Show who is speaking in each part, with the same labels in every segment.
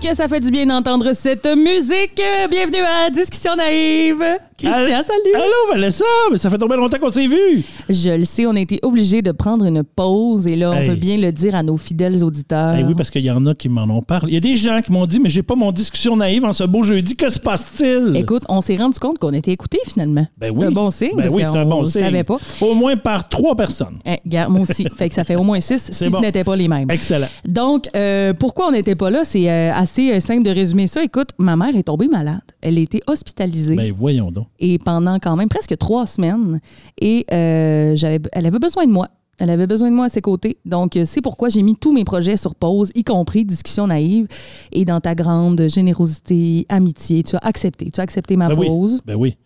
Speaker 1: que ça fait du bien d'entendre cette musique. Bienvenue à Discussion naïve. Christian,
Speaker 2: Allô-
Speaker 1: salut.
Speaker 2: Allô, Vanessa! Mais ça fait tomber longtemps qu'on s'est vu!
Speaker 1: Je le sais, on a été obligé de prendre une pause et là, on
Speaker 2: Hey.
Speaker 1: peut bien le dire à nos fidèles auditeurs.
Speaker 2: Eh oui, parce qu'il y en a qui m'en ont parlé. Il y a des gens qui m'ont dit, mais j'ai pas mon discussion naïve en ce beau jeudi, que se passe-t-il?
Speaker 1: Écoute, on s'est rendu compte qu'on était écoutés finalement.
Speaker 2: Ben oui.
Speaker 1: C'est un bon signe
Speaker 2: Ben
Speaker 1: parce
Speaker 2: oui,
Speaker 1: qu'on
Speaker 2: c'est un bon
Speaker 1: le
Speaker 2: signe.
Speaker 1: savait pas.
Speaker 2: Au moins par trois personnes.
Speaker 1: Eh, regarde, moi aussi. fait que ça fait au moins six si
Speaker 2: bon.
Speaker 1: ce n'était pas les mêmes.
Speaker 2: Excellent.
Speaker 1: Donc, euh, pourquoi on n'était pas là? C'est euh, assez euh, simple de résumer ça. Écoute, ma mère est tombée malade. Elle a été hospitalisée.
Speaker 2: Ben voyons donc.
Speaker 1: et pendant quand même presque trois semaines. Et euh, j'avais, elle avait besoin de moi. Elle avait besoin de moi à ses côtés. Donc, euh, c'est pourquoi j'ai mis tous mes projets sur pause, y compris Discussion naïve. Et dans ta grande générosité, amitié, tu as accepté. Tu as accepté ma
Speaker 2: Ben oui.
Speaker 1: pause.
Speaker 2: Ben oui.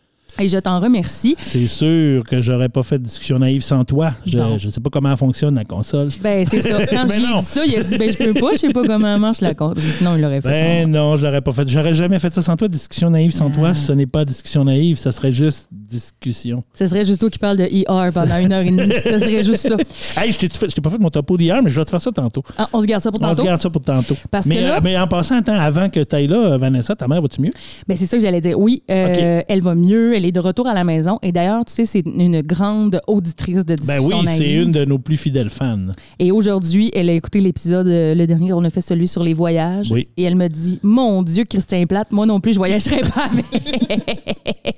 Speaker 1: Et je t'en remercie.
Speaker 2: C'est sûr que j'aurais pas fait de discussion naïve sans toi. Je,
Speaker 1: Bon.
Speaker 2: je sais pas comment fonctionne la console.
Speaker 1: Ben, c'est ça. Quand
Speaker 2: Ben
Speaker 1: j'ai
Speaker 2: non.
Speaker 1: dit ça, il a dit, ben, je peux pas, je sais pas comment marche la con. J'ai dit, Sinon, il l'aurait fait. hein.
Speaker 2: Ben non, je l'aurais pas fait. J'aurais jamais fait ça sans toi. Discussion naïve sans
Speaker 1: Ah.
Speaker 2: toi, ce n'est pas discussion naïve, ça serait juste discussion.
Speaker 1: Ce serait juste toi qui parle de ER pendant une heure et demie. Ce serait juste ça.
Speaker 2: Hey, je t'ai fait- je t'ai pas fait mon topo d'hier, mais je vais te faire ça tantôt.
Speaker 1: Ah, on se garde ça pour
Speaker 2: On se
Speaker 1: tantôt.
Speaker 2: garde ça pour tantôt.
Speaker 1: Parce
Speaker 2: mais, euh,
Speaker 1: que là-
Speaker 2: mais en passant, attends, avant que tu ailles là, euh, Vanessa, ta mère va-tu mieux?
Speaker 1: Ben, c'est ça que j'allais dire. Oui, euh, elle va mieux, elle est de retour à la maison. Et d'ailleurs, tu sais, c'est une grande auditrice de
Speaker 2: Ben
Speaker 1: discussion
Speaker 2: oui,
Speaker 1: naïve.
Speaker 2: c'est une de nos plus fidèles fans.
Speaker 1: Et aujourd'hui, elle a écouté l'épisode, euh, le dernier, on a fait celui sur les voyages.
Speaker 2: Oui.
Speaker 1: Et elle me dit, mon Dieu, Christian est Plate, moi non plus, je voyagerai pas avec.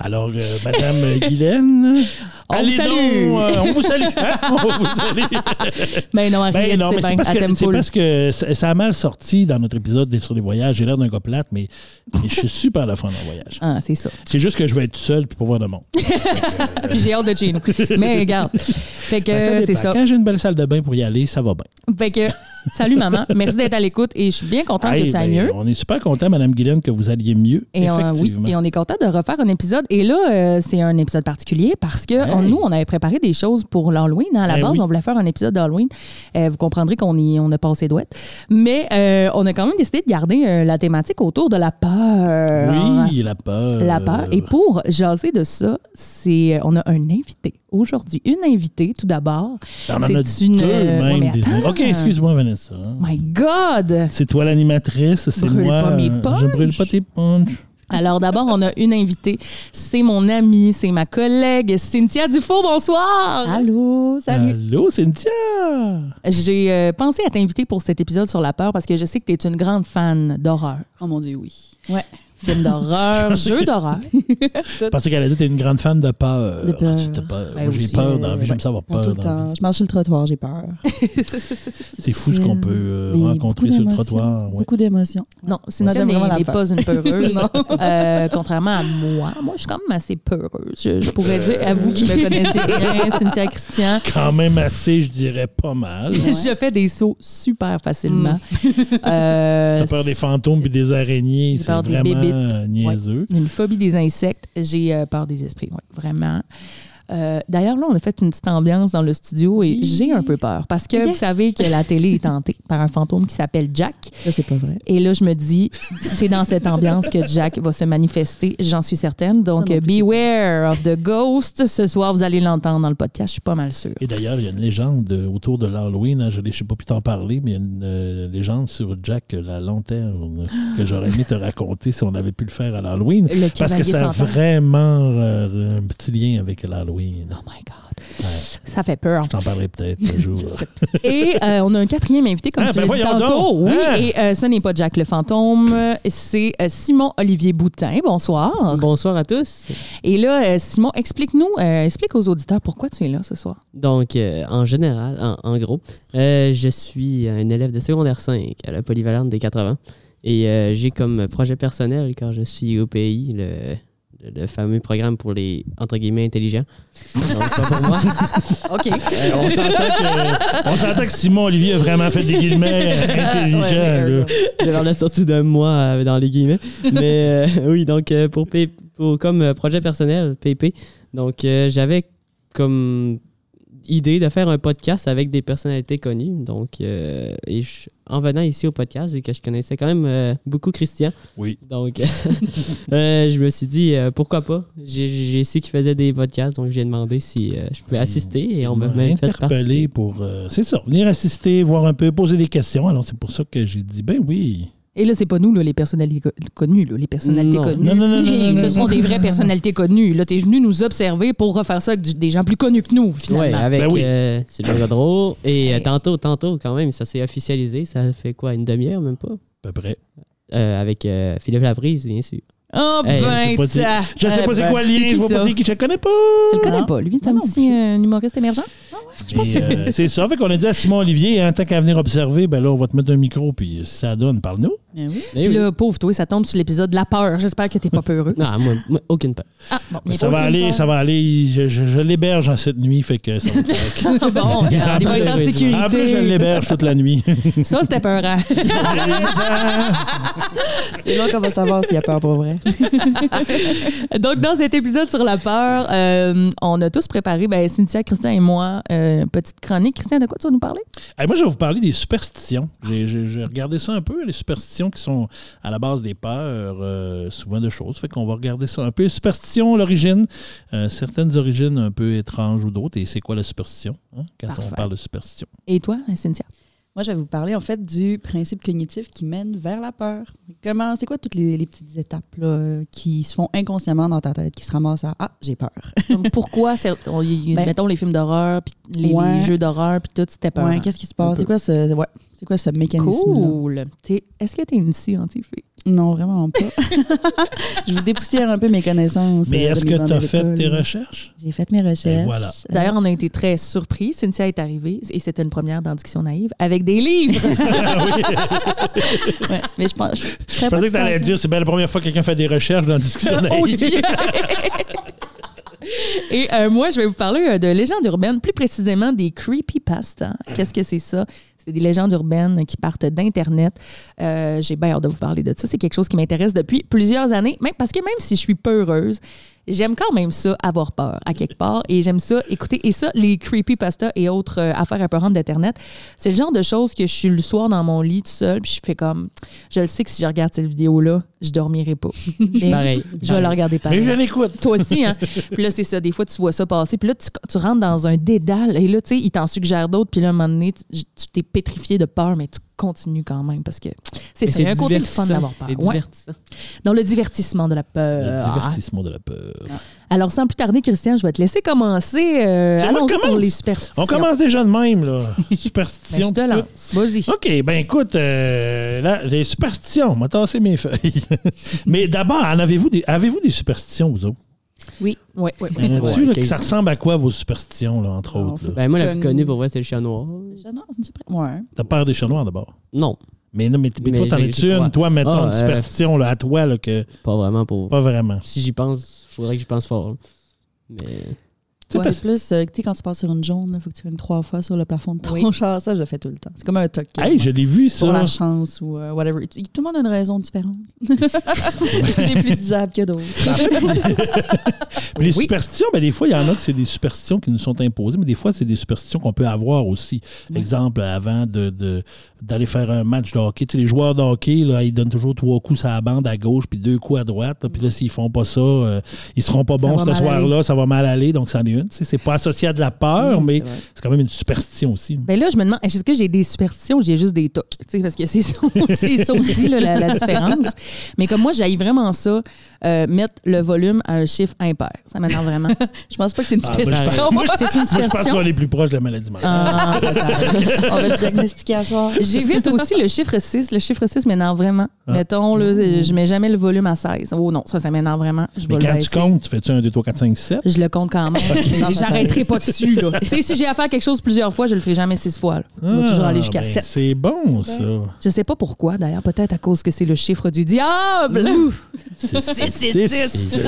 Speaker 2: Alors, euh, Madame Guylaine,
Speaker 1: On vous
Speaker 2: allez
Speaker 1: salue.
Speaker 2: donc, euh, on vous salue. hein? On vous salue.
Speaker 1: Mais non, Henriette,
Speaker 2: Ben non, mais
Speaker 1: c'est
Speaker 2: c'est
Speaker 1: bien,
Speaker 2: parce,
Speaker 1: à
Speaker 2: que-
Speaker 1: t'aime
Speaker 2: c'est
Speaker 1: full.
Speaker 2: parce que ça ça a mal sorti dans notre épisode des- sur les voyages. J'ai l'air d'un gars plate, mais, mais je suis super le fun en voyage.
Speaker 1: Ah, c'est ça.
Speaker 2: C'est juste que je vais être tout seul puis pas voir de monde.
Speaker 1: Euh, Puis j'ai hâte de chez nous. Mais regarde. Fait que
Speaker 2: Ben, ça
Speaker 1: euh, c'est
Speaker 2: dépend.
Speaker 1: ça.
Speaker 2: Quand j'ai une belle salle de bain pour y aller, ça va bien.
Speaker 1: Fait que salut maman, merci d'être à l'écoute et je suis bien contente
Speaker 2: Hey,
Speaker 1: que tu ailles
Speaker 2: ben,
Speaker 1: Ah, mieux.
Speaker 2: On est super content, Madame Guylaine, que vous alliez mieux.
Speaker 1: Et on, oui,
Speaker 2: effectivement.
Speaker 1: et on est content de refaire un épisode. Et là, euh, c'est un épisode particulier parce que
Speaker 2: Hey.
Speaker 1: on- nous, on avait préparé des choses pour l'Halloween. hein. À la
Speaker 2: Ben
Speaker 1: base,
Speaker 2: oui.
Speaker 1: on voulait faire un épisode d'Halloween. Euh, vous comprendrez qu'on y, on a passé douette. Mais euh, on a quand même décidé de garder euh, la thématique autour de la peur.
Speaker 2: Oui, euh, la peur.
Speaker 1: La peur. Et pour jaser de ça, c'est euh, on a un invité aujourd'hui. Une invitée, tout d'abord.
Speaker 2: On en a
Speaker 1: C'est
Speaker 2: deux
Speaker 1: une. euh, ouais,
Speaker 2: même.
Speaker 1: mais
Speaker 2: des-
Speaker 1: attends. Oh
Speaker 2: OK, excuse-moi, Vanessa.
Speaker 1: My God!
Speaker 2: C'est toi l'animatrice, c'est
Speaker 1: Brûle
Speaker 2: moi.
Speaker 1: pas mes
Speaker 2: euh,
Speaker 1: punchs.
Speaker 2: Je brûle pas tes punchs.
Speaker 1: Alors d'abord, on a une invitée. C'est mon amie, c'est ma collègue Cynthia Dufour. Bonsoir!
Speaker 3: Allô,
Speaker 1: Euh.
Speaker 3: salut.
Speaker 2: Allô, Cynthia!
Speaker 1: J'ai euh, pensé à t'inviter pour cet épisode sur la peur parce que je sais que tu es une grande fan d'horreur.
Speaker 3: Oh mon Dieu, oui.
Speaker 1: Ouais. Films d'horreur, jeux d'horreur.
Speaker 2: Je pensais qu'elle allait dire que t'es une grande fan de peur. Oh,
Speaker 1: De peur.
Speaker 2: J'ai peur,
Speaker 1: Ben,
Speaker 2: J'ai
Speaker 1: aussi,
Speaker 2: peur dans la
Speaker 1: euh,
Speaker 2: vie, j'aime ça avoir
Speaker 3: Dans
Speaker 2: peur
Speaker 3: tout le
Speaker 2: dans la vie. Ah
Speaker 3: temps. Je marche sur le trottoir, j'ai peur.
Speaker 2: C'est fou ce qu'on peut euh,
Speaker 3: Mais
Speaker 2: rencontrer
Speaker 3: beaucoup
Speaker 2: sur le
Speaker 3: d'émotions.
Speaker 2: trottoir. ouais.
Speaker 3: Beaucoup d'émotions.
Speaker 1: Non, sinon
Speaker 3: Cynthia
Speaker 1: j'aime vraiment
Speaker 3: n'est-
Speaker 1: la
Speaker 3: n'est
Speaker 1: peur.
Speaker 3: pas
Speaker 1: une peureuse. Euh, contrairement à moi, moi je suis quand même assez peureuse. Je, je pourrais dire à vous qui me connaissez bien, Cynthia Christian,
Speaker 2: Quand même assez, je dirais pas mal.
Speaker 1: je fais des sauts super facilement. Euh,
Speaker 2: T'as peur des fantômes puis des araignées,
Speaker 1: J'ai
Speaker 2: c'est
Speaker 1: peur des
Speaker 2: vraiment
Speaker 1: bébites.
Speaker 2: euh, niaiseux.
Speaker 1: J'ai une phobie des insectes. J'ai euh, peur des esprits, ouais, vraiment. Euh, D'ailleurs, là, on a fait une petite ambiance dans le studio et
Speaker 3: Oui.
Speaker 1: j'ai un peu peur parce que vous
Speaker 3: Yes.
Speaker 1: savez que la télé est hantée par un fantôme qui s'appelle Jack.
Speaker 3: Ça, c'est pas vrai.
Speaker 1: Et là, je me dis, c'est dans cette ambiance que Jack va se manifester, j'en suis certaine. Donc,
Speaker 3: Ça non plus.
Speaker 1: beware of the ghost. Ce soir, vous allez l'entendre dans le podcast, je suis pas mal sûre.
Speaker 2: Et d'ailleurs, il y a une légende euh, autour de l'Halloween, hein, je ne sais pas pu t'en parler, mais il y a une euh, légende sur Jack euh, la lanterne que j'aurais aimé te raconter si on avait pu le faire à l'Halloween.
Speaker 1: Le
Speaker 2: Parce que
Speaker 1: cavalier
Speaker 2: ça a
Speaker 1: sans tête.
Speaker 2: vraiment euh, un petit lien avec l'Halloween.
Speaker 1: Oh my God. Ça fait peur.
Speaker 2: Je t'en parlerai peut-être un jour.
Speaker 1: Et euh, on a un quatrième invité, comme
Speaker 2: Ah,
Speaker 1: tu
Speaker 2: ben
Speaker 1: l'as dit
Speaker 2: voyons
Speaker 1: tantôt.
Speaker 2: donc.
Speaker 1: Oui,
Speaker 2: Hein?
Speaker 1: et euh, ce n'est pas Jack le fantôme, euh, c'est euh, Simon-Olivier Boutin. Bonsoir.
Speaker 4: Bonsoir à tous.
Speaker 1: Et là, euh, Simon, explique-nous, euh, explique aux auditeurs pourquoi tu es là ce soir.
Speaker 4: Donc, euh, en général, en, en gros, euh, je suis un élève de secondaire 5 à la polyvalente des 80 et euh, j'ai comme projet personnel, quand je suis au pays, le le fameux programme pour les, entre guillemets, intelligents. Donc, pas pour moi. Euh,
Speaker 1: OK.
Speaker 2: Eh, on s'entend que, on s'entend que Simon Olivier a vraiment fait des guillemets intelligents. là.
Speaker 4: J'avais la sortie de moi euh, dans les guillemets. Mais euh, oui, donc euh, pour, P- pour- comme euh, projet personnel, PP, donc euh, j'avais comme idée de faire un podcast avec des personnalités connues. Donc, euh, et je- en venant ici au podcast, vu que je connaissais quand même euh, beaucoup Christian,
Speaker 2: Oui.
Speaker 4: donc euh, je me suis dit euh, pourquoi pas. J'ai- J'ai su qu'il faisait des podcasts, donc j'ai demandé si euh, je pouvais assister et on m'a
Speaker 2: m'a
Speaker 4: même fait
Speaker 2: interpellé
Speaker 4: participer.
Speaker 2: pour. euh, c'est ça, venir assister, voir un peu, poser des questions. Alors, c'est pour ça que j'ai dit, ben oui.
Speaker 1: Et là, c'est pas nous, là, les personnalités co- connues. là, les personnalités
Speaker 4: Non.
Speaker 1: connues.
Speaker 2: Non, non, non, non, non,
Speaker 1: Ce
Speaker 2: non,
Speaker 1: seront
Speaker 2: non.
Speaker 1: des vraies personnalités connues. Là, t'es venu nous observer pour refaire ça avec du- des gens plus connus que nous,
Speaker 4: Ouais,
Speaker 1: finalement.
Speaker 4: avec
Speaker 2: Ben oui.
Speaker 4: euh, Sylvain Godreau. Et euh, tantôt, tantôt, quand même, ça s'est officialisé. Ça fait quoi, une demi-heure, même pas?
Speaker 2: À peu près.
Speaker 4: Euh, avec euh, Philippe Laprise, bien sûr.
Speaker 1: Ah
Speaker 4: Hey, Euh,
Speaker 2: je sais pas
Speaker 1: ben,
Speaker 2: si-
Speaker 1: ça-
Speaker 2: Je sais
Speaker 1: Eh
Speaker 2: pas c'est
Speaker 1: ben,
Speaker 2: quoi le lien,
Speaker 1: qui
Speaker 2: je vois pas
Speaker 1: ça?
Speaker 2: c'est qui, je le connais pas.
Speaker 1: Je le connais
Speaker 3: Non.
Speaker 1: pas. Lui, c'est un
Speaker 3: Non
Speaker 1: petit euh, humoriste émergent.
Speaker 2: Mais, euh, c'est ça. Fait qu'on a dit à Simon Olivier, en tant qu'à venir observer, ben là, on va te mettre un micro, puis euh, si ça donne, parle-nous.
Speaker 3: Ben oui.
Speaker 4: Eh
Speaker 1: Puis
Speaker 4: oui.
Speaker 1: là, pauvre toi, ça tombe sur l'épisode de la peur. J'espère que t'es pas peureux.
Speaker 4: Non, moi, moi, aucune peur.
Speaker 1: Ah, bon,
Speaker 2: Mais
Speaker 1: mais
Speaker 2: ça
Speaker 1: pas
Speaker 2: va
Speaker 1: aucune
Speaker 2: aller,
Speaker 1: peur.
Speaker 2: ça va aller. Je, je- je l'héberge en cette nuit, fait que ça va être correct.
Speaker 1: Ah, bon, regarde, il va être en sécurité.
Speaker 2: En plus, je l'héberge toute la nuit.
Speaker 1: Ça, c'était peurant.
Speaker 3: C'est là qu'on va savoir s'il y a peur pour vrai.
Speaker 1: Donc, dans cet épisode sur la peur, euh, on a tous préparé, ben, Cynthia, Christian et moi, euh, une petite chronique. Christian, de quoi tu vas nous parler?
Speaker 2: Eh, moi, je vais vous parler des superstitions. J'ai- J'ai j'ai regardé ça un peu, les superstitions qui sont à la base des peurs, euh, souvent de choses. Fait qu'on va regarder ça un peu. Les Superstitions, l'origine, euh, certaines origines un peu étranges ou d'autres. Et c'est quoi la superstition hein, quand
Speaker 1: Parfait.
Speaker 2: on parle de superstition?
Speaker 1: Et toi, hein, Cynthia?
Speaker 3: Moi, je vais vous parler en fait du principe cognitif qui mène vers la peur. Comment, c'est quoi toutes les, les petites étapes là, euh, qui se font inconsciemment dans ta tête, qui se ramassent à Ah, j'ai peur.
Speaker 1: Donc, pourquoi, c'est- on- y- y-
Speaker 3: Ben-
Speaker 1: mettons, les films d'horreur, puis les,
Speaker 3: Ouais.
Speaker 1: les jeux d'horreur, puis tout, c'était peur.
Speaker 3: Ouais, qu'est-ce qui se
Speaker 1: Un
Speaker 3: passe?
Speaker 1: peu.
Speaker 3: C'est quoi ce, ouais, c'est quoi ce mécanisme
Speaker 1: Cool. T'es- Est-ce que tu es une scientifique?
Speaker 3: Non, vraiment pas. je vous dépoussière un peu mes connaissances.
Speaker 2: Mais
Speaker 3: euh, de
Speaker 2: est-ce
Speaker 3: mes
Speaker 2: que
Speaker 3: bandes
Speaker 2: tu as
Speaker 3: de
Speaker 2: fait
Speaker 3: l'école.
Speaker 2: tes recherches?
Speaker 3: J'ai fait mes recherches.
Speaker 2: Et voilà.
Speaker 3: Euh.
Speaker 1: D'ailleurs, on a été très surpris. Cynthia est arrivée, et c'était une première dans Diction Naïve, avec des livres.
Speaker 3: Ouais, mais je pense. Je, suis très
Speaker 2: Je pensais que tu allais
Speaker 3: participante.
Speaker 2: dire, c'est bien la première fois que quelqu'un fait des recherches dans le dictionnaire.
Speaker 1: Aussi. Et euh, moi, je vais vous parler euh, de légendes urbaines, plus précisément des creepypastas. Qu'est-ce que c'est ça? C'est des légendes urbaines qui partent d'Internet. Euh, J'ai bien hâte de vous parler de ça. C'est quelque chose qui m'intéresse depuis plusieurs années, même parce que même si je suis peureuse, j'aime quand même ça, avoir peur à quelque part. Et j'aime ça, écouter. Et ça, les creepypastas et autres euh, affaires apparentes d'Internet, c'est le genre de choses que je suis le soir dans mon lit tout seul, puis je fais comme, je le sais que si je regarde cette vidéo-là, je dormirai pas. Mais
Speaker 4: Pareil.
Speaker 1: je vais la regarder
Speaker 2: Ben, Mais
Speaker 1: pareil.
Speaker 2: je l'écoute.
Speaker 1: Toi aussi, hein? Puis là, c'est ça. Des fois, tu vois ça passer. Puis là, tu, tu rentres dans un dédale. Et là, tu sais, il t'en suggère d'autres. Puis là, à un moment donné, tu tu t'es pétrifié de peur, mais tu continues quand même parce que c'est
Speaker 4: Et
Speaker 1: ça. Il y a un côté le fun
Speaker 4: divertissant.
Speaker 1: d'avoir peur.
Speaker 4: C'est
Speaker 1: Ouais.
Speaker 4: divertissant.
Speaker 1: Dans le divertissement de la
Speaker 2: Le
Speaker 1: peur. Ah.
Speaker 2: divertissement de la peur.
Speaker 1: Alors, sans plus tarder, Christian, je vais te laisser commencer. Euh,
Speaker 2: C'est moi qui
Speaker 1: Allons-y pour
Speaker 2: commence.
Speaker 1: les superstitions.
Speaker 2: On commence déjà de même, là.
Speaker 1: Ben,
Speaker 2: Superstition.
Speaker 1: je te
Speaker 2: tout.
Speaker 1: lance. Vas-y.
Speaker 2: OK, ben écoute, euh, là, les superstitions, m'a tassé mes feuilles. Mais d'abord, en avez-vous des, avez-vous des superstitions, vous autres?
Speaker 1: Oui. Oui, oui,
Speaker 2: Y en
Speaker 4: Ouais,
Speaker 2: a-tu, là,
Speaker 4: ok.
Speaker 2: que ça ressemble à quoi, vos superstitions, là, entre
Speaker 3: Ah,
Speaker 2: autres? là?
Speaker 3: faut-
Speaker 4: Ben, moi, la plus
Speaker 3: Comme-
Speaker 1: euh,
Speaker 4: connue pour vrai, c'est le chat noir.
Speaker 3: Je- non, je suis prête. Ouais.
Speaker 2: T'as peur des chats noirs, d'abord?
Speaker 4: Non,
Speaker 2: Mais non, mais, mais
Speaker 4: Mais
Speaker 2: toi, t'en
Speaker 4: j'ai-
Speaker 2: es
Speaker 4: j'ai
Speaker 2: une,
Speaker 4: trois.
Speaker 2: toi, mettons,
Speaker 4: Ah,
Speaker 2: une
Speaker 4: euh,
Speaker 2: superstition, là, à toi, là, que
Speaker 4: pas vraiment pour.
Speaker 2: pas vraiment.
Speaker 4: Si j'y pense, faudrait que j'y pense fort. là. Mais
Speaker 2: Tu sais, ça-
Speaker 3: Ouais, c'est plus, euh, tu sais, quand tu passes sur une jaune, il faut que tu ruines trois fois sur le plafond de ton
Speaker 1: Oui.
Speaker 3: char. Ça, je le fais tout le temps. C'est comme un toc.
Speaker 2: Hey, je l'ai vu,
Speaker 3: pour
Speaker 2: ça.
Speaker 3: la chance ou euh, whatever. Tu- Tout le monde a une raison différente. des plus disables que d'autres.
Speaker 2: Puis les
Speaker 1: Oui.
Speaker 2: superstitions, ben des fois, il y en a que c'est des superstitions qui nous sont imposées, mais des fois, c'est des superstitions qu'on peut avoir aussi. Exemple, avant de- de- d'aller faire un match de hockey, tu sais, les joueurs de hockey, là, ils donnent toujours trois coups à la bande à gauche, puis deux coups à droite. là. Puis là, s'ils font pas ça, euh, ils seront pas
Speaker 3: Ça
Speaker 2: bons
Speaker 3: va
Speaker 2: ce
Speaker 3: mal
Speaker 2: soir-là, ça va mal aller, donc ça en est une. Tu sais, C'est pas associé à de la
Speaker 1: Mm,
Speaker 2: peur, mais
Speaker 3: vrai.
Speaker 2: c'est quand même une superstition aussi.
Speaker 1: Ben là, je me demande, est-ce que j'ai des superstitions ou j'ai juste des tocs? Tu sais, Parce que c'est ça, c'est ça aussi là, la, la différence. Mais comme moi, j'aille vraiment ça, euh, mettre le volume à un chiffre impair. Ça m'énerve vraiment.
Speaker 3: Je pense pas que c'est une
Speaker 2: Ah, moi, je
Speaker 3: superstition.
Speaker 1: c'est
Speaker 2: pense-
Speaker 1: une
Speaker 2: Moi, je pense
Speaker 1: superstition.
Speaker 2: qu'on est plus proche de la maladie mentale.
Speaker 1: Ah, peut-être.
Speaker 3: On va te diagnostiquer à soir.
Speaker 1: J'évite aussi le chiffre 6. Le chiffre 6 m'énerve vraiment.
Speaker 2: Ah.
Speaker 1: Mettons, là, je mets jamais le volume à 16. Oh non, ça, ça m'énerve vraiment. Je vais
Speaker 2: Mais
Speaker 1: le
Speaker 2: quand tu
Speaker 1: baisser.
Speaker 2: comptes, tu fais-tu un 2, 3, 4, 5, 7?
Speaker 1: Je le compte quand même. Mais J'arrêterai pas dessus. Là. Tu sais, si j'ai à faire quelque chose plusieurs fois, je le ferai jamais six fois. là. Je vais toujours aller jusqu'à
Speaker 2: Ah, ben,
Speaker 1: sept.
Speaker 2: C'est bon, ça.
Speaker 1: Je sais pas pourquoi, d'ailleurs, peut-être à cause que c'est le chiffre du diable.
Speaker 2: C'est
Speaker 1: Six, six, six.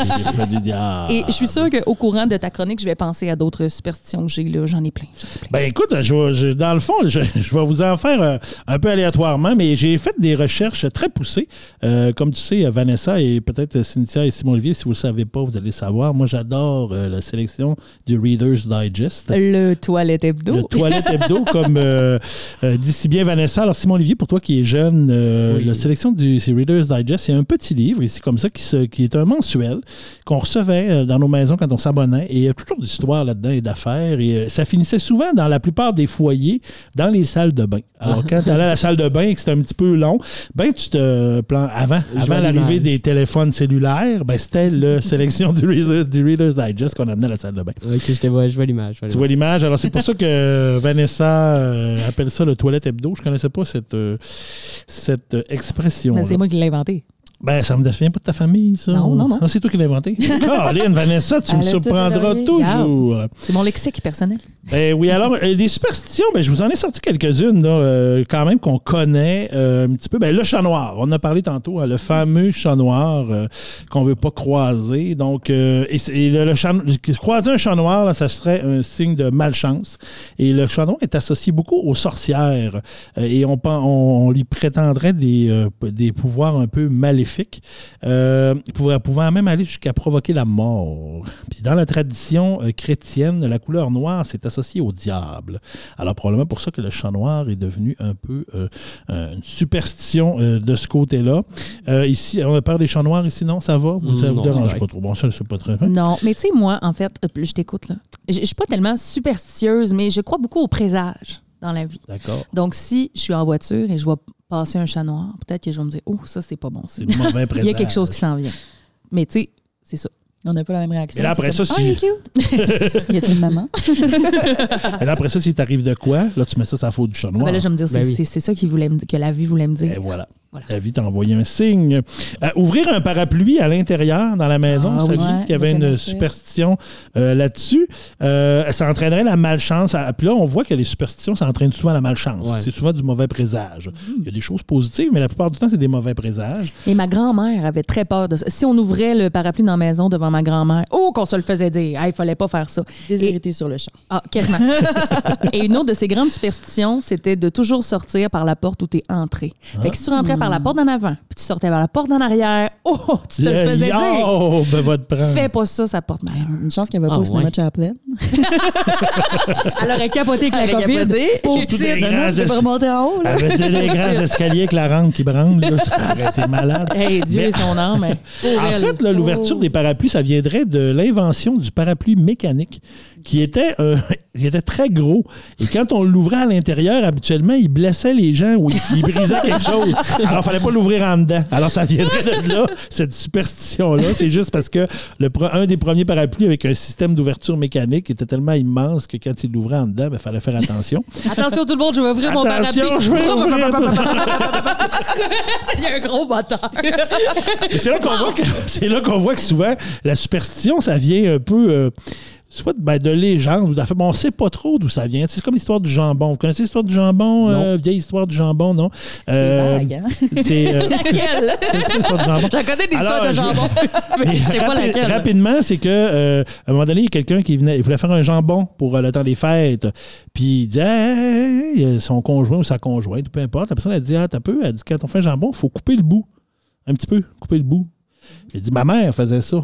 Speaker 1: Et
Speaker 2: Et
Speaker 1: je suis sûre qu'au courant de ta chronique, je vais penser à d'autres superstitions que j'ai. là. J'en ai plein. j'en ai plein.
Speaker 2: Ben écoute, je, vais- je- dans le fond, je, je vais vous en faire euh, un peu aléatoirement, mais j'ai fait des recherches très poussées. Euh, comme tu sais, Vanessa et peut-être Cynthia et Simon Olivier, si vous ne le savez pas, vous allez le savoir. Moi, j'adore euh, la sélection du Reader's Digest.
Speaker 1: Le toilette hebdo.
Speaker 2: Le toilette hebdo, comme euh, euh, dit si bien Vanessa. Alors, Simon Olivier, pour toi qui est jeune, euh,
Speaker 4: Oui.
Speaker 2: la sélection du c'est Reader's Digest, c'est un petit livre ici, comme ça, qui, se- qui est un mensuel qu'on recevait euh, dans nos maisons quand on s'abonnait. Et il y a toujours d'histoires là-dedans et d'affaires. Et euh, ça finissait souvent dans la plupart des foyers, dans les salles de bain. Alors, quand tu allais à la salle de bain et que c'était un petit peu long, ben, tu te plans avant,
Speaker 4: Je
Speaker 2: avant
Speaker 4: vois
Speaker 2: l'arrivée
Speaker 4: l'image.
Speaker 2: des téléphones cellulaires, ben, c'était la sélection du Reader- du Reader's Digest qu'on amenait à la salle de bain.
Speaker 4: Ok, je te vois, je vois l'image. je vois
Speaker 2: Tu vois l'image. Alors, c'est pour ça que Vanessa euh, appelle ça le toilette hebdo. Je connaissais pas cette, euh, cette euh, expression.
Speaker 1: Mais c'est
Speaker 2: là.
Speaker 1: moi qui l'ai inventé.
Speaker 2: Ben, ça me défie pas de ta famille, ça.
Speaker 1: Non, non, non.
Speaker 2: Ah, c'est toi qui l'as inventé. Colin, Vanessa, tu
Speaker 3: Elle
Speaker 2: me
Speaker 3: a tout
Speaker 2: surprendras
Speaker 3: élaboré.
Speaker 2: toujours.
Speaker 1: C'est mon lexique personnel.
Speaker 2: Ben oui, alors, euh, des superstitions, ben, je vous en ai sorti quelques-unes, là, euh, quand même, qu'on connaît euh, un petit peu. Ben, le chat noir, on en a parlé tantôt, hein, le fameux chat noir euh, qu'on veut pas croiser. Donc, euh, et, c'est- et le, le chat- croiser un chat noir, là, ça serait un signe de malchance. Et le chat noir est associé beaucoup aux sorcières. Euh, et on, pen- on, on lui prétendrait des, euh, p- des pouvoirs un peu maléfiques, euh, pouvant, pouvant même aller jusqu'à provoquer la mort. Puis dans la tradition euh, chrétienne, la couleur noire s'est associée au diable. Alors probablement pour ça que le chat noir est devenu un peu euh, euh, une superstition euh, de ce côté-là. Euh, ici, on a peur des chats noirs ici, non? Ça va? Vous- Ça
Speaker 4: Mm,
Speaker 2: vous
Speaker 4: non,
Speaker 2: dérange
Speaker 4: c'est
Speaker 2: pas trop? Bon, ça, c'est pas très...
Speaker 1: Non, mais tu sais, moi, en fait, euh, je t'écoute, là. Je je suis pas tellement superstitieuse, mais je crois beaucoup aux présages dans la vie.
Speaker 2: D'accord.
Speaker 1: Donc, si je suis en voiture et je vois passer un chat noir, peut-être que je vais me dire, oh, ça, c'est pas bon. ça.
Speaker 2: C'est le mauvais
Speaker 1: Il y a
Speaker 2: présage.
Speaker 1: quelque chose qui s'en vient. Mais tu sais, c'est ça.
Speaker 3: On n'a pas la même réaction.
Speaker 2: Et là, après
Speaker 3: C'est
Speaker 2: ça,
Speaker 3: comme,
Speaker 2: si-
Speaker 3: Ah, il est cute. y a-t-il une maman?
Speaker 2: Et là, après ça, si t'arrives de quoi, là, tu mets ça sur la faute du chat
Speaker 1: Ah,
Speaker 2: noir.
Speaker 1: ben là, je vais me dire, c'est
Speaker 4: Ben oui.
Speaker 1: c'est- c'est ça qu'il voulait me- que la vie voulait me dire.
Speaker 2: Et voilà.
Speaker 1: Voilà.
Speaker 2: La vie t'a envoyé un signe. Euh, ouvrir un parapluie à l'intérieur dans la maison,
Speaker 1: Ah
Speaker 2: ça
Speaker 1: oui.
Speaker 2: dit
Speaker 3: Ouais,
Speaker 2: qu'il y avait
Speaker 3: on
Speaker 2: une
Speaker 3: connaissait.
Speaker 2: superstition euh, là-dessus. Euh, ça entraînerait la malchance. à- Puis là, on voit que les superstitions, ça entraîne souvent la malchance.
Speaker 4: Ouais.
Speaker 2: C'est souvent du mauvais présage.
Speaker 1: Mm.
Speaker 2: Il y a des choses positives, mais la plupart du temps, c'est des mauvais présages.
Speaker 1: Et ma grand-mère avait très peur de ça. Si on ouvrait le parapluie dans la maison devant ma grand-mère, oh, qu'on se le faisait dire, Ah, il fallait pas faire ça.
Speaker 3: Déshérité sur le champ.
Speaker 1: Ah, quasiment. et une autre de ses grandes superstitions, c'était de toujours sortir par la porte où tu es entré. Fait que si tu rentrais par la porte en avant, puis tu sortais par la porte en arrière, oh, tu te le, faisais dire.
Speaker 2: lion ben, va te prendre.
Speaker 1: Fais pas ça, ça porte malheur.
Speaker 3: Une chance qu'elle va
Speaker 4: Ah,
Speaker 3: pas au cinéma
Speaker 4: ouais.
Speaker 3: Chaplin.
Speaker 1: Elle aurait capoté
Speaker 3: avec la COVID.
Speaker 2: Surtout des
Speaker 3: Non, non,
Speaker 2: grands
Speaker 3: tu peux
Speaker 2: es-
Speaker 3: pas remonter en haut, là.
Speaker 2: Avec les grands escaliers avec la rampe qui branle, là, ça aurait été malade.
Speaker 1: Hey, Dieu
Speaker 2: Mais-
Speaker 1: et son âme. hein.
Speaker 2: En fait, là, l'ouverture des parapluies, ça viendrait de l'invention du parapluie mécanique, qui était, euh, il était très gros. Et quand on l'ouvrait à l'intérieur, habituellement, il blessait les gens ou il, il brisait quelque chose. Alors, il fallait pas l'ouvrir en dedans. Alors, ça viendrait de là, cette superstition-là. C'est juste parce que le, pre- un des premiers parapluies avec un système d'ouverture mécanique était tellement immense que quand il l'ouvrait en dedans, il fallait faire attention.
Speaker 1: Attention tout le monde, je vais ouvrir
Speaker 2: Attention,
Speaker 1: mon
Speaker 2: je vais ouvrir tout.
Speaker 1: parapluie. Il y a un gros bâtard.
Speaker 2: Et c'est là qu'on voit que c'est là qu'on voit que souvent la superstition, ça vient un peu. euh, Soit ben, de légende ou d'affaires. Bon, on sait pas trop d'où ça vient. C'est comme l'histoire du jambon. Vous connaissez l'histoire du jambon? euh, vieille histoire du jambon, non? Euh,
Speaker 3: vague, hein?
Speaker 2: C'est euh,
Speaker 1: Laquelle?
Speaker 2: c'est quoi l'histoire du jambon?
Speaker 1: Je la connais des
Speaker 2: Alors,
Speaker 1: histoires de
Speaker 2: je-
Speaker 1: jambon. mais je sais pas
Speaker 2: Rapi-
Speaker 1: laquelle.
Speaker 2: Rapidement, c'est que euh, à un moment donné, il y a quelqu'un qui venait, il voulait faire un jambon pour euh, le temps des fêtes. Puis il dit Hey, hey, son conjoint ou sa conjointe, peu importe. La personne a dit Ah, t'as peu, elle dit quand on fait un jambon, faut couper le bout. Un petit peu, couper le bout. Il dit Ma mère faisait ça.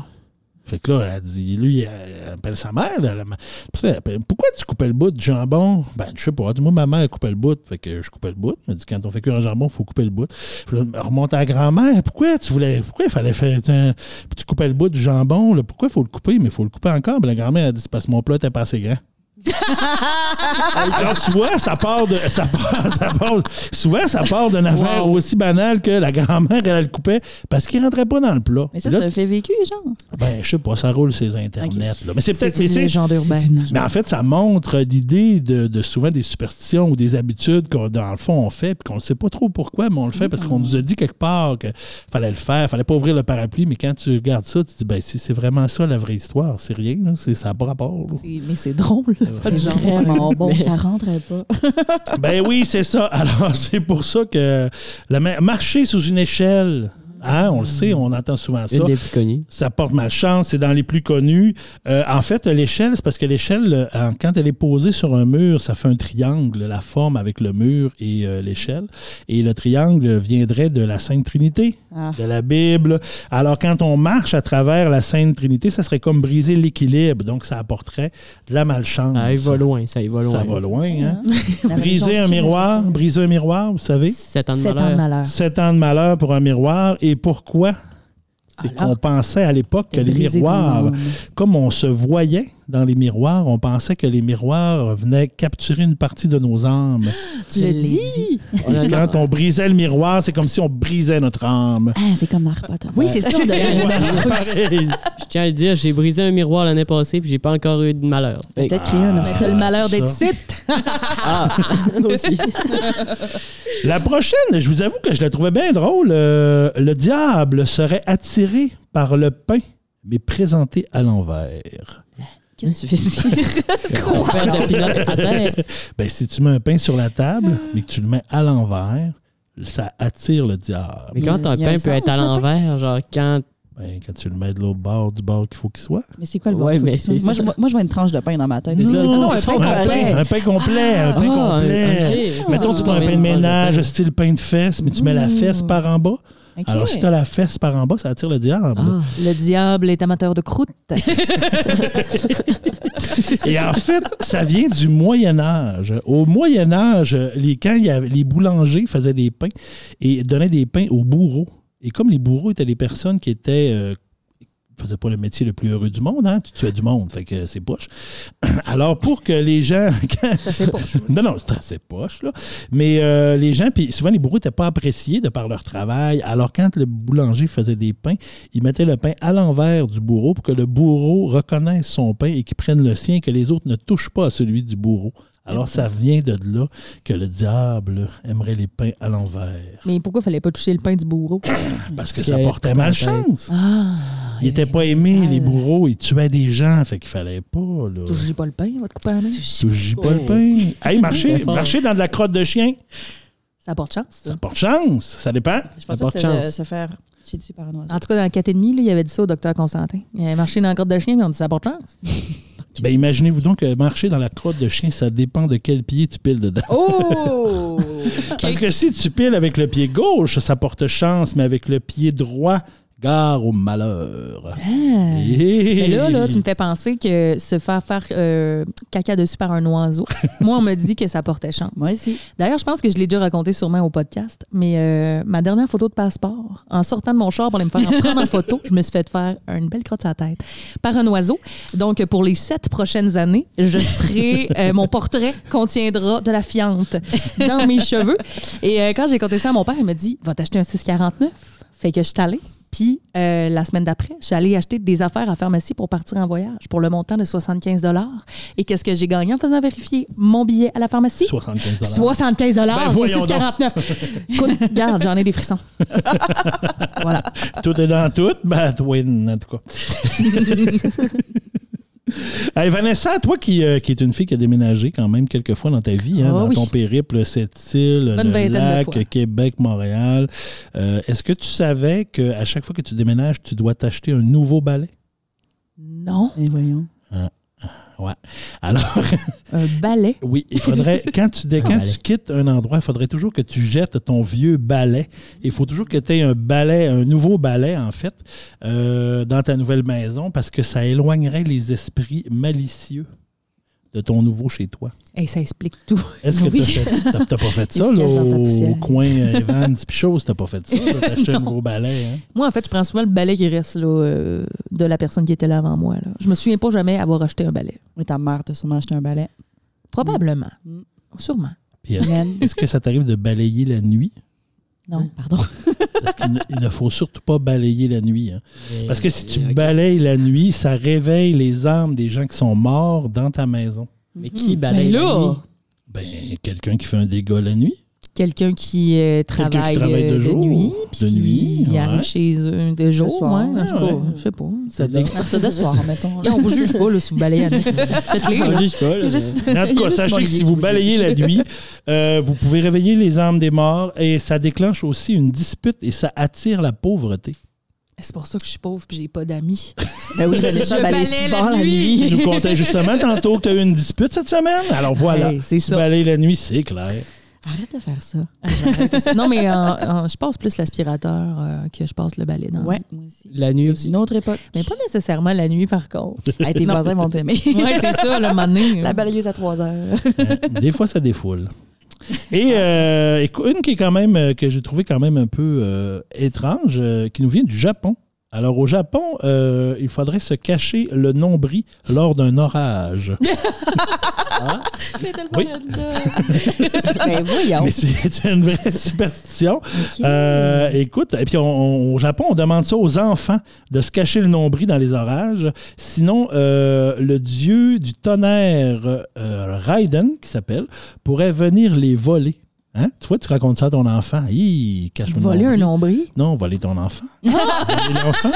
Speaker 2: Fait que là, elle dit, lui, elle elle appelle sa mère. là, la ma- Puis ça, elle appelle, ben, Pourquoi tu coupais le bout du jambon? Ben, je sais pas. Dis-moi, ma mère elle coupait le bout. Fait que je coupais le bout. Elle m'a dit, quand on fait cuire un jambon, il faut couper le bout. Puis là, elle remonte à la grand-mère. Pourquoi tu voulais. Pourquoi il fallait faire. tiens, puis tu coupais le bout du jambon, là, pourquoi il faut le couper? Mais il faut le couper encore. Ben, la grand-mère a dit, c'est parce que mon plat était pas assez grand. Alors, tu vois, ça part de. Ça part, ça part- souvent, ça part d'une affaire aussi banale que la grand-mère, elle, le coupait parce qu'il rentrait pas dans le plat.
Speaker 3: Mais ça,
Speaker 2: Là,
Speaker 3: c'est un fait vécu, genre.
Speaker 2: ben, je sais pas, ça roule ces internets. là. Mais c'est peut-être.
Speaker 5: C'est une
Speaker 2: mais tu sais,
Speaker 5: légende urbaine.
Speaker 2: mais en fait, ça montre l'idée de, de souvent des superstitions ou des habitudes qu'on, dans le fond, on fait, puis qu'on ne sait pas trop pourquoi, mais on le fait parce qu'on nous a dit quelque part qu'il fallait le faire, fallait pas ouvrir le parapluie, mais quand tu regardes ça, tu te dis, ben, si c'est vraiment ça la vraie histoire, c'est rien, là, c'est, ça n'a pas rapport. là.
Speaker 5: C'est- Mais c'est drôle.
Speaker 3: C'est genre vraiment bon, ça rentrait pas.
Speaker 2: ben oui, c'est ça. Alors, c'est pour ça que la ma- marcher sous une échelle, hein, on le sait, on entend souvent ça.
Speaker 4: Une des plus connues.
Speaker 2: Ça porte malchance, c'est dans les plus connus. Euh, en fait, l'échelle, c'est parce que l'échelle, euh, en- quand elle est posée sur un mur, ça fait un triangle, la forme avec le mur et euh, l'échelle. Et le triangle viendrait de la Sainte Trinité,
Speaker 3: Ah.
Speaker 2: de la Bible. Alors, quand on marche à travers la Sainte Trinité, ça serait comme briser l'équilibre. Donc, ça apporterait de la malchance.
Speaker 4: Ça y Ah, va loin, ça y va loin.
Speaker 2: Ça va loin, hein?
Speaker 3: La
Speaker 2: Briser un
Speaker 3: religion,
Speaker 2: miroir,
Speaker 3: c'est ça.
Speaker 2: briser un miroir, vous savez?
Speaker 4: Sept ans de
Speaker 5: Sept ans de
Speaker 4: malheur.
Speaker 5: malheur.
Speaker 2: Sept ans de malheur pour un miroir. Et pourquoi? C'est qu'on pensait à l'époque que
Speaker 5: de
Speaker 2: les
Speaker 5: briser ton
Speaker 2: miroirs,
Speaker 5: âme.
Speaker 2: comme on se voyait dans les miroirs, on pensait que les miroirs venaient capturer une partie de nos âmes.
Speaker 5: Tu l'as dit?
Speaker 4: On a-
Speaker 2: Quand on brisait le miroir, c'est comme si on brisait notre âme.
Speaker 3: Ah, c'est comme Harry Potter.
Speaker 5: Oui, c'est ça. on devrait-
Speaker 2: Ah. Pareil.
Speaker 4: Je tiens à le dire, j'ai brisé un miroir l'année passée puis j'ai pas encore eu de malheur. Fait que-
Speaker 3: Peut-être créer un
Speaker 5: Mais t'as le malheur d'être
Speaker 2: Ah, Ça.
Speaker 5: site.
Speaker 2: La prochaine, je vous avoue que je la trouvais bien drôle. Euh, le diable serait attiré par le pain, mais présenté à l'envers.
Speaker 3: Qu'est-ce que tu fais
Speaker 4: on fait de peanut à terre.
Speaker 2: Ben, si tu mets un pain sur la table, mais que tu le mets à l'envers, ça attire le diable.
Speaker 4: Mais quand un
Speaker 3: Il y a un
Speaker 4: pain peut
Speaker 3: sens,
Speaker 4: être à
Speaker 3: le pain.
Speaker 4: l'envers, genre quand.
Speaker 2: Ben, quand tu le mets de l'autre bord, du bord qu'il faut qu'il soit.
Speaker 3: Mais c'est quoi le
Speaker 4: Ouais,
Speaker 3: bon
Speaker 4: mais
Speaker 3: truc,
Speaker 4: c'est
Speaker 3: ça? moi, je, moi, moi, je vois une tranche de pain dans ma tête.
Speaker 4: C'est ça.
Speaker 2: Non,
Speaker 5: non, un
Speaker 2: c'est
Speaker 5: pain
Speaker 2: pas
Speaker 5: complet.
Speaker 2: Un pain complet, un pain
Speaker 4: Ah,
Speaker 2: complet.
Speaker 4: ok. Ah,
Speaker 2: Mettons, tu prends un pain de ménage, style pain de fesse, mais tu mets la fesse par en bas.
Speaker 3: Ok.
Speaker 2: Alors, si tu as la fesse par en bas, ça attire le diable.
Speaker 4: Ah.
Speaker 5: Le diable est amateur de croûte.
Speaker 2: Et en fait, ça vient du Moyen Âge. Au Moyen Âge, les, quand il y avait- les boulangers faisaient des pains et donnaient des pains aux bourreaux. Et comme les bourreaux étaient des personnes qui étaient... euh, faisaient pas le métier le plus heureux du monde, hein? tu tuais du monde, fait que c'est poche. Alors pour que les gens...
Speaker 5: C'est pour
Speaker 2: Non, non, c'est assez poche, là. Mais euh, les gens, puis souvent, les bourreaux n'étaient pas appréciés de par leur travail. Alors, quand le boulanger faisait des pains, il mettait le pain à l'envers du bourreau pour que le bourreau reconnaisse son pain et qu'il prenne le sien et que les autres ne touchent pas à celui du bourreau. Alors, ça vient de là que le diable aimerait les pains à l'envers.
Speaker 1: Mais pourquoi fallait pas toucher le pain du bourreau?
Speaker 2: Parce que
Speaker 4: Parce
Speaker 2: ça
Speaker 4: qu'il
Speaker 2: portait
Speaker 4: avait
Speaker 2: malchance.
Speaker 5: Ah,
Speaker 2: Ils n'étaient pas aimés, les bourreaux. Ils tuaient des gens. Fait qu'il fallait pas, là.
Speaker 5: Touchez pas le pain, on va te couper la main.
Speaker 2: Touche pas le pain. Hey, marcher,
Speaker 4: C'est fort.
Speaker 2: marcher dans de la crotte de chien,
Speaker 5: Ça porte chance.
Speaker 2: ça porte chance. Ça dépend.
Speaker 3: Je
Speaker 4: Ça
Speaker 3: pensais que
Speaker 4: porte
Speaker 3: c'était de
Speaker 4: chance.
Speaker 3: se faire. C'est du par un oiseau.
Speaker 1: En tout cas, dans la 4,5, là, il avait dit ça au docteur Constantin. Il avait marché dans la corde de chien, mais on dit ça porte chance.
Speaker 2: Ben, imaginez-vous donc que marcher dans la crotte de chien, ça dépend de quel pied tu piles dedans.
Speaker 5: Oh!
Speaker 2: Parce que si tu piles avec le pied gauche, ça porte chance, mais avec le pied droit, gare au malheur. Ah.
Speaker 1: Mais Ah. Ben là, là, tu me fais penser que se faire faire euh, caca dessus par un oiseau, moi, on me dit que ça portait chance.
Speaker 3: Moi aussi.
Speaker 1: D'ailleurs, je pense que je l'ai déjà raconté sûrement au podcast, mais euh, ma dernière photo de passeport, en sortant de mon char pour aller me faire prendre en photo, je me suis fait faire une belle crotte à la tête par un oiseau. Donc, pour les sept prochaines années, je serai. euh, mon portrait contiendra de la fiente dans mes cheveux. Et euh, quand j'ai compté ça à mon père, il m'a dit Va t'acheter un 649. Fait que je suis allée. Puis euh, la semaine d'après, je suis allée acheter des affaires à pharmacie pour partir en voyage pour le montant de 75 Et qu'est-ce que j'ai gagné en faisant vérifier mon billet à la pharmacie?
Speaker 2: 75
Speaker 1: 75
Speaker 2: Ben,
Speaker 1: dollars
Speaker 2: voyons
Speaker 1: 6,49. Écoute, regarde, j'en ai des frissons. voilà.
Speaker 2: Tout est dans tout, ben, win, en tout cas. Hey, Vanessa, toi qui, euh, qui es une fille qui a déménagé quand même quelques fois dans ta vie, hein,
Speaker 1: Ah
Speaker 2: dans
Speaker 1: oui.
Speaker 2: ton périple, cette île,
Speaker 1: Bonne
Speaker 2: le
Speaker 1: vingtaine de fois.
Speaker 2: lac, Québec, Montréal, euh, est-ce que tu savais qu'à chaque fois que tu déménages, tu dois t'acheter un nouveau balai?
Speaker 1: Non,
Speaker 3: Mais voyons.
Speaker 2: Ouais. Alors,
Speaker 1: un balai.
Speaker 2: oui, il faudrait, quand, tu,
Speaker 1: Ah,
Speaker 2: dé- quand
Speaker 4: balai.
Speaker 2: tu quittes un endroit, il faudrait toujours que tu jettes ton vieux balai. Il faut toujours que tu aies un balai, un nouveau balai, en fait, euh, dans ta nouvelle maison, parce que ça éloignerait les esprits malicieux de ton nouveau chez toi?
Speaker 1: Et ça explique tout.
Speaker 2: Est-ce que
Speaker 1: Oui.
Speaker 2: t'as fait- t'as t'as pas fait
Speaker 1: Il
Speaker 2: ça
Speaker 1: se
Speaker 2: là,
Speaker 1: cache dans ta
Speaker 2: au,
Speaker 1: poussière.
Speaker 2: au coin euh, Evans pis chose, t'as pas fait ça, là, t'as acheté un nouveau balai, hein?
Speaker 1: Moi, en fait, je prends souvent le balai qui reste là, euh, de la personne qui était là avant moi. Là. Je me souviens pas jamais avoir acheté un balai.
Speaker 3: Mais ta mère t'a sûrement acheté un balai.
Speaker 1: Probablement.
Speaker 3: Mm.
Speaker 1: Sûrement.
Speaker 2: Puis euh, est-ce est-ce que ça t'arrive de balayer la nuit?
Speaker 1: Non.
Speaker 3: Pardon.
Speaker 2: Parce qu'il ne- il ne faut surtout pas balayer la nuit. hein. Parce que si tu
Speaker 4: Mais-
Speaker 2: balayes la nuit, ça réveille les âmes des gens qui sont morts dans ta maison.
Speaker 4: Mais
Speaker 2: Hmm.
Speaker 4: qui balaye
Speaker 1: Mais
Speaker 4: la
Speaker 1: là,
Speaker 4: nuit?
Speaker 2: Ben, quelqu'un qui fait un dégât la nuit.
Speaker 1: Quelqu'un qui euh, travaille,
Speaker 2: travaille
Speaker 1: euh,
Speaker 2: de
Speaker 1: de,
Speaker 2: jour,
Speaker 1: nuit.
Speaker 2: de
Speaker 1: puis
Speaker 2: nuit,
Speaker 1: Il
Speaker 2: ouais. Ah
Speaker 1: arrive chez eux de jour.
Speaker 3: soir,
Speaker 1: ouais, en tout cas,
Speaker 2: ouais.
Speaker 1: je sais pas.
Speaker 2: Ça dégage.
Speaker 3: Partir de soir, mettons.
Speaker 1: Et on vous juge pas là, si vous balayez à nuit. Faites-les.
Speaker 4: On
Speaker 1: là.
Speaker 4: juge Ah, pas, là, mais-
Speaker 2: En tout cas, sachez que si vous balayez la nuit, euh, vous pouvez réveiller les âmes des morts et ça déclenche aussi une dispute et ça attire la pauvreté.
Speaker 1: C'est pour ça que je suis pauvre et j'ai pas d'amis.
Speaker 5: Ben oui, Vanessa
Speaker 1: Je
Speaker 5: balaye
Speaker 1: balaye
Speaker 5: souvent
Speaker 1: la
Speaker 5: la
Speaker 1: nuit.
Speaker 5: nuit.
Speaker 2: Tu nous contais justement tantôt que tu as eu une dispute cette semaine. Alors voilà,
Speaker 1: Hey, c'est
Speaker 2: tu
Speaker 1: ça.
Speaker 2: balayes la nuit, c'est clair.
Speaker 3: Arrête de faire ça.
Speaker 1: non, mais en- en- je passe plus l'aspirateur euh, que je passe le balai dans la vie.
Speaker 3: Moi aussi.
Speaker 4: La nuit
Speaker 3: C'est
Speaker 4: aussi.
Speaker 3: Une autre époque.
Speaker 1: Mais pas nécessairement la nuit, par contre.
Speaker 5: Hey, tes voisins vont t'aimer.
Speaker 1: Oui, c'est ça, le moment donné.
Speaker 3: La balayeuse à 3 heures.
Speaker 2: Hein, Des fois, ça défoule. Et euh, écou- une qui est quand même euh, que j'ai trouvé quand même un peu euh, étrange, euh, qui nous vient du Japon. Alors au Japon, euh, il faudrait se cacher le nombril lors d'un orage.
Speaker 3: C'est tellement
Speaker 2: Oui.
Speaker 5: ben voyons.
Speaker 2: Mais c'est c'est une vraie superstition. Euh, écoute, et puis on- on- au Japon, on demande ça aux enfants de se cacher le nombril dans les orages. Sinon, euh, le dieu du tonnerre, euh, Raiden, qui s'appelle, pourrait venir les voler. Hein? Tu vois, tu racontes ça à ton enfant. Hi, cache le
Speaker 1: Voler un
Speaker 2: nombril.
Speaker 1: nombril.
Speaker 2: Non, voler ton enfant. voler l'enfant.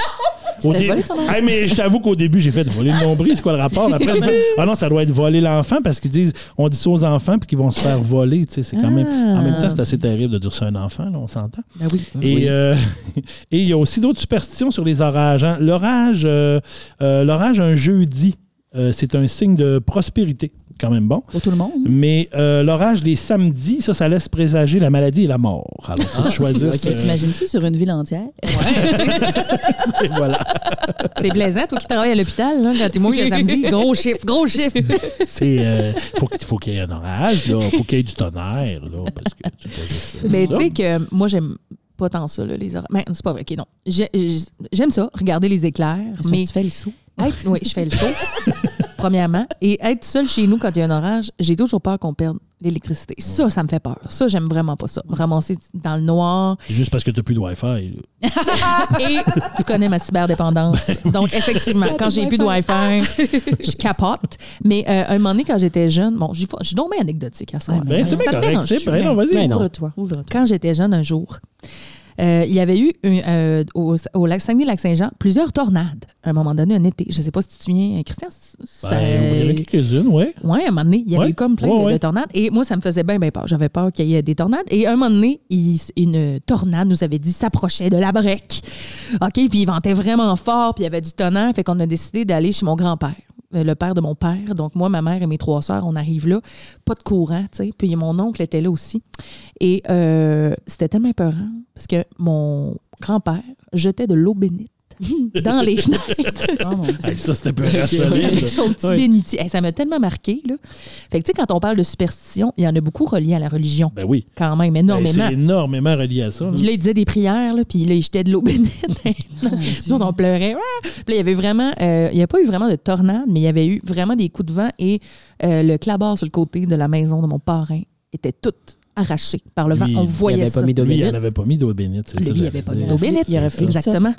Speaker 2: Au
Speaker 5: t'es
Speaker 2: dé-
Speaker 5: volé ton enfant?
Speaker 2: Hey, mais je t'avoue qu'au début, j'ai fait voler le nombril, c'est quoi le rapport? Après, j'ai fait, ah non, ça doit être voler l'enfant parce qu'ils disent, on dit ça aux enfants puis qu'ils vont se faire voler. Tu sais, c'est quand même. En même temps, c'est assez terrible de dire ça à un enfant, là, on s'entend.
Speaker 1: Ben oui.
Speaker 2: Et euh, et il y a aussi d'autres superstitions sur les orages. hein. L'orage, euh, euh, l'orage un jeudi, euh, c'est un signe de prospérité, quand même bon.
Speaker 1: Pour tout le monde.
Speaker 2: Mais euh, l'orage les samedis, ça, ça laisse présager la maladie et la mort. Alors, faut
Speaker 5: Ah,
Speaker 2: choisir. euh,
Speaker 3: T'imagines-tu sur une ville entière?
Speaker 2: et voilà.
Speaker 1: C'est plaisant, toi qui travailles à l'hôpital, là, quand t'es mouillé le samedi. Gros chiffre, gros chiffre.
Speaker 2: C'est, euh, faut qu'il faut qu'il y ait un orage, là. faut qu'il y ait du tonnerre, là, parce que tu fais juste, euh,
Speaker 1: Mais
Speaker 2: ça.
Speaker 1: tu sais que moi, j'aime pas tant ça, là, les orages. Mais c'est pas vrai, OK, non. J'ai- j'ai- J'aime ça, regarder les éclairs. Mais
Speaker 3: tu fais le saut.
Speaker 1: être- oui, je fais le saut, premièrement. Et être seul chez nous quand il y a un orage, j'ai toujours peur qu'on perde l'électricité. Ça, ça me fait peur. Ça, j'aime vraiment pas ça. Me ramasser dans le noir.
Speaker 2: C'est juste parce que t'as plus de Wi-Fi. là.
Speaker 1: Et tu connais ma
Speaker 2: Ben
Speaker 1: cyberdépendance. Donc, effectivement, quand j'ai plus de Wi-Fi, je capote. Mais euh, un moment donné, quand j'étais jeune, bon, j'y vais- je suis donc bien anecdotique à soi.
Speaker 3: Ouais,
Speaker 2: Ben, c'est bien correct. C'est ben, non, vas-y.
Speaker 3: Ouvre-toi. Ouvre-toi.
Speaker 1: Quand j'étais jeune, un jour, euh, il y avait eu une, euh, au, au lac Saguenay-Lac-Saint-Jean plusieurs tornades à un moment donné, un été. Je ne sais pas si tu te souviens, euh, Christian. c- ça-
Speaker 2: Ben, il y en a quelques-unes, ouais.
Speaker 1: Ouais, à un moment donné, il y avait
Speaker 2: Ouais.
Speaker 1: eu comme plein
Speaker 2: Ouais,
Speaker 1: de,
Speaker 2: ouais.
Speaker 1: de tornades. Et moi, ça me faisait bien, bien peur. J'avais peur qu'il y ait des tornades. Et à un moment donné, il- une tornade nous avait dit s'approchait de la breque. OK, puis il ventait vraiment fort, puis il y avait du tonnerre. Fait qu'on a décidé d'aller chez mon grand-père, euh, le père de mon père. Donc, moi, ma mère et mes trois sœurs, on arrive là. Pas de courant, tu sais. Puis mon oncle était là aussi. Et euh, c'était tellement épeurant parce que mon grand-père jetait de l'eau bénite dans les fenêtres
Speaker 3: Oh mon Dieu.
Speaker 2: Hey, ça, c'était peu rassolé.
Speaker 1: avec son petit
Speaker 4: Ouais.
Speaker 1: bénitier. Hey, ça m'a tellement marqué. Là. Fait que, tu sais, quand on parle de superstition, il y en a beaucoup relié à la religion,
Speaker 2: Ben oui.
Speaker 1: quand même,
Speaker 2: Ben,
Speaker 1: énormément.
Speaker 2: C'est énormément relié à ça. là.
Speaker 1: puis là, il disait des prières, là, puis là, il jetait de l'eau bénite. Nous autres, on pleurait. Ah! Puis là, il y avait vraiment, euh, il n'y a pas eu vraiment de tornade, mais il y avait eu vraiment des coups de vent et euh, le clabard sur le côté de la maison de mon parrain était tout arraché par le vent.
Speaker 2: Lui,
Speaker 1: on
Speaker 4: Il
Speaker 1: voyait
Speaker 4: avait
Speaker 1: ça.
Speaker 4: pas mis d'eau
Speaker 2: Lui, il
Speaker 4: bénite.
Speaker 2: n'avait pas mis d'eau bénite. c'est
Speaker 1: Lui,
Speaker 2: ça,
Speaker 1: il
Speaker 2: j'allais
Speaker 1: avait pas
Speaker 2: dire.
Speaker 1: mis d'eau bénite.
Speaker 3: Il aurait fait
Speaker 1: Exactement.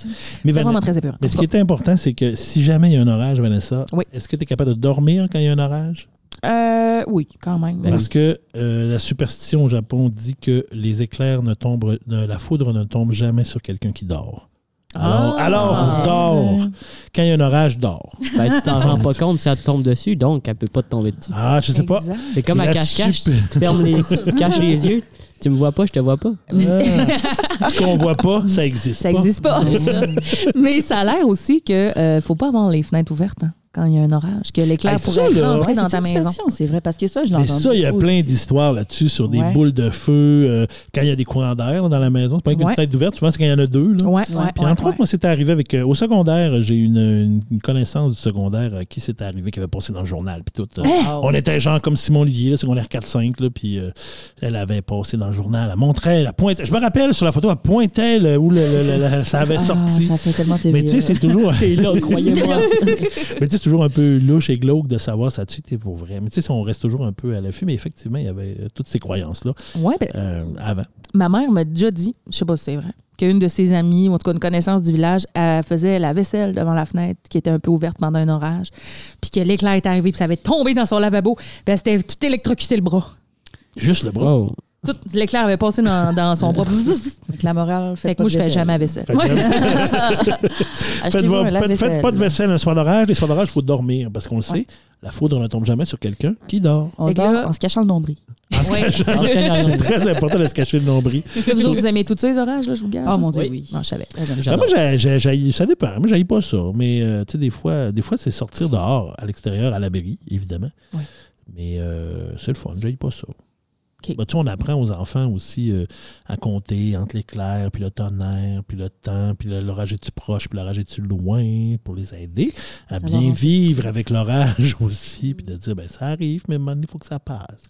Speaker 1: C'est
Speaker 2: Mais, Van-
Speaker 1: vraiment très épeurant.
Speaker 2: mais ce qui est important, c'est que si jamais il y a un orage, Vanessa,
Speaker 1: Oui.
Speaker 2: est-ce que tu es capable de dormir quand il y a un orage?
Speaker 1: Euh, oui, quand même.
Speaker 2: Parce que euh, la superstition au Japon dit que les éclairs ne tombent, ne- la foudre ne tombe jamais sur quelqu'un qui dort. Alors,
Speaker 1: Ah.
Speaker 2: alors dors. Quand il y a un orage, dors.
Speaker 4: Ben, tu t'en rends pas compte si elle te tombe dessus, donc elle peut pas te tomber dessus.
Speaker 2: Ah, je sais pas.
Speaker 1: Exact.
Speaker 4: C'est comme à
Speaker 2: La
Speaker 4: cache-cache,
Speaker 2: super-
Speaker 4: tu te fermes les, tu te caches les yeux, tu me vois pas, je te vois pas.
Speaker 2: Ah. Ce qu'on voit pas, ça existe.
Speaker 1: Ça
Speaker 2: pas.
Speaker 1: n'existe pas. Mais ça a l'air aussi que euh, faut pas avoir les fenêtres ouvertes. hein. quand il y a un orage, que l'éclair
Speaker 2: Hey, ça,
Speaker 1: pourrait
Speaker 2: là,
Speaker 1: rentrer
Speaker 3: Ouais,
Speaker 1: dans
Speaker 3: c'est
Speaker 1: ta
Speaker 3: une
Speaker 1: maison.
Speaker 3: superstition, C'est vrai, parce que ça, je l'ai
Speaker 2: Mais
Speaker 3: entendu
Speaker 2: ça, il y a
Speaker 3: aussi.
Speaker 2: plein d'histoires là-dessus sur des
Speaker 3: Ouais.
Speaker 2: boules de feu, euh, quand il y a des courants d'air là, dans la maison. C'est pas qu'une
Speaker 1: Ouais.
Speaker 2: tête ouverte, souvent c'est quand il y en a deux. Là.
Speaker 1: Ouais, ouais,
Speaker 2: Puis
Speaker 1: ouais,
Speaker 2: entre
Speaker 1: ouais.
Speaker 2: autres, moi, c'était arrivé avec. euh, au secondaire, j'ai une, une- une connaissance du secondaire euh, qui s'était arrivé, qui avait passé dans le journal. Puis tout. euh, On était genre comme Simon Livier, là, secondaire 4-5, là, puis euh, elle avait passé dans le journal. Elle montrait, elle pointait. Je me rappelle sur la photo, elle pointait le- où le- le- le- le- ça avait sorti.
Speaker 5: Ah, ça fait hein. tellement
Speaker 2: Mais tu sais, c'est toujours.
Speaker 4: croyez-moi.
Speaker 2: Mais tu sais, c'est toujours un peu louche et glauque de savoir ça tu es pour vrai. Mais tu sais, on reste toujours un peu à l'affût, mais effectivement, il y avait euh, toutes ces croyances-là
Speaker 1: Ouais, ben,
Speaker 2: euh, avant.
Speaker 1: ma mère m'a déjà dit, je sais pas si c'est vrai, qu'une de ses amies, ou en tout cas une connaissance du village, elle faisait la vaisselle devant la fenêtre qui était un peu ouverte pendant un orage, puis que l'éclair est arrivé, puis ça avait tombé dans son lavabo, puis elle s'était tout électrocuté le bras.
Speaker 2: Juste le bras.
Speaker 4: Wow.
Speaker 1: Tout l'éclair avait passé dans, dans son bras. fait
Speaker 5: Avec la morale, faites
Speaker 1: que moi, je fais jamais la vaisselle.
Speaker 2: Fait que, euh,
Speaker 3: euh,
Speaker 2: faites,
Speaker 5: Achetez-vous un
Speaker 2: faites-
Speaker 5: lave-vaisselle.
Speaker 2: faites pas de vaisselle un soir d'orage. Les soirs d'orage, il faut dormir parce qu'on le sait. La foudre ne tombe jamais sur quelqu'un qui dort.
Speaker 3: On
Speaker 1: Fait que
Speaker 3: dort
Speaker 1: là-
Speaker 3: en se cachant le nombril.
Speaker 2: En se
Speaker 1: Ouais.
Speaker 2: cachant-
Speaker 5: En se cachant le
Speaker 2: c'est très important de se cacher le nombril.
Speaker 1: Là, vous autres, vous aimez tous ces orages, là, je vous garde.
Speaker 5: Oh mon Dieu, oui.
Speaker 1: Non, je savais.
Speaker 2: Ben,
Speaker 4: J'adore.
Speaker 2: moi, j'ai- j'ai- j'ai- ça dépend. Moi, j'aille pas ça. Mais euh, tu sais, des fois, des fois c'est sortir dehors, à l'extérieur, à la l'abri, évidemment.
Speaker 1: Ouais.
Speaker 2: Mais euh, c'est le fun. J'aille pas ça.
Speaker 1: OK.
Speaker 2: Ben, tu sais, on apprend aux enfants aussi euh, à compter entre l'éclair, puis le tonnerre, puis le temps, puis le- l'orage est-tu proche, puis l'orage est-tu loin, pour les aider à
Speaker 3: Savoir
Speaker 2: bien
Speaker 3: enregistrer.
Speaker 2: vivre avec l'orage aussi, puis de dire, ben ça arrive, mais maintenant, il faut que ça passe.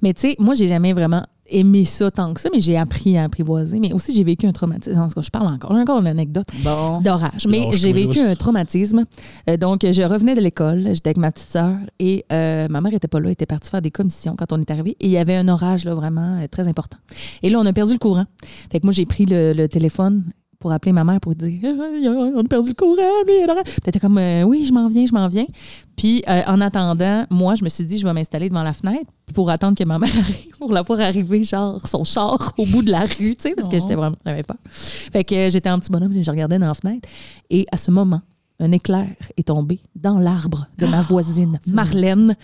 Speaker 1: Mais tu sais, moi, j'ai jamais vraiment aimé ça tant que ça, mais j'ai appris à apprivoiser. Mais aussi, j'ai vécu un traumatisme. En tout cas, je parle encore. J'ai encore une anecdote
Speaker 4: Ah.
Speaker 5: Bon.
Speaker 1: d'orage. Mais
Speaker 2: Lâche-moi
Speaker 1: j'ai vécu
Speaker 2: lousse.
Speaker 1: un traumatisme. Euh, donc, je revenais de l'école. J'étais avec ma petite sœur et euh, ma mère était pas là. Elle était partie faire des commissions quand on est arrivé. Et il y avait un orage, là, vraiment euh, très important. Et là, on a perdu le courant. Fait que moi, j'ai pris le, le téléphone pour appeler ma mère pour dire Ah, on a perdu le courant mais alors Puis elle était comme Euh, oui je m'en viens je m'en viens puis euh, en attendant moi je me suis dit je vais m'installer devant la fenêtre pour attendre que ma mère arrive pour la voir arriver genre son char au bout de la rue tu sais parce que
Speaker 5: Non.
Speaker 1: j'étais vraiment j'avais peur fait que euh, j'étais un petit bonhomme je regardais dans la fenêtre et à ce moment un éclair est tombé dans l'arbre de ma voisine Marlène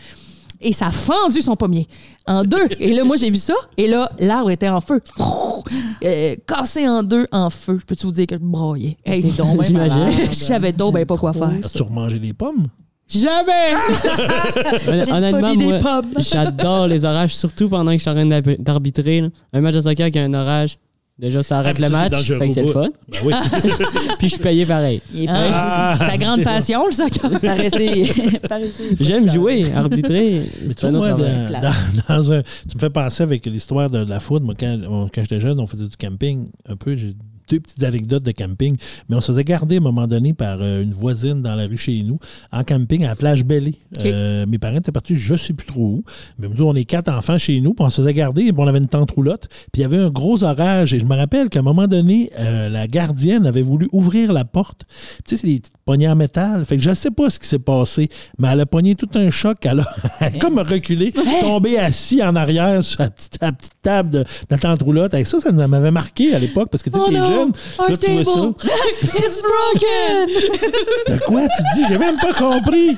Speaker 1: et ça a fendu son pommier en deux. Et là, moi, j'ai vu ça. Et là, l'arbre était en feu. Frou! Euh, cassé en deux, en feu. Je peux-tu vous dire que je broyais? Hey,
Speaker 5: C'est donc bien
Speaker 4: J'imagine.
Speaker 5: malade.
Speaker 1: je savais donc ben pas quoi faire.
Speaker 2: As-tu remangé des pommes?
Speaker 1: Jamais! J'ai une
Speaker 4: Honnêtement,
Speaker 1: phobie des
Speaker 4: moi,
Speaker 1: pommes.
Speaker 4: j'adore les orages, surtout pendant que je suis en train d'ab- d'arbitrer. là. Un match de soccer qui a un orage, déjà, ça arrête
Speaker 2: Ah, puis
Speaker 4: le
Speaker 2: ça, c'est
Speaker 4: match.
Speaker 2: dangereux
Speaker 4: Fait que c'est
Speaker 2: au
Speaker 4: le
Speaker 2: bout.
Speaker 4: fun.
Speaker 2: Ben oui.
Speaker 4: Puis je suis payé pareil.
Speaker 5: Il est
Speaker 1: Hein?
Speaker 5: pas
Speaker 1: Ta grande passion, le soccer.
Speaker 5: par essayer. Par essayer.
Speaker 4: J'aime jouer, arbitrer.
Speaker 2: Mais
Speaker 4: C'est
Speaker 2: tu
Speaker 4: un
Speaker 2: vois,
Speaker 4: autre
Speaker 2: moi,
Speaker 4: travail.
Speaker 2: dans-
Speaker 5: travail.
Speaker 2: dans- dans un- tu me fais penser avec l'histoire de, de la foudre. Moi, quand, on- quand j'étais jeune, on faisait du camping un peu. J'ai deux petites anecdotes de camping. Mais on se faisait garder à un moment donné par euh, une voisine dans la rue chez nous, en camping à la plage Bellée. Euh, mes parents étaient partis, je sais plus trop où. Mais nous, on est quatre enfants chez nous, puis on se faisait garder, puis on avait une tente roulotte. Puis il y avait un gros orage. Et je me rappelle qu'à un moment donné, euh, la gardienne avait voulu ouvrir la porte. Tu sais, c'est des petites poignées en métal. Fait que je sais pas ce qui s'est passé, mais elle a pogné tout un choc. Elle a, elle a comme reculé, tombé assis en arrière sur la petite, la petite table de, de la tente roulotte. Et ça, ça nous- m'avait marqué à l'époque parce que tu sais,
Speaker 1: Oh
Speaker 2: t'es
Speaker 1: non!
Speaker 2: jeune.
Speaker 1: Our
Speaker 2: Là, tu
Speaker 1: table!
Speaker 2: vois ça.
Speaker 1: It's broken!
Speaker 2: De quoi tu dis? J'ai même pas compris.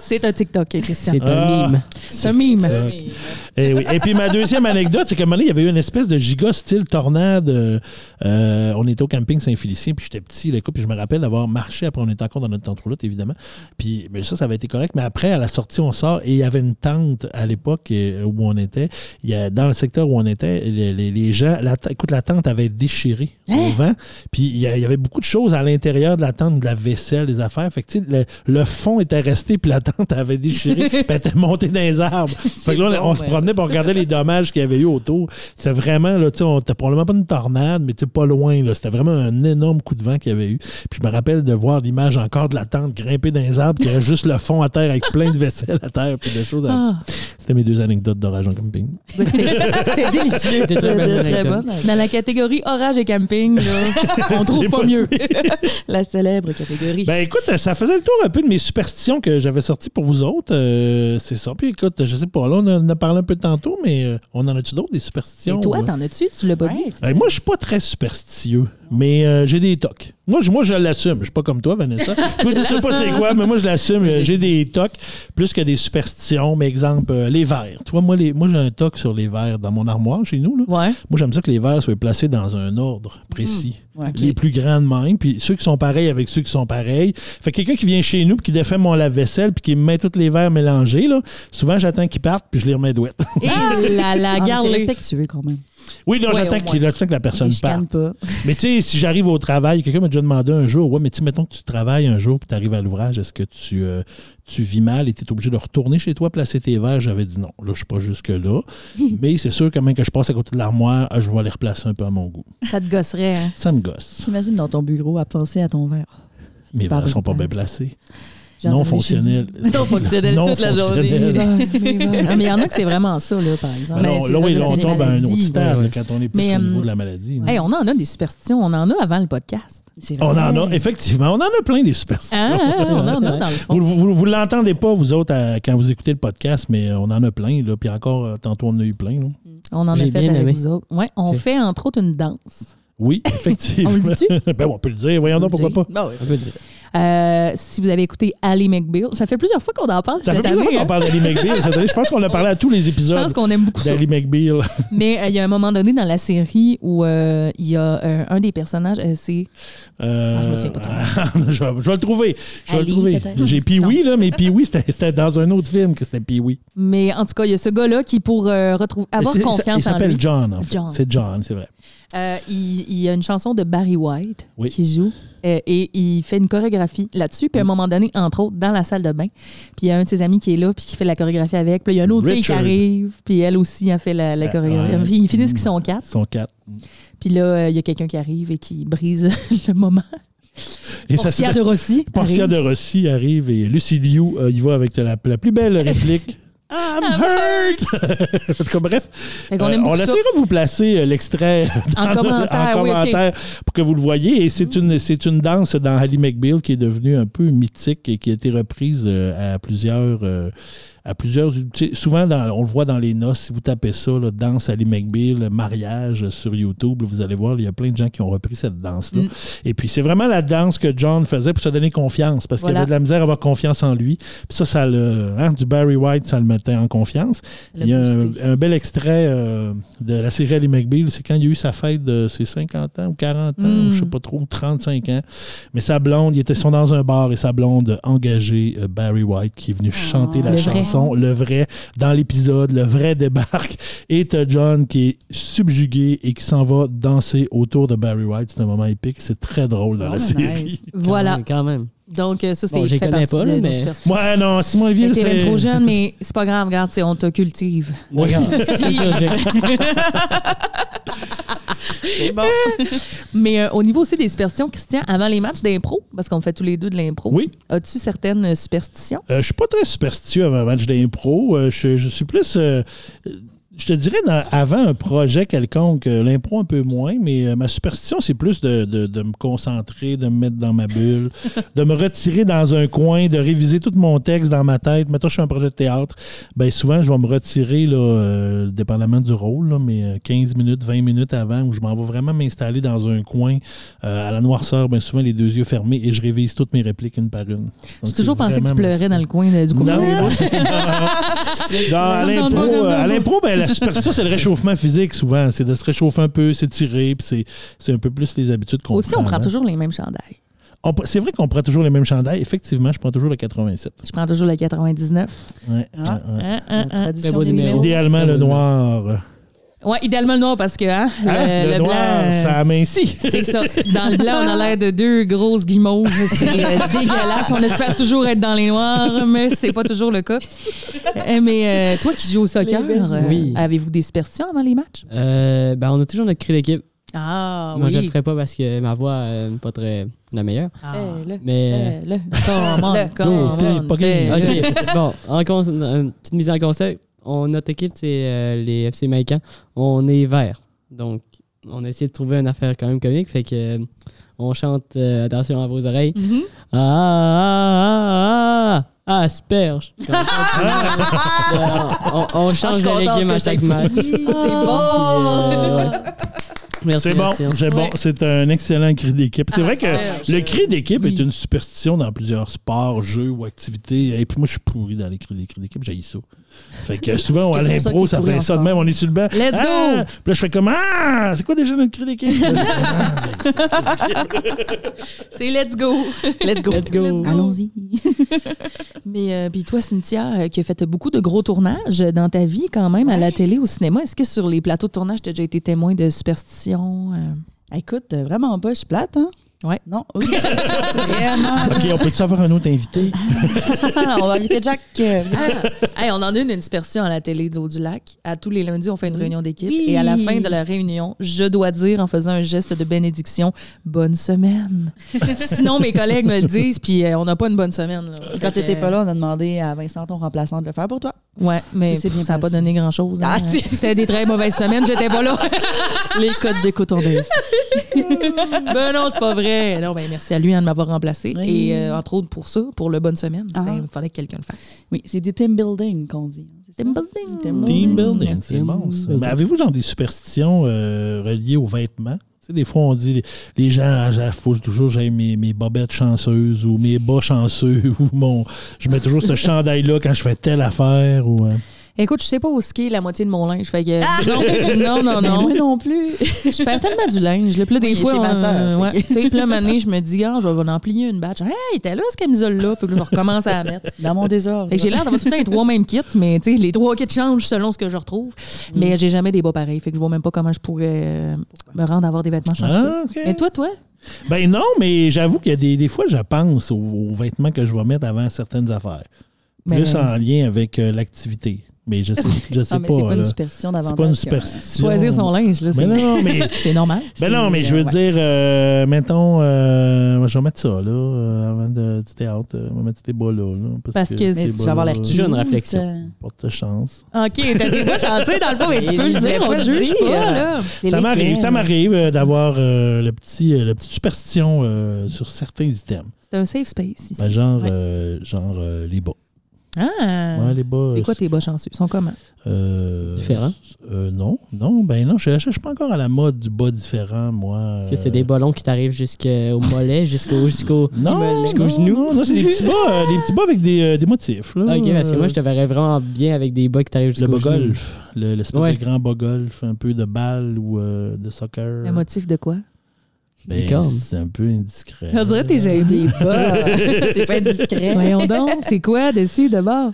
Speaker 1: C'est un TikTok, Christian.
Speaker 4: C'est
Speaker 2: Ah.
Speaker 4: un mime.
Speaker 1: C'est un mime.
Speaker 2: Et, Eh oui. et puis ma deuxième anecdote, c'est qu'à un moment donné, il y avait eu une espèce de giga style tornade. euh, euh, on était au camping Saint-Félicien, puis j'étais petit, le coup, puis je me rappelle d'avoir marché. Après, on était encore dans notre tente roulotte, évidemment. Puis mais ça, ça avait été correct. Mais après, à la sortie, on sort et il y avait une tente à l'époque euh, où on était. Il y a, dans le secteur où on était, les, les- les gens, la, t- écoute, la tente avait déchiré au vent. Puis il y, a- il y avait beaucoup de choses à l'intérieur de la tente, de la vaisselle, des affaires. Fait que, tu sais, le, le fond était resté, puis la tente avait déchiré, puis elle était montée dans les arbres. Fait que là, on,
Speaker 5: bon,
Speaker 2: on se
Speaker 5: ben.
Speaker 2: promenait pour regarder les dommages qu'il y avait eu autour. C'est vraiment, là, tu sais, on était probablement pas une tornade, mais tu sais, pas loin, là. C'était vraiment un énorme coup de vent qu'il y avait eu. Puis je me rappelle de voir l'image encore de la tente grimper dans les arbres, qui avait juste le fond à terre avec plein de vaisselle à terre, puis de choses. à-
Speaker 1: Ah.
Speaker 2: C'était mes deux anecdotes d'orage en camping.
Speaker 1: Ouais, C'était c'était délicieux.
Speaker 4: T'es très bonne hein.
Speaker 5: Très
Speaker 4: anecdote.
Speaker 5: bonne.
Speaker 1: Dans la catégorie orage et camping, là, on trouve
Speaker 2: C'est
Speaker 1: pas
Speaker 2: pas
Speaker 1: mieux.
Speaker 5: La célèbre catégorie.
Speaker 2: Ben écoute, ça faisait le tour un peu de mes superstitions que j'avais sorties pour vous autres. Euh, c'est ça. Puis écoute, je sais pas, là, on en a parlé un peu tantôt, mais euh, on en a-tu d'autres des superstitions?
Speaker 1: Et toi,
Speaker 2: hein?
Speaker 1: t'en as-tu? Tu l'as pas dit?
Speaker 2: Hey, moi, je suis pas très superstitieux. Mais euh, j'ai des tocs. Moi, je, moi, je l'assume. Je suis pas comme toi, Vanessa. Toi, tu sais pas c'est quoi, mais moi, je l'assume. Euh, J'ai des tocs plus que des superstitions. Mais exemple, euh, les verres. Toi, moi, les, moi j'ai un toc sur les verres dans mon armoire chez nous. Là.
Speaker 1: Ouais.
Speaker 2: Moi, j'aime ça que les verres soient placés dans un ordre précis.
Speaker 1: Mm. Ouais, ok.
Speaker 2: Les plus grands de même, puis ceux qui sont pareils avec ceux qui sont pareils. Fait que quelqu'un qui vient chez nous, puis qui défait mon lave-vaisselle, puis qui me met tous les verres mélangés, là, souvent, j'attends qu'ils partent, puis je les remets douettes.
Speaker 1: Et la, la
Speaker 3: Ah, mais c'est
Speaker 1: garde
Speaker 3: respectueux quand même.
Speaker 2: oui, non,
Speaker 1: Ouais,
Speaker 2: j'attends
Speaker 1: au
Speaker 2: qu'il- j'attends que la personne
Speaker 3: Je
Speaker 2: parte.
Speaker 3: canne pas.
Speaker 2: Mais tu sais, si j'arrive au travail, quelqu'un m'a déjà demandé un jour, ouais, mais tu sais, mettons que tu travailles un jour puis tu arrives à l'ouvrage, est-ce que tu, euh, tu vis mal et tu es obligé de retourner chez toi, placer tes verres? J'avais dit non, là, je suis pas jusque-là. mais c'est sûr que même que je passe à côté de l'armoire, ah, je vais les replacer un peu à mon goût.
Speaker 1: Ça te gosserait. hein?
Speaker 2: Ça me gosse.
Speaker 3: T'imagines dans ton bureau à penser à ton verre.
Speaker 2: Mes verres
Speaker 3: Pardon.
Speaker 2: sont pas bien placés.
Speaker 3: J'en
Speaker 2: Non
Speaker 3: avais
Speaker 2: fonctionnels.
Speaker 3: Non fonctionnels toute la journée.
Speaker 1: Les
Speaker 2: fonctionnels.
Speaker 1: verres, les verres. Ah, mais il y en a que c'est vraiment ça, là, par exemple.
Speaker 2: Ben non,
Speaker 3: c'est
Speaker 2: là, oui,
Speaker 3: vrai,
Speaker 2: on
Speaker 3: c'est les
Speaker 2: tombe à un autre
Speaker 3: maladies.
Speaker 2: stade
Speaker 4: Ouais, ouais.
Speaker 2: là, quand on est plus
Speaker 1: Mais,
Speaker 2: au niveau
Speaker 1: euh,
Speaker 2: de la maladie. là.
Speaker 1: Hey, on en a des superstitions. On en a avant le podcast.
Speaker 3: C'est vrai.
Speaker 2: On en a, effectivement, on en a plein des superstitions.
Speaker 1: Hein, hein, on en a dans le
Speaker 2: Vous
Speaker 1: fond.
Speaker 2: ne vous, vous l'entendez pas, vous autres, à- quand vous écoutez le podcast, mais euh, on en a plein. Là. Puis encore, euh, tantôt, on en a eu plein. là.
Speaker 1: On en a
Speaker 4: J'ai
Speaker 1: fait
Speaker 4: bien
Speaker 1: avec
Speaker 4: aimé.
Speaker 1: vous autres. Ouais, on
Speaker 4: Ok.
Speaker 1: fait entre autres une danse.
Speaker 2: Oui, effectivement.
Speaker 1: On le dit-tu?
Speaker 2: ben, on peut le dire. Voyons, donc, pourquoi pas.
Speaker 4: On peut le dire.
Speaker 1: Euh, si vous avez écouté Ali McBeal, ça fait plusieurs fois qu'on en parle
Speaker 2: Ça fait
Speaker 1: cette
Speaker 2: plusieurs
Speaker 1: année,
Speaker 2: fois qu'on
Speaker 1: hein.
Speaker 2: parle d'Ali McBeal. cette année. Je pense qu'on a parlé à tous les
Speaker 1: Je pense
Speaker 2: épisodes
Speaker 1: qu'on aime beaucoup ça.
Speaker 2: d'Ali McBeal.
Speaker 1: Mais euh, il y a un moment donné dans la série où euh, il y a euh, un des personnages, euh, c'est
Speaker 2: Euh,
Speaker 1: Ah, je me souviens pas trop.
Speaker 2: je, vais- je vais le trouver. Je vais
Speaker 3: Ali,
Speaker 2: le
Speaker 3: peut-être?
Speaker 2: trouver. J'ai Pee-Wee, là, mais Pee-Wee, c'était c'était dans un autre film que c'était Pee-Wee.
Speaker 1: Mais en tout cas, il y a ce gars-là qui, pour euh, retrouver, avoir
Speaker 2: C'est- Il
Speaker 1: confiance en
Speaker 2: s'appelle
Speaker 1: lui,
Speaker 2: John, en fait.
Speaker 1: John.
Speaker 2: C'est John, c'est vrai.
Speaker 1: euh, il, il y a une chanson de Barry White
Speaker 2: Oui.
Speaker 1: qui joue euh, et il fait une chorégraphie là-dessus. Puis à un moment donné, entre autres, dans la salle de bain, puis il y a un de ses amis qui est là puis qui fait la chorégraphie avec. Puis là, il y a une autre fille qui
Speaker 2: Richard.
Speaker 1: arrive, puis elle aussi a fait la, la
Speaker 2: Ah,
Speaker 1: chorégraphie.
Speaker 2: ouais. Mm.
Speaker 1: Ils finissent qu'ils sont quatre.
Speaker 2: Ils sont quatre.
Speaker 1: Puis là, euh, il y a quelqu'un qui arrive et qui brise le moment.
Speaker 2: Et ça,
Speaker 1: Portia
Speaker 2: c'est-
Speaker 1: de Rossi.
Speaker 2: Portia
Speaker 1: arrive.
Speaker 2: de Rossi arrive et Lucy Liu euh, y va avec la, la plus belle réplique. I'm hurt! en tout cas, bref,
Speaker 1: Ah, Fait qu'on
Speaker 2: euh,
Speaker 1: aime
Speaker 2: on
Speaker 1: beaucoup ça.
Speaker 2: essaiera de vous placer euh, l'extrait
Speaker 1: En
Speaker 2: dans-
Speaker 1: commentaire,
Speaker 2: en
Speaker 1: oui, ok.
Speaker 2: commentaire pour que vous le voyez. Et c'est une, c'est une danse dans Hallie McBeal qui est devenue un peu mythique et qui a été reprise euh, à plusieurs. euh, à plusieurs, tu sais, souvent, dans- on le voit dans les noces, si vous tapez ça, là, danse Hallie McBeal, mariage sur YouTube, vous allez voir, il y a plein de gens qui ont repris cette danse-là.
Speaker 1: Mm.
Speaker 2: Et puis, c'est vraiment la danse que John faisait pour se donner confiance, parce qu'il
Speaker 1: Voilà.
Speaker 2: avait de la misère à avoir confiance en lui. Puis ça, ça le, hein, du Barry White, ça le mettait en confiance.
Speaker 1: Elle
Speaker 2: Il y a
Speaker 1: a
Speaker 2: un,
Speaker 1: boosté.
Speaker 2: un bel extrait euh, de la série Ali McBeal. C'est quand il y a eu sa fête de ses 50 ans ou 40 ans,
Speaker 1: Mm.
Speaker 2: ou je sais pas trop, 35 ans. Mais sa blonde, ils étaient sont dans un bar et sa blonde engagée, euh, Barry White, qui est venu chanter la
Speaker 1: Ah, le vrai.
Speaker 2: chanson, le vrai, dans l'épisode, le vrai débarque. Et t'as John qui est subjugué et qui s'en va danser autour de Barry White. C'est un moment épique. C'est très drôle dans
Speaker 3: Oh,
Speaker 2: la
Speaker 3: nice.
Speaker 2: série.
Speaker 1: Voilà.
Speaker 4: Quand même, Ah Quand même.
Speaker 1: Donc, euh, ça, c'est.
Speaker 4: Bon, je les
Speaker 1: fait
Speaker 4: connais
Speaker 1: partie
Speaker 4: pas,
Speaker 1: de
Speaker 4: là,
Speaker 1: nos
Speaker 4: mais-
Speaker 1: superstitions.
Speaker 2: Ouais, non, Simon Olivier,
Speaker 1: Fait que T'es
Speaker 2: c'est...
Speaker 1: bien trop jeune, mais c'est pas grave, regarde, t'sais, on te cultive.
Speaker 4: Regarde, c'est direct.
Speaker 1: Mais euh, au niveau aussi des superstitions, Christian, avant les matchs d'impro, parce qu'on fait tous les deux de l'impro,
Speaker 2: Oui.
Speaker 1: as-tu certaines superstitions?
Speaker 2: Euh, je suis pas très superstitieux avant un match d'impro. Euh, je, je suis plus. euh, euh, je te dirais, dans- avant un projet quelconque, euh, l'impro un peu moins, mais euh, ma superstition, c'est plus de, de- de me concentrer, de me mettre dans ma bulle, de me retirer dans un coin, de réviser tout mon texte dans ma tête. Maintenant, je fais un projet de théâtre. Ben, souvent, je vais me retirer, là, euh, dépendamment du rôle, là, mais euh, 15 minutes, 20 minutes avant, où je m'en vais vraiment m'installer dans un coin euh, à la noirceur, bien souvent les deux yeux fermés, et je révise toutes mes répliques une par une. Donc,
Speaker 1: J'ai
Speaker 2: c'est
Speaker 1: toujours pensé que tu
Speaker 2: vraiment ma
Speaker 1: pleurais dans le coin de- du
Speaker 2: non,
Speaker 1: coin.
Speaker 2: non. Non, à
Speaker 1: Non, non, non,
Speaker 2: l'impro,
Speaker 1: non,
Speaker 2: euh, à
Speaker 1: non.
Speaker 2: l'impro, ben, la superstition, c'est le réchauffement physique souvent. C'est de se réchauffer un peu, s'étirer, puis c'est- c'est un peu plus les habitudes qu'on
Speaker 1: Aussi, on prend
Speaker 2: hein.
Speaker 1: toujours les mêmes chandails.
Speaker 2: On pr- C'est vrai qu'on prend toujours les mêmes chandails. Effectivement, je prends toujours le 87.
Speaker 1: Je prends toujours le 99.
Speaker 2: Ouais, ouais, ouais.
Speaker 1: Hein, hein, hein.
Speaker 4: Très beau numéro.
Speaker 2: Idéalement,
Speaker 4: Très
Speaker 2: le
Speaker 4: beau numéro.
Speaker 2: noir.
Speaker 1: Ouais, idéalement le noir parce que hein, le,
Speaker 2: Hein?
Speaker 1: le
Speaker 2: le
Speaker 1: blanc.
Speaker 2: noir,
Speaker 1: euh,
Speaker 2: ça amincit.
Speaker 1: C'est ça. Dans le blanc, on a l'air de deux grosses guimauves. C'est euh, dégueulasse. On espère toujours être dans les noirs, mais c'est pas toujours le cas. Euh, Mais euh, toi qui joues au soccer, euh,
Speaker 4: Oui.
Speaker 1: avez-vous des superstitions avant les matchs?
Speaker 4: Euh, ben, on a toujours notre cri d'équipe.
Speaker 1: Ah,
Speaker 4: Moi, je le
Speaker 1: oui.
Speaker 4: ferai pas parce que ma voix euh, n'est pas très la meilleure.
Speaker 1: Ah.
Speaker 4: Mais.
Speaker 3: Là,
Speaker 1: Come on,
Speaker 3: Le-
Speaker 1: come
Speaker 2: T'es
Speaker 1: on,
Speaker 2: pas gagné.
Speaker 1: ben.
Speaker 4: Ok, bon, en cons- une petite mise en conseil. On, notre équipe, c'est euh, les FC Maïcan. On est vert. Donc, on a essayé de trouver une affaire quand même comique. Fait que. euh, on chante euh, Attention à vos oreilles.
Speaker 1: Mhm.
Speaker 4: Ah, ah, ah, ah, asperge. Donc, on, on- on change
Speaker 1: Ah, je suis
Speaker 4: de
Speaker 1: contente
Speaker 4: légumes
Speaker 1: que
Speaker 4: à
Speaker 1: je
Speaker 4: chaque
Speaker 1: t'ai
Speaker 4: match.
Speaker 1: dit. C'est bon.
Speaker 4: Puis, euh, ouais. Merci,
Speaker 2: C'est bon,
Speaker 4: merci.
Speaker 2: c'est bon. C'est un excellent cri d'équipe. C'est
Speaker 3: Ah,
Speaker 2: vrai que
Speaker 3: c'est-
Speaker 2: le cri d'équipe
Speaker 3: oui.
Speaker 2: est une superstition dans plusieurs sports, jeux ou activités. Et puis moi, je suis pourri dans les cris, les cris d'équipe, j'ai ça. Fait que souvent, on- à
Speaker 3: C'est pour ça que
Speaker 2: l'impro,
Speaker 3: t'es
Speaker 2: ça
Speaker 3: pourri
Speaker 2: fait
Speaker 3: en
Speaker 2: ça de
Speaker 3: sport.
Speaker 2: même. On est sur le banc.
Speaker 3: Let's go!
Speaker 2: Ah! Puis là, je fais comme Ah, c'est quoi déjà notre cri d'équipe?
Speaker 3: C'est let's go. Let's go.
Speaker 4: Let's go.
Speaker 1: Allons-y. Mais euh, puis toi, Cynthia, euh, qui a fait beaucoup de gros tournages dans ta vie quand même, à la télé, au cinéma, est-ce que sur les plateaux de tournage, tu as déjà été témoin de superstitions? euh?
Speaker 3: Écoute, euh, vraiment pas, je suis plate, hein?
Speaker 1: Ouais.
Speaker 3: Non, oui. vraiment.
Speaker 2: OK, on peut-tu avoir un autre invité?
Speaker 3: Ah, on va inviter Jack. euh,
Speaker 1: Ah. Hey, on en a une, une superstition à la télé de l'eau du lac. À tous les lundis, on fait une réunion d'équipe.
Speaker 3: Oui.
Speaker 1: Et à la fin de la réunion, je dois dire en faisant un geste de bénédiction Bonne semaine. Sinon, mes collègues me le disent, puis euh, on n'a pas une bonne semaine. là.
Speaker 3: Quand
Speaker 1: Fait que,
Speaker 3: t'étais pas là, on a demandé à Vincent, ton remplaçant, de le faire pour toi.
Speaker 1: Ouais, mais
Speaker 3: Tout s'est bien
Speaker 1: pff, ça n'a pas
Speaker 3: passé.
Speaker 1: donné grand-chose. hein.
Speaker 3: Ah, si.
Speaker 1: C'était des très mauvaises semaines, j'étais pas là.
Speaker 3: Les codes de coton
Speaker 1: ben non, c'est pas vrai. Non, ben merci à lui hein, de m'avoir remplacé.
Speaker 3: Oui.
Speaker 1: Et euh, entre autres pour ça, pour le bonne semaine, c'était-
Speaker 3: Ah.
Speaker 1: il fallait que quelqu'un le fasse.
Speaker 3: Oui, c'est du team building qu'on dit. hein, Team building. Team
Speaker 2: Team
Speaker 3: building.
Speaker 2: building, c'est bon ça. Mais avez-vous genre des superstitions euh, reliées aux vêtements? Tu sais, des fois, on dit les, les gens, ah, j'ai- faut que toujours j'ai mes, mes bobettes chanceuses ou mes bas chanceux ou mon. Je mets toujours ce chandail-là quand je fais telle affaire. Ou, euh,
Speaker 1: Écoute, je sais pas où skier la moitié de mon linge. Fait que, Ah! non, non, non, non.
Speaker 3: Moi non plus.
Speaker 1: Je perds tellement du linge. Là, Puis là, des
Speaker 3: Oui,
Speaker 1: fois,
Speaker 3: chez ma sœur,
Speaker 1: euh,
Speaker 3: fait
Speaker 1: ouais. tu sais, puis là, un moment donné, je me dis, ah, je vais en plier une batch. Hey, t'es là, ce camisole-là. Faut que je recommence à la mettre.
Speaker 3: Dans mon désordre.
Speaker 1: Fait que j'ai l'air d'avoir tout le temps les trois mêmes kits, mais tu sais, les trois kits changent selon ce que je retrouve. Mais j'ai jamais des bas pareils. Fait que je vois même pas comment je pourrais euh, me rendre à avoir des vêtements chanceux.
Speaker 2: ah, ok.
Speaker 1: Mais toi, toi?
Speaker 2: Ben non, mais j'avoue qu'il y a des, des fois, je pense aux, aux vêtements que je vais mettre avant certaines affaires.
Speaker 1: Mais-
Speaker 2: Plus en lien avec euh, l'activité. Mais je sais, je sais
Speaker 3: Ah, mais c'est pas
Speaker 2: là.
Speaker 3: une superstition d'avant.
Speaker 2: C'est pas une superstition.
Speaker 1: Choisir son linge, là,
Speaker 2: Mais
Speaker 1: c'est-
Speaker 2: non, mais
Speaker 1: c'est normal.
Speaker 2: Ben non, mais je veux
Speaker 3: euh, ouais.
Speaker 2: dire, euh, mettons, euh, moi, je vais mettre ça, là, euh, avant de, du théâtre. euh, Je vais mettre ces bas-là. là,
Speaker 1: Parce que
Speaker 2: ces
Speaker 1: tu
Speaker 3: Tu
Speaker 2: bas-là,
Speaker 3: vas avoir l'air
Speaker 2: euh,
Speaker 4: Toujours une réflexion.
Speaker 2: Porte chance.
Speaker 1: OK, t'as des bas chanceux, dans le fond, mais tu peux le dire, on te juge pas, là.
Speaker 2: Ça m'arrive, ça m'arrive euh, d'avoir euh, le petit, euh, la petite superstition euh, sur certains items.
Speaker 1: C'est un safe space, ici.
Speaker 2: Ben, genre,
Speaker 1: Ouais.
Speaker 2: euh, genre euh, les bas.
Speaker 1: Ah!
Speaker 2: Ouais, les bas.
Speaker 1: C'est
Speaker 2: euh,
Speaker 1: quoi tes bas chanceux? Ils sont comment?
Speaker 2: euh,
Speaker 4: Différent.
Speaker 2: euh, non, non, ben non, je ne suis pas encore à la mode du bas différent, moi.
Speaker 4: Ça, C'est des
Speaker 2: bas.
Speaker 4: ballons qui t'arrivent jusqu'au mollet, jusqu'au. jusqu'au
Speaker 2: Non,
Speaker 4: jusqu'aux
Speaker 2: non,
Speaker 4: genoux.
Speaker 2: non, non, c'est des petits bas, euh, des petits bas avec des, euh, des motifs. Là,
Speaker 4: Ah, Ok, parce que
Speaker 2: Euh,
Speaker 1: Hmm.
Speaker 4: moi, je te verrais vraiment bien avec des bas qui t'arrivent
Speaker 2: Le
Speaker 4: jusqu'au
Speaker 2: bas
Speaker 4: genou.
Speaker 2: golf, le- l'espèce
Speaker 4: Ouais.
Speaker 2: de grand bas golf, un peu de balle ou euh, de soccer.
Speaker 1: Le motif de quoi?
Speaker 2: Ben,
Speaker 4: Licorne.
Speaker 2: c'est un peu indiscret.
Speaker 1: On dirait que t'es gêné.
Speaker 3: Des bas. T'es pas indiscret.
Speaker 1: Voyons donc, c'est quoi dessus, de bord?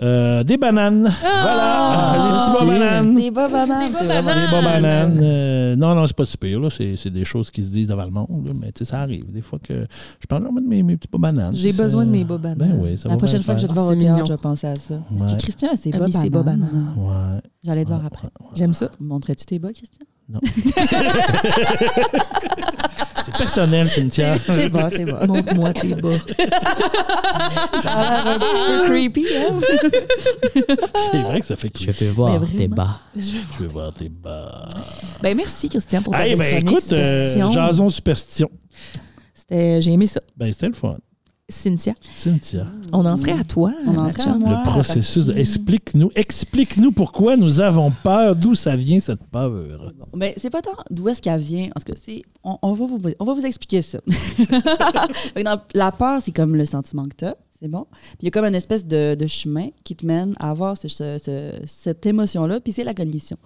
Speaker 2: Euh, des bananes.
Speaker 1: Ah!
Speaker 2: voilà. Ah, des petits bas bananes.
Speaker 3: Des bas bananes. c'est vraiment-
Speaker 2: Des bas bananes. Euh, non, non, c'est pas si pire. là. C'est c'est des choses qui se disent devant le monde. là. Mais tu sais, ça arrive. Des fois que je parle de mes, mes petits bas bananes.
Speaker 1: J'ai
Speaker 2: Ça-
Speaker 1: besoin de mes bas bananes.
Speaker 2: Ben oui, ça
Speaker 3: La
Speaker 2: va bien
Speaker 3: prochaine fois que je vais
Speaker 2: faire.
Speaker 3: te voir
Speaker 4: Ah,
Speaker 3: au
Speaker 4: c'est
Speaker 3: théâtre,
Speaker 4: mignon.
Speaker 3: je vais penser à ça.
Speaker 2: Ouais.
Speaker 3: Est-ce que Christian a ses
Speaker 1: Ah
Speaker 3: bas
Speaker 1: oui, ses bas
Speaker 3: bananes?
Speaker 2: Ouais.
Speaker 3: J'allais te voir après.
Speaker 1: J'aime ça.
Speaker 3: Montrais-tu tes bas, Christian?
Speaker 2: C'est personnel, Cynthia.
Speaker 3: C'est bas, c'est bas.
Speaker 1: Montre-moi tes bas.
Speaker 3: Ah, un petit
Speaker 1: Ah!
Speaker 3: peu creepy, hein?
Speaker 2: c'est vrai que ça fait que
Speaker 4: Je vais voir
Speaker 1: Mais
Speaker 4: tes bas.
Speaker 2: tu veux voir tes bas.
Speaker 1: Ben merci, Christian, pour ta
Speaker 2: Eh
Speaker 1: belle
Speaker 2: ben
Speaker 1: chronique
Speaker 2: écoute, euh,
Speaker 1: superstition.
Speaker 2: Jason Superstition.
Speaker 1: C'était- J'ai aimé ça.
Speaker 2: Ben c'était le fun.
Speaker 1: Cynthia,
Speaker 2: Cynthia.
Speaker 1: on en serait à toi.
Speaker 3: On en
Speaker 1: ma
Speaker 3: serait à
Speaker 1: chum.
Speaker 3: moi.
Speaker 2: Le processus. de- Explique-nous, explique-nous pourquoi nous avons peur, d'où ça vient cette peur.
Speaker 3: Bon, Mais c'est pas tant d'où est-ce qu'elle vient. En tout cas, c'est, on, on va vous, on va vous expliquer ça. Fait que dans- la peur, c'est comme le sentiment que tu c'est bon. Puis il y a comme une espèce de, de chemin qui te mène à avoir ce- ce- ce- cette émotion-là, puis c'est la cognition.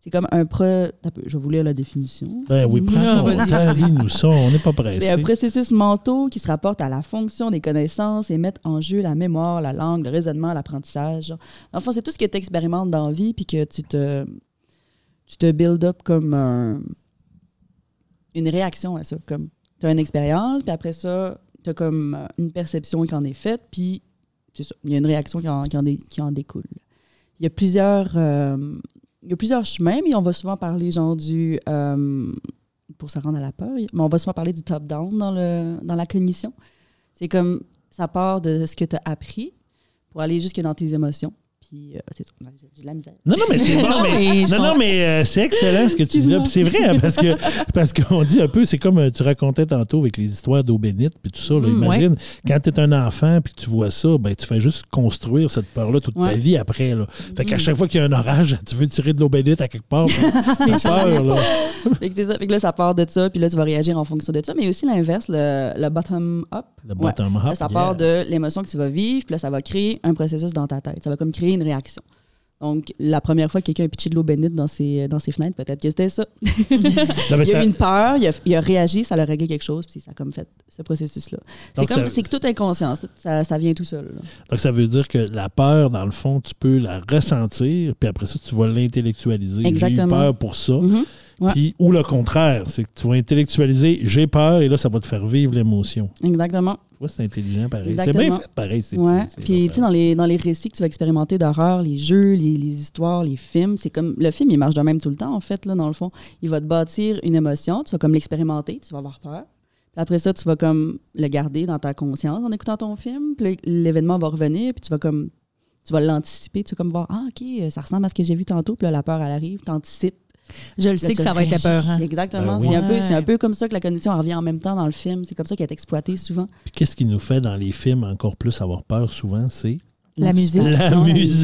Speaker 3: C'est comme un pre... Attends un peu, Je vais vous lire la définition.
Speaker 2: Ben oui, prends ton temps, dis-nous ça, on n'est pas
Speaker 3: C'est un
Speaker 2: pressé.
Speaker 3: processus mental qui se rapporte à la fonction des connaissances et met en jeu la mémoire, la langue, le raisonnement, l'apprentissage. Dans le fond, c'est tout ce que tu expérimentes dans la vie puis que tu te, tu te build up comme un- une réaction à ça. Comme tu as une expérience, puis après ça, tu as comme euh, une perception qui en est faite, puis c'est ça, il y a une réaction qui en, qui en dé- qui en découle. Il y a plusieurs. euh, il y a plusieurs chemins, mais on va souvent parler genre du euh, pour se rendre à la peur. Mais on va souvent parler du top-down dans, le, dans la cognition. C'est comme ça part de ce que tu as appris pour aller jusque dans tes émotions. Puis euh, c'est ça. Non, J'ai j'ai de la misère.
Speaker 2: Non, non, mais c'est bon,
Speaker 1: Non,
Speaker 2: mais,
Speaker 1: mais je
Speaker 2: non, non, mais euh, c'est excellent ce que tu dis là. Puis c'est vrai, hein, parce que parce qu'on dit un peu, c'est comme euh, tu racontais tantôt avec les histoires d'eau bénite, puis tout ça. là.
Speaker 1: Mm,
Speaker 2: imagine, quand tu es un enfant, puis tu vois ça, ben, tu fais juste construire cette peur-là toute ta
Speaker 3: Ouais. Mm.
Speaker 2: vie après. Là. Fait qu'à chaque fois qu'il y a un orage, tu veux tirer de l'eau bénite à quelque part. puis t'as peur, là.
Speaker 3: fait que c'est ça. Fait que là, ça part de ça, puis là, tu vas réagir en fonction de ça. Mais aussi l'inverse, le, le bottom-up.
Speaker 2: Le
Speaker 3: Ouais.
Speaker 2: bottom-up.
Speaker 3: Là, ça
Speaker 2: yeah.
Speaker 3: part de l'émotion que tu vas vivre, puis là, ça va créer un processus dans ta tête. Ça va comme créer une réaction. Donc, la première fois que quelqu'un a pitché de l'eau bénite dans ses, dans ses fenêtres, peut-être que c'était ça.
Speaker 2: Non, mais
Speaker 3: Il
Speaker 2: ça-
Speaker 3: a eu une peur, il a, il a réagi, ça l'a réglé quelque chose, puis ça a comme fait ce processus-là. C'est
Speaker 2: Donc,
Speaker 3: comme,
Speaker 2: ça-
Speaker 3: c'est que toute inconscience, tout- ça, ça vient tout seul. là.
Speaker 2: Donc, ça veut dire que la peur, dans le fond, tu peux la ressentir, puis après ça, tu vas l'intellectualiser. J'ai eu
Speaker 3: Exactement.
Speaker 2: peur pour ça.
Speaker 3: Mhm. Ouais.
Speaker 2: Puis, ou le contraire, c'est que tu vas intellectualiser, j'ai peur, et là, ça va te faire vivre l'émotion.
Speaker 3: Exactement.
Speaker 2: Tu vois, c'est intelligent, pareil. C'est
Speaker 3: Exactement.
Speaker 2: bien fait, pareil. c'est-
Speaker 3: Ouais.
Speaker 2: c'est- c'est
Speaker 3: Puis,
Speaker 2: l'affaire.
Speaker 3: tu sais, dans les, dans les récits que tu vas expérimenter d'horreur, les jeux, les, les histoires, les films, c'est comme. Le film, il marche de même tout le temps, en fait, là, dans le fond. Il va te bâtir une émotion, tu vas comme l'expérimenter, tu vas avoir peur. Puis après ça, tu vas comme le garder dans ta conscience en écoutant ton film. Puis là, l'événement va revenir, puis tu vas comme. Tu vas l'anticiper, tu vas comme voir, ah, OK, ça ressemble à ce que j'ai vu tantôt, puis là, la peur, elle arrive, t'anticipes.
Speaker 1: Je le
Speaker 3: Là,
Speaker 1: sais que
Speaker 3: tu
Speaker 1: ça va être
Speaker 3: réagis.
Speaker 1: épeurant.
Speaker 2: Ben
Speaker 3: Exactement.
Speaker 2: oui.
Speaker 3: C'est un peu- C'est un,
Speaker 1: Ouais.
Speaker 3: peu comme ça que la cognition elle revient en même temps dans le film. C'est comme ça qu'elle est exploitée souvent.
Speaker 2: Puis qu'est-ce qui nous fait dans les films encore plus avoir peur souvent, c'est
Speaker 1: La musique.
Speaker 2: la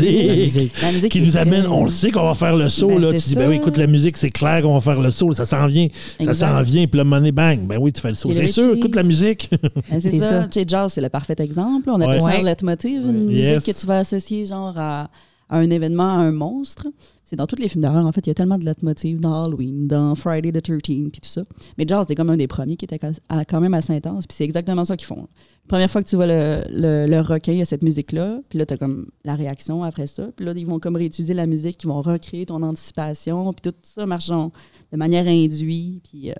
Speaker 2: musique.
Speaker 3: La musique
Speaker 2: Qui
Speaker 3: est
Speaker 2: nous
Speaker 3: très-
Speaker 2: amène, on le sait qu'on va faire le saut.
Speaker 3: Ben,
Speaker 2: là. Tu
Speaker 3: c'est
Speaker 2: dis,
Speaker 3: ça.
Speaker 2: ben oui, écoute, la musique, c'est clair qu'on va faire le saut, ça s'en vient. Ça
Speaker 3: Exact.
Speaker 2: s'en vient, puis le money bang. Ben oui, tu fais le saut.
Speaker 3: Il
Speaker 2: C'est sûr,
Speaker 3: réutilise.
Speaker 2: écoute la musique.
Speaker 3: Ben, c'est
Speaker 1: C'est
Speaker 3: ça.
Speaker 1: ça.
Speaker 3: Tu sais, jazz, c'est le parfait exemple. On appelle
Speaker 2: Ouais.
Speaker 3: ça
Speaker 1: Ouais.
Speaker 3: un leitmotiv, une
Speaker 2: Yes.
Speaker 3: musique que tu vas associer genre à, à un événement, à un monstre. C'est dans tous les films d'horreur, en fait, il y a tellement de leitmotivs dans Halloween, dans Friday the 13 puis tout ça. Mais jazz, c'est comme un des premiers qui était ca- à- quand même assez intense, puis c'est exactement ça qu'ils font. Première fois que tu vois le, le, le requin, il y a cette musique-là, puis là, t'as comme la réaction après ça, puis là, ils vont comme réutiliser la musique, ils vont recréer ton anticipation, puis tout ça marche genre de manière induite, puis... euh,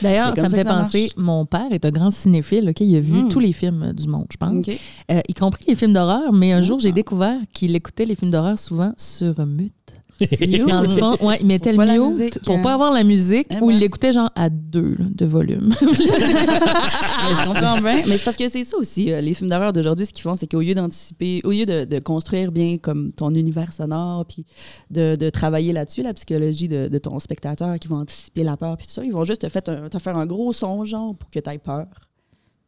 Speaker 1: D'ailleurs,
Speaker 3: C'est
Speaker 1: ça
Speaker 3: comme
Speaker 1: me
Speaker 3: ça
Speaker 1: fait
Speaker 3: que ça
Speaker 1: penser,
Speaker 3: marche.
Speaker 1: mon père est un grand cinéphile, OK? il a vu
Speaker 3: Mm.
Speaker 1: tous les films euh, du monde, je pense, Euh, y compris les films d'horreur, mais un jour, j'ai
Speaker 3: Ah.
Speaker 1: découvert qu'il écoutait les films d'horreur souvent sur mute.
Speaker 3: You.
Speaker 1: Dans le fond, ouais, il mettait
Speaker 5: Pour pas
Speaker 1: le
Speaker 5: la
Speaker 1: mute
Speaker 5: musique,
Speaker 1: pour
Speaker 5: hein.
Speaker 1: pas avoir la musique,
Speaker 5: Eh
Speaker 1: ou il
Speaker 3: ben.
Speaker 5: ouais.
Speaker 1: l'écoutait genre à deux là, de volume.
Speaker 3: Mais je comprends bien. Mais c'est parce que c'est ça aussi. euh, les films d'horreur d'aujourd'hui, ce qu'ils font, c'est qu'au lieu d'anticiper, au lieu de, de construire bien comme ton univers sonore, puis de, de travailler là-dessus, la psychologie de, de ton spectateur qui va anticiper la peur, puis tout ça, ils vont juste te, fait un- te faire un gros son, genre, pour que tu aies peur.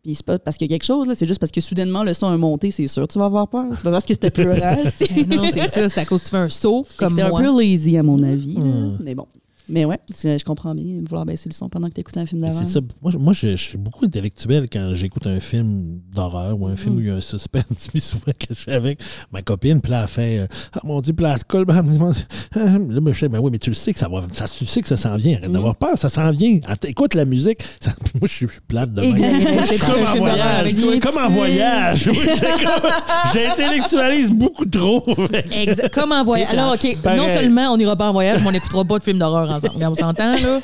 Speaker 3: Puis c'est pas parce qu'il y a quelque chose, là, c'est juste parce que soudainement le son est monté, c'est sûr, tu vas avoir peur. C'est pas parce que c'était plus
Speaker 1: non, c'est ça, c'est à cause que tu fais un saut comme
Speaker 3: C'était un
Speaker 1: moi.
Speaker 3: peu lazy, à mon avis. là.
Speaker 2: Hmm.
Speaker 3: Mais bon. Mais ouais, c'est- je comprends bien vouloir baisser le son pendant que tu écoutes un film
Speaker 2: Mais
Speaker 3: d'horreur.
Speaker 2: C'est ça. Moi, je- moi je, je suis beaucoup intellectuel quand j'écoute un film d'horreur ou un
Speaker 1: Mm.
Speaker 2: film où il y a un suspense. Puis souvent, que je suis avec ma copine, puis là, elle fait euh, Ah mon Dieu, puis là, elle se colle. puis elle me dit, Mon Dieu. Ah, ah. Là, moi, je fais Ben oui, mais tu le sais que ça va. Ça, tu sais que ça s'en vient. Arrête
Speaker 1: Mm.
Speaker 2: d'avoir peur, ça s'en vient. Att- Écoute la musique. Ça- puis moi, je suis je suis plate de même.
Speaker 1: Exactement.
Speaker 2: Je suis comme
Speaker 1: C'est
Speaker 2: en
Speaker 1: un film d'horreur
Speaker 2: voyage.
Speaker 1: avec toi,
Speaker 2: Comme
Speaker 1: tu-
Speaker 2: en voyage. Oui, j'ai comme- J'intellectualise beaucoup trop.
Speaker 1: Exa- comme en voyage. Alors, OK,
Speaker 2: Pareil.
Speaker 1: non seulement on n'ira pas en voyage, mais on n'écoutera pas de films d'horreur ensemble. Regarde, On s'entend, là?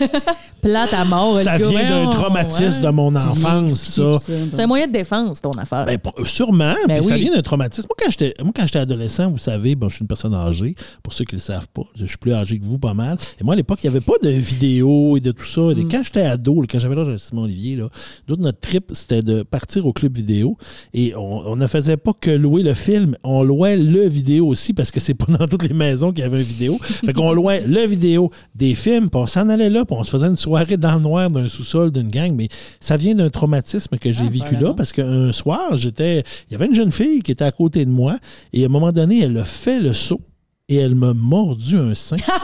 Speaker 1: Plate à mort.
Speaker 2: Ça
Speaker 1: le gars, hein.
Speaker 2: vient d'un
Speaker 1: ouais,
Speaker 2: traumatisme
Speaker 1: ouais.
Speaker 2: de mon
Speaker 1: Tu viens
Speaker 2: enfance,
Speaker 1: expliquer
Speaker 2: ça.
Speaker 1: tout C'est un moyen de défense, ton affaire.
Speaker 2: Ben, pro- sûrement,
Speaker 1: Ben
Speaker 2: mais ça
Speaker 1: oui.
Speaker 2: vient d'un traumatisme. Moi, quand j'étais, moi, quand j'étais adolescent, vous savez, bon, je suis une personne âgée, pour ceux qui ne le savent pas, je suis plus âgé que vous, pas mal. Et moi, à l'époque, il n'y avait pas de vidéos et de tout ça. Et
Speaker 1: Mm.
Speaker 2: Quand j'étais ado, là, quand j'avais l'âge de Simon Olivier, là, nous autres, notre trip, c'était de partir au club vidéo. Et on, on ne faisait pas que louer le film, on louait le vidéo aussi, parce que c'est pas dans toutes les maisons qu'il y avait un vidéo. Fait qu'on louait le vidéo des films, puis on s'en allait là, puis on se faisait une soirée dans le noir d'un sous-sol d'une gang. Mais ça vient d'un traumatisme que
Speaker 3: Ah,
Speaker 2: j'ai vécu là,
Speaker 3: probablement.
Speaker 2: parce qu'un soir, j'étais. Il y avait une jeune fille qui était à côté de moi et à un moment donné, elle a fait le saut et elle m'a mordu un sein.
Speaker 3: Ah,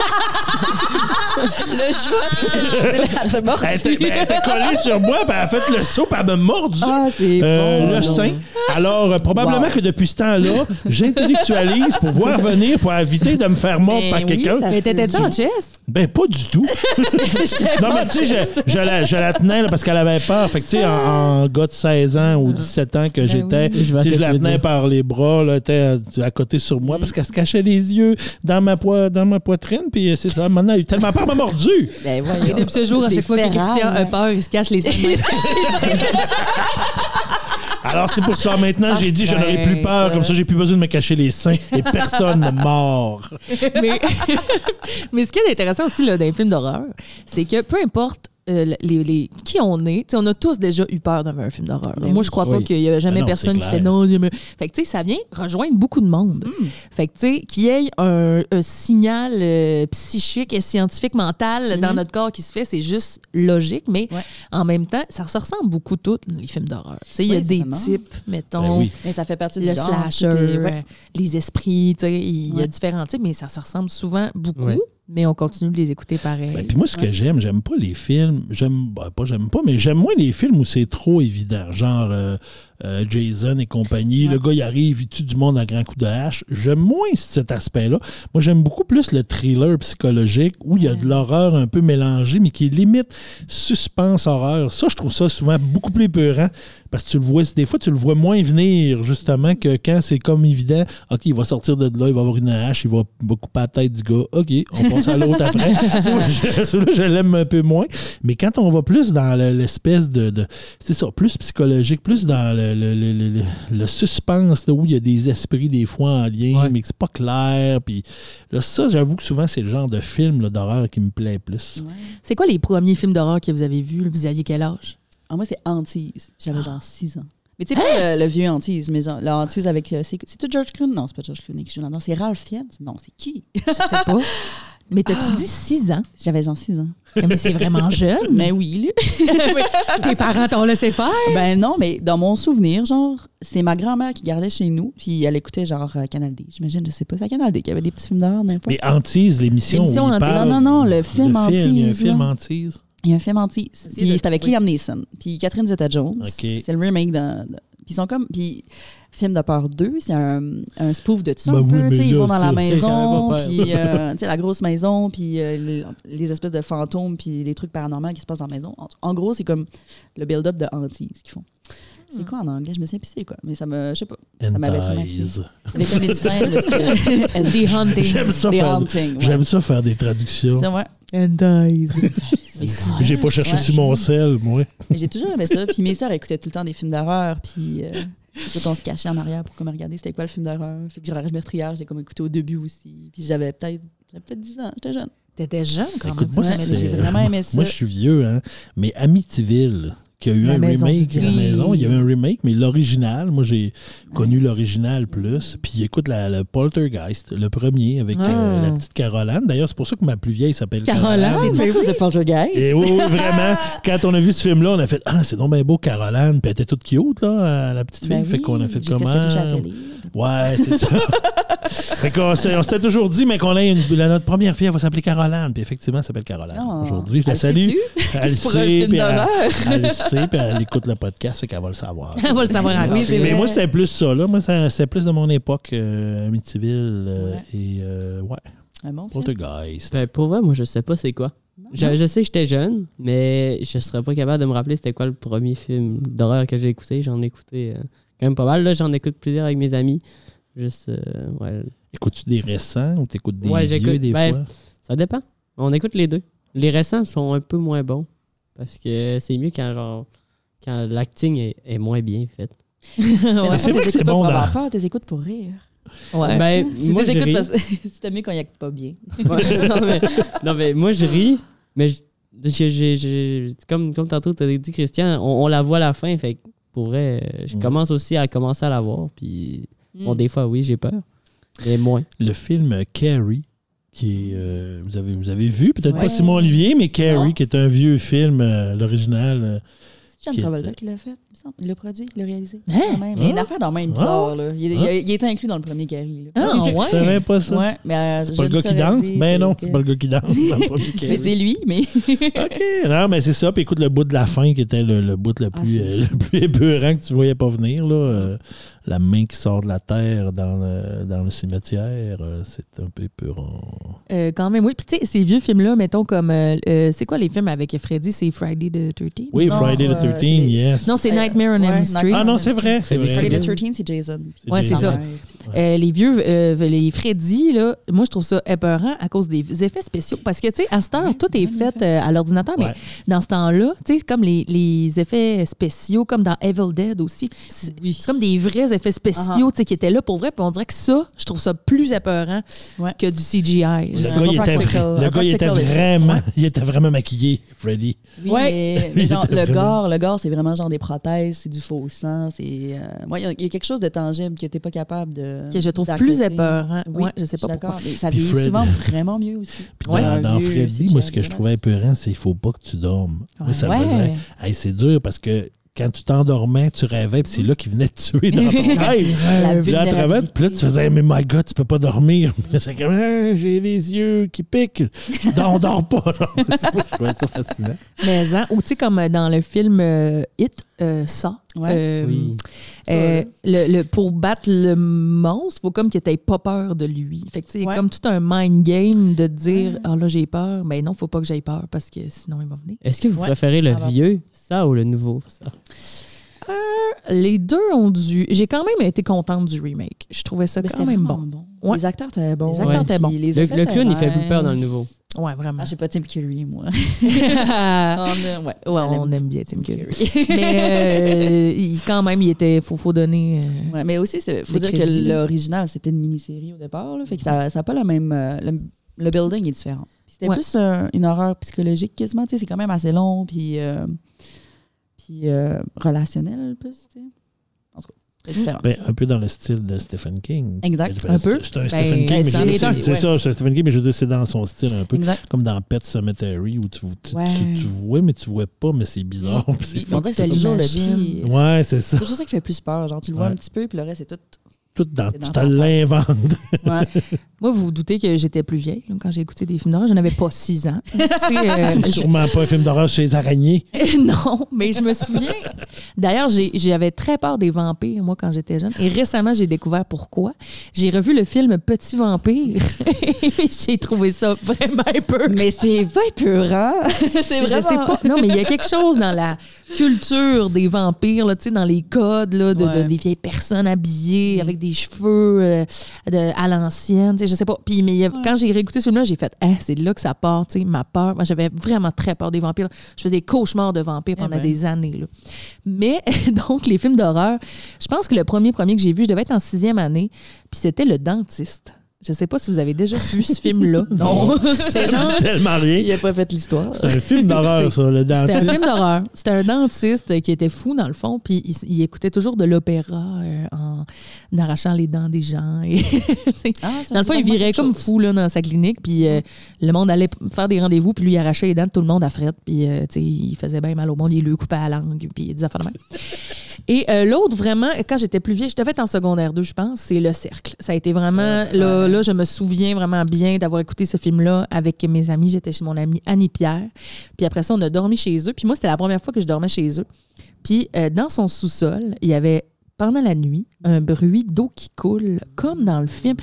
Speaker 5: Le choix. Elle te mord.
Speaker 2: Elle était, ben, elle était collée sur moi, puis elle a fait le saut, puis elle m'a mordu.
Speaker 3: Ah, c'est
Speaker 2: euh,
Speaker 3: bon,
Speaker 2: le
Speaker 3: non.
Speaker 2: sein. Alors, euh, probablement que depuis ce temps-là, j'intellectualise pour voir venir, pour éviter de me faire mordre
Speaker 3: Ben
Speaker 2: par
Speaker 3: oui,
Speaker 2: quelqu'un.
Speaker 3: ça
Speaker 1: Mais
Speaker 3: se
Speaker 1: t'étais-tu
Speaker 3: peut.
Speaker 1: en chest?
Speaker 2: Ben, pas du tout. non, mais tu sais, je, je la, je la tenais là, parce qu'elle avait peur. Fait que, tu sais, en, en gars de 16 ans ou 17 ans que j'étais,
Speaker 4: Ah. Ben oui. Je
Speaker 2: tu
Speaker 4: vois
Speaker 2: sais,
Speaker 4: ce
Speaker 2: je
Speaker 4: que
Speaker 2: la
Speaker 4: tu veux
Speaker 2: tenais
Speaker 4: dire. Mm.
Speaker 2: par les bras, là, elle était à- à côté sur moi parce qu'elle se cachait les yeux dans ma, poi- dans ma poitrine. Puis, euh, c'est ça, maintenant, elle a eu tellement peur, elle m'a mordu.
Speaker 3: Ben voyons.
Speaker 1: Et depuis ce jour, à
Speaker 3: C'est
Speaker 1: chaque fois que
Speaker 3: féral,
Speaker 1: Christian a
Speaker 3: ouais.
Speaker 1: peur, il se cache les yeux.
Speaker 2: Alors, c'est pour ça, maintenant, j'ai
Speaker 4: Ah,
Speaker 2: dit, je n'aurai
Speaker 4: ben,
Speaker 2: plus peur.
Speaker 4: euh,
Speaker 2: Comme ça, j'ai plus besoin de me cacher les seins et personne ne mord.
Speaker 1: mais, mais ce qui est intéressant aussi là, dans les films d'horreur, c'est que peu importe euh, les, les- qui on est. Tu sais, on a tous déjà eu peur d'un un film d'horreur. là.
Speaker 3: Ben
Speaker 1: Moi,
Speaker 3: oui.
Speaker 1: je crois pas
Speaker 4: Oui.
Speaker 1: qu'il y a jamais
Speaker 2: Ben non,
Speaker 1: personne
Speaker 2: c'est
Speaker 1: qui fait
Speaker 2: clair. Hmm.
Speaker 1: non. j'ai me- Fait que, tu sais, ça vient rejoindre beaucoup de monde. Fait que, tu sais, qu'il y ait un, un signal euh, psychique et scientifique mental
Speaker 2: Mhm.
Speaker 1: dans notre corps qui se fait, c'est juste logique, mais
Speaker 3: Ouais.
Speaker 1: en même temps, ça se ressemble beaucoup tous les films d'horreur. Tu sais, il y a
Speaker 3: Oui,
Speaker 1: des
Speaker 3: vraiment.
Speaker 1: types, mettons.
Speaker 2: Ben oui.
Speaker 3: Mais ça fait partie du
Speaker 1: Le
Speaker 3: genre,
Speaker 1: slasher,
Speaker 3: tout est- ouais.
Speaker 1: euh, les esprits, tu sais, il y a
Speaker 3: Ouais.
Speaker 1: différents types, mais ça se ressemble souvent beaucoup,
Speaker 4: Ouais.
Speaker 1: mais on continue de les écouter pareil.
Speaker 2: Ben, puis moi, ce que j'aime, j'aime pas les films. J'aime ben, pas, j'aime pas, mais j'aime moins les films où c'est trop évident. Genre euh, euh, Jason et compagnie. Le gars, il arrive, il tue du monde à grands coups de hache. J'aime moins cet aspect-là. Moi, j'aime beaucoup plus le thriller psychologique où il y a de l'horreur un peu mélangée, mais qui est limite suspense-horreur. Ça, je trouve ça souvent beaucoup plus épeurant parce que tu le vois, des fois, tu le vois moins venir, justement, que quand c'est comme évident. OK, il va sortir de là, il va avoir une hache, il va, il va couper la tête du gars. OK, on passe à l'autre après. Tu sais, moi, je- Celui-là, je l'aime un peu moins. Mais quand on va plus dans le- l'espèce de, de- C'est ça, plus psychologique, plus dans le, le- le- le- le- le suspense, là, où il y a des esprits, des fois, en lien,
Speaker 4: Ouais.
Speaker 2: mais que c'est pas clair. Puis là, ça, j'avoue que souvent, c'est le genre de film là, d'horreur qui me plaît plus.
Speaker 1: C'est quoi les premiers films d'horreur que vous avez vus? là? Vous aviez quel âge?
Speaker 3: Ah, moi, c'est Antise. J'avais
Speaker 1: Ah.
Speaker 3: genre 6 ans. Mais tu sais,
Speaker 1: Hein?
Speaker 3: pas le, le vieux Antise, mais genre, le Antise avec. euh, c'est- C'est-tu George Clooney? Non, c'est pas George Clooney qui joue là-dedans. C'est Ralph Fiennes? Non, c'est qui?
Speaker 1: Je sais pas. Mais t'as-tu dit 6 ans?
Speaker 3: J'avais genre 6 ans.
Speaker 1: Eh, Mais c'est vraiment jeune.
Speaker 3: Mais oui,
Speaker 1: Hein?
Speaker 3: là.
Speaker 1: Tes parents t'ont laissé faire.
Speaker 3: Ben non, mais dans mon souvenir, genre, c'est ma grand-mère qui gardait chez nous, puis elle écoutait genre euh, Canal D. J'imagine, je sais pas, c'est à Canal D qu'il y avait des petits films d'horreur, n'importe
Speaker 2: Mais Antise, l'émission. où
Speaker 1: L'émission
Speaker 2: il
Speaker 1: Antise.
Speaker 2: parle-
Speaker 3: Non, non, non, le film
Speaker 2: Il y a un
Speaker 3: Antise,
Speaker 2: film
Speaker 3: là.
Speaker 2: Antise.
Speaker 3: Il y a un film anti.
Speaker 1: Essayez de
Speaker 3: Puis c'est avec
Speaker 1: trouver.
Speaker 3: Liam Neeson. Puis Catherine Zeta-Jones.
Speaker 2: OK.
Speaker 3: C'est le remake d'un. de- Puis ils sont comme. Puis film de peur 2, c'est un, un spoof de tout ça
Speaker 2: Ben
Speaker 3: un
Speaker 2: oui,
Speaker 3: peu.
Speaker 2: mais
Speaker 3: tu sais, ils
Speaker 2: là,
Speaker 3: vont dans la
Speaker 2: ça, c'est
Speaker 3: maison,
Speaker 4: quand même pas
Speaker 3: puis euh, tu sais, la grosse maison, puis euh, les, les espèces de fantômes, puis les trucs paranormaux qui se passent dans la maison. En, en gros, c'est comme le build-up de hantise qu'ils font.
Speaker 1: Hmm.
Speaker 3: C'est quoi en anglais? Je me sais plus c'est quoi, mais ça me. Je sais pas. Ça m'avait
Speaker 2: Entize.
Speaker 3: Les comédies
Speaker 1: Des hunting.
Speaker 2: J'aime ça,
Speaker 3: des
Speaker 2: faire,
Speaker 3: hauntings. ouais.
Speaker 2: j'aime ça faire des traductions.
Speaker 3: C'est vrai.
Speaker 1: And dies.
Speaker 3: Mais c'est-
Speaker 2: J'ai pas cherché
Speaker 3: Ouais.
Speaker 2: sur mon sel, moi.
Speaker 3: Mais j'ai toujours aimé ça. Puis mes sœurs écoutaient tout le temps des films d'horreur. Puis euh, écoute, on se cachait en arrière pour comme regarder c'était quoi le film d'horreur. Fait que Gérard Meurtrière, j'ai comme écouté au début aussi. Puis j'avais peut-être j'avais peut-être 10 ans, j'étais jeune.
Speaker 1: T'étais jeune quand même.
Speaker 2: Écoute-moi,
Speaker 1: ça,
Speaker 3: mais
Speaker 1: mais
Speaker 3: j'ai
Speaker 2: c'est-
Speaker 3: vraiment aimé ça.
Speaker 2: Moi, je suis vieux, hein. Mais Amityville, qui a eu
Speaker 1: La
Speaker 2: un
Speaker 1: maison du
Speaker 2: remake, la
Speaker 1: diable.
Speaker 2: maison, il y avait un remake, mais l'original, moi, j'ai connu l'original plus. Puis écoute, la, le Poltergeist, le premier avec
Speaker 1: Ah.
Speaker 2: euh, la petite Caroline. D'ailleurs, c'est pour ça que ma plus vieille s'appelle
Speaker 1: Caroline.
Speaker 2: Caroline.
Speaker 3: C'est à cause de Poltergeist.
Speaker 2: Et oui, oui, vraiment. Quand on a vu ce film-là, on a fait Ah, c'est donc bien beau, Caroline. Puis elle était toute cute, là, à la petite fille.
Speaker 3: Ben
Speaker 2: fait
Speaker 3: oui,
Speaker 2: qu'on a fait ah,
Speaker 3: jusqu'à ce qu'elle touche à la
Speaker 2: comment
Speaker 3: télé.
Speaker 2: Ouais, c'est ça. fait qu'on s'est- on s'était toujours dit, mais qu'on a une, la- notre première fille, elle va s'appeler Caroline. Puis effectivement, elle s'appelle Caroline.
Speaker 3: Oh.
Speaker 2: Ben, Aujourd'hui, je la
Speaker 3: Elle
Speaker 2: salue.
Speaker 3: sait-tu?
Speaker 2: Elle
Speaker 3: C'est pour un
Speaker 2: sait,
Speaker 3: film
Speaker 2: puis elle,
Speaker 3: d'horreur.
Speaker 2: elle le sait, puis elle écoute le podcast, fait qu'elle va le savoir.
Speaker 1: On va le savoir encore.
Speaker 3: Oui, c'est
Speaker 2: mais
Speaker 3: vrai.
Speaker 2: moi, c'était plus ça. Là. Moi, ça- c'était plus de mon époque, euh, Amityville euh,
Speaker 3: Ouais.
Speaker 2: et euh, ouais,
Speaker 3: Un bon film.
Speaker 2: Poltergeist.
Speaker 4: Ben, pour vrai, moi, je sais pas c'est quoi. Je, je sais que j'étais jeune, mais je serais pas capable de me rappeler c'était quoi le premier film d'horreur que j'ai écouté. J'en ai écouté euh, quand même pas mal. Là, j'en écoute plusieurs avec mes amis. Juste, euh, ouais.
Speaker 2: Écoutes-tu des récents ou t'écoutes des
Speaker 4: Ouais,
Speaker 2: vieux
Speaker 4: j'écoute.
Speaker 2: des
Speaker 4: Ben,
Speaker 2: fois?
Speaker 4: Ça dépend. On écoute les deux. Les récents sont un peu moins bons parce que c'est mieux quand, genre, quand l'acting est, est moins bien fait.
Speaker 3: Mais dans le fond,
Speaker 2: c'est vrai
Speaker 3: t'es
Speaker 2: que c'est
Speaker 3: écoutes pas
Speaker 2: bon
Speaker 3: pour
Speaker 2: dans-
Speaker 3: avoir peur, t'es écoutes pour rire.
Speaker 1: Ouais.
Speaker 4: Ben,
Speaker 3: Si
Speaker 4: moi,
Speaker 3: t'es
Speaker 4: je
Speaker 3: écoutes
Speaker 4: ris.
Speaker 3: parce que c'est mieux quand il pas bien.
Speaker 4: Ouais, non, mais, non, mais moi, je ris, mais je- je- je- je- comme, comme tantôt, tu as dit, Christian, on, on la voit à la fin. Fait que pour vrai, euh, je
Speaker 2: Mm.
Speaker 4: commence aussi à commencer à la voir. Puis, bon,
Speaker 3: Mm.
Speaker 4: des fois, oui, j'ai peur, mais moins.
Speaker 2: Le film euh, Carrie, qui est, euh, vous, avez, vous avez vu, peut-être pas
Speaker 3: Ouais.
Speaker 2: Simon Olivier, mais Carrie,
Speaker 3: Non.
Speaker 2: qui est un vieux film, euh, l'original. euh,
Speaker 3: C'est John
Speaker 2: Qui
Speaker 3: Travolta
Speaker 2: était-
Speaker 3: qui l'a fait, il me semble. Il l'a produit, il l'a réalisé.
Speaker 1: Hein?
Speaker 3: Quand même. Il y a une
Speaker 2: Hein?
Speaker 3: affaire dans même bizarre. Là. Il, est- il a-
Speaker 2: Hein?
Speaker 3: il était inclus dans le premier Gary. là.
Speaker 1: Ah,
Speaker 2: Tu
Speaker 1: ouais.
Speaker 2: savais pas ça?
Speaker 3: Ouais, mais euh,
Speaker 2: C'est
Speaker 3: je
Speaker 2: pas le
Speaker 3: ne
Speaker 2: gars qui
Speaker 3: saurais
Speaker 2: danse?
Speaker 3: dire
Speaker 2: Ben non,
Speaker 3: lequel.
Speaker 2: c'est pas le gars qui danse. dans le premier
Speaker 3: Mais
Speaker 2: Carrie.
Speaker 3: c'est lui, mais.
Speaker 2: OK. Non, mais c'est ça. Puis écoute, le bout de la fin qui était le, le bout le
Speaker 3: Ah,
Speaker 2: plus,
Speaker 3: c'est Ah.
Speaker 2: euh, le plus épeurant que tu voyais pas venir, là. euh, la main qui sort de la terre dans le, dans le cimetière, euh, c'est un peu épeurant.
Speaker 1: Euh, quand même, oui. Puis tu sais, ces vieux films-là, mettons comme. euh, euh, c'est quoi les films avec Freddy? C'est Friday the 13?
Speaker 2: Oui,
Speaker 3: Non,
Speaker 2: Friday the
Speaker 3: euh,
Speaker 2: 13,
Speaker 3: c'est-
Speaker 2: yes.
Speaker 1: Non, c'est Nightmare on
Speaker 3: Ouais,
Speaker 1: Elm
Speaker 3: Nightmare
Speaker 1: Street.
Speaker 2: ah non, c'est vrai.
Speaker 4: C'est
Speaker 2: C'est vrai.
Speaker 3: Friday
Speaker 4: Friday
Speaker 3: the
Speaker 4: the
Speaker 3: 13, c'est Jason.
Speaker 1: Ouais, c'est
Speaker 2: Jason.
Speaker 1: ça.
Speaker 3: Ouais.
Speaker 1: Euh, les vieux, euh, les Freddy, là, moi, je trouve ça épeurant à cause des effets spéciaux. Parce que, tu sais, à cette heure, tout est fait euh, à l'ordinateur, mais
Speaker 2: Ouais.
Speaker 1: dans ce temps-là, tu sais, comme les, les effets spéciaux, comme dans Evil Dead aussi, c'est c'est comme des vrais effets spéciaux,
Speaker 3: Ah.
Speaker 1: tu sais, qui étaient là pour vrai. Puis on dirait que ça, je trouve ça plus épeurant
Speaker 3: Ouais.
Speaker 1: que du CGI. Je sais
Speaker 2: Le gars,
Speaker 1: pas.
Speaker 2: il était,
Speaker 3: practical-
Speaker 2: vra- le
Speaker 3: un
Speaker 2: gars, il était
Speaker 3: practical effect.
Speaker 2: vraiment, il était vraiment maquillé, Freddy.
Speaker 3: Oui,
Speaker 1: Ouais.
Speaker 3: mais, mais genre,
Speaker 2: Il était
Speaker 3: le
Speaker 2: vraiment-
Speaker 3: gore, le gore, c'est vraiment genre des prothèses, c'est du faux sang, c'est... euh, ouais, il y a- il y, a quelque chose de tangible que t'es pas capable de...
Speaker 1: Que je trouve
Speaker 3: d'à
Speaker 1: plus
Speaker 3: côté.
Speaker 1: épeurant.
Speaker 3: Oui,
Speaker 1: Ouais, je sais pas
Speaker 3: je suis
Speaker 1: pourquoi.
Speaker 3: d'accord, mais ça
Speaker 2: Puis
Speaker 3: vieillit
Speaker 2: Fred-
Speaker 3: souvent vraiment mieux aussi.
Speaker 2: Puis
Speaker 1: Ouais.
Speaker 2: dans,
Speaker 3: Un
Speaker 2: dans
Speaker 3: vieux
Speaker 2: Freddy, moi, ce
Speaker 3: psychiatre,
Speaker 2: que je trouvais épeurant, c'est qu'il faut pas que tu dormes. Moi, ça me
Speaker 1: Ouais.
Speaker 2: faisait- Hey, c'est dur parce que quand tu t'endormais, tu rêvais, puis c'est là qu'il venait te tuer dans ton rêve. Puis là, tu rêvais, puis là, tu faisais, mais my God, tu peux pas dormir. Puis là, c'est comme, Ah, j'ai les yeux qui piquent. Non, on dort pas. genre. je trouvais ça fascinant.
Speaker 1: Mais, hein, ou tu sais, comme euh, dans le film euh, Hit, euh, ça.
Speaker 3: Ouais.
Speaker 1: euh,
Speaker 4: Oui.
Speaker 1: euh, le, le- pour battre le monstre, il faut comme que tu pas peur de lui. Fait que tu sais,
Speaker 3: Ouais.
Speaker 1: comme tout un mind game de te dire Ah là, j'ai peur. Mais non, faut pas que j'aille peur parce que sinon, il va venir.
Speaker 4: Est-ce que vous
Speaker 3: Ouais.
Speaker 4: préférez le
Speaker 3: Ah, bah.
Speaker 4: vieux, ça, ou le nouveau, ça?
Speaker 1: Les deux ont dû. J'ai quand même été contente du remake. Je trouvais ça
Speaker 3: Mais
Speaker 1: quand
Speaker 3: c'était
Speaker 1: même
Speaker 3: vraiment
Speaker 1: bon.
Speaker 3: bon.
Speaker 1: Ouais.
Speaker 3: Les acteurs étaient bons.
Speaker 1: Les acteurs étaient bons.
Speaker 3: puis les
Speaker 4: Le,
Speaker 3: effets
Speaker 4: le clown, il
Speaker 3: étaient
Speaker 4: fait plus peur dans le
Speaker 3: nice.
Speaker 4: nouveau.
Speaker 1: Ouais, vraiment.
Speaker 3: Ah, j'ai pas Tim Curry, moi.
Speaker 1: Ah, ouais,
Speaker 3: On, euh, ouais,
Speaker 1: on aime bien Tim
Speaker 3: Tim
Speaker 1: Curry.
Speaker 3: Curry.
Speaker 1: Mais euh, il- quand même, il était. Faut, faut donner. euh,
Speaker 3: Ouais, mais aussi, il faut
Speaker 1: Les
Speaker 3: dire
Speaker 1: crédits,
Speaker 3: que
Speaker 1: là.
Speaker 3: l'original, c'était une mini-série au départ. là, fait que ça n'a pas la même. euh, le, le building est différent. Puis C'était
Speaker 1: Ouais.
Speaker 3: plus un- une horreur psychologique quasiment. tu sais, C'est quand même assez long, puis, euh, puis euh, relationnel, plus. tu sais. En tout cas, c'est différent.
Speaker 2: Ben, un peu dans le style de Stephen King.
Speaker 3: Exact.
Speaker 2: Ben,
Speaker 1: Un
Speaker 2: c'est-
Speaker 1: peu.
Speaker 2: C'est un
Speaker 1: Ben,
Speaker 2: Stephen King, mais
Speaker 1: c'est
Speaker 2: je veux
Speaker 1: les
Speaker 2: dire,
Speaker 1: deux,
Speaker 2: c'est
Speaker 1: ouais.
Speaker 2: ça, c'est un Stephen King, mais je veux dire, c'est dans son style un peu.
Speaker 3: exact.
Speaker 2: Comme dans Pet Cemetery où tu, tu,
Speaker 3: Ouais.
Speaker 2: tu- tu vois, mais tu vois pas, mais c'est bizarre. puis c'est
Speaker 3: On dirait que c'était
Speaker 1: que
Speaker 3: toujours le
Speaker 1: t'imagines.
Speaker 3: pire.
Speaker 2: Ouais, c'est ça.
Speaker 3: C'est toujours ça qui fait plus peur. Genre, tu le vois
Speaker 2: Ouais.
Speaker 3: un petit peu, puis le reste, c'est tout.
Speaker 2: Tout dans,
Speaker 3: C'est dans
Speaker 2: tu te
Speaker 3: ta tête.
Speaker 2: l'inventes.
Speaker 3: Ouais.
Speaker 1: Moi, vous vous doutez que j'étais plus vieille là, quand j'ai écouté des films d'horreur. Je n'avais pas six ans. Tu sais, euh,
Speaker 2: C'est sûrement pas un film d'horreur chez les araignées.
Speaker 1: je- non, mais je me souviens. D'ailleurs, j'ai- j'avais très peur des vampires, moi, quand j'étais jeune. Et récemment, j'ai découvert pourquoi. J'ai revu le film Petit vampire. Et j'ai trouvé ça vraiment peu.
Speaker 5: Mais c'est pas
Speaker 3: hein?
Speaker 5: épeurant. c'est
Speaker 1: Je sais pas. Non, mais il y a quelque chose dans la culture des vampires, là, tu sais, dans les codes là, de, de-
Speaker 3: Ouais.
Speaker 1: des vieilles personnes habillées avec des cheveux euh, de- à l'ancienne. tu sais, Je sais pas. Puis, mais il y a- quand j'ai réécouté celui-là, j'ai fait Ah, c'est de là que ça part, tu sais, ma peur. Moi, j'avais vraiment très peur des vampires. Je faisais des cauchemars de vampires pendant
Speaker 3: ben.
Speaker 1: des années. là. Mais donc, les films d'horreur, je pense que le premier premier que j'ai vu, je devais être en sixième année, puis c'était Le Dentiste. Je sais pas si vous avez déjà vu ce film-là.
Speaker 2: Non.
Speaker 1: C'est genre
Speaker 2: C'est tellement rien.
Speaker 3: Il a pas fait l'histoire.
Speaker 2: C'est un film d'horreur, ça, le
Speaker 1: C'était un
Speaker 2: dentiste.
Speaker 1: film d'horreur. C'était un dentiste qui était fou, dans le fond, puis il, s- il écoutait toujours de l'opéra euh, en, en arrachant les dents des gens. Et, tu sais,
Speaker 3: Ah, ça
Speaker 1: dans le
Speaker 3: me
Speaker 1: fond,
Speaker 3: dit
Speaker 1: il
Speaker 3: vraiment
Speaker 1: virait
Speaker 3: quelque
Speaker 1: comme
Speaker 3: chose. Mm.
Speaker 1: fou là, dans sa clinique, puis euh, le monde allait p- faire des rendez-vous, puis lui, il arrachait les dents de tout le monde à fret, puis euh, tu sais, il faisait bien mal au monde, il lui coupait la langue, puis il disait affaires de même. Et euh, l'autre, vraiment, quand j'étais plus vieille, je devais être en secondaire 2, je pense, c'est Le Cercle. Ça a été vraiment. Là, là, je me souviens vraiment bien d'avoir écouté ce film-là avec mes amis. J'étais chez mon amie Annie Pierre. Puis après ça, on a dormi chez eux. Puis moi, c'était la première fois que je dormais chez eux. Puis euh, dans son sous-sol, il y avait, pendant la nuit, un bruit d'eau qui coule, comme dans le film.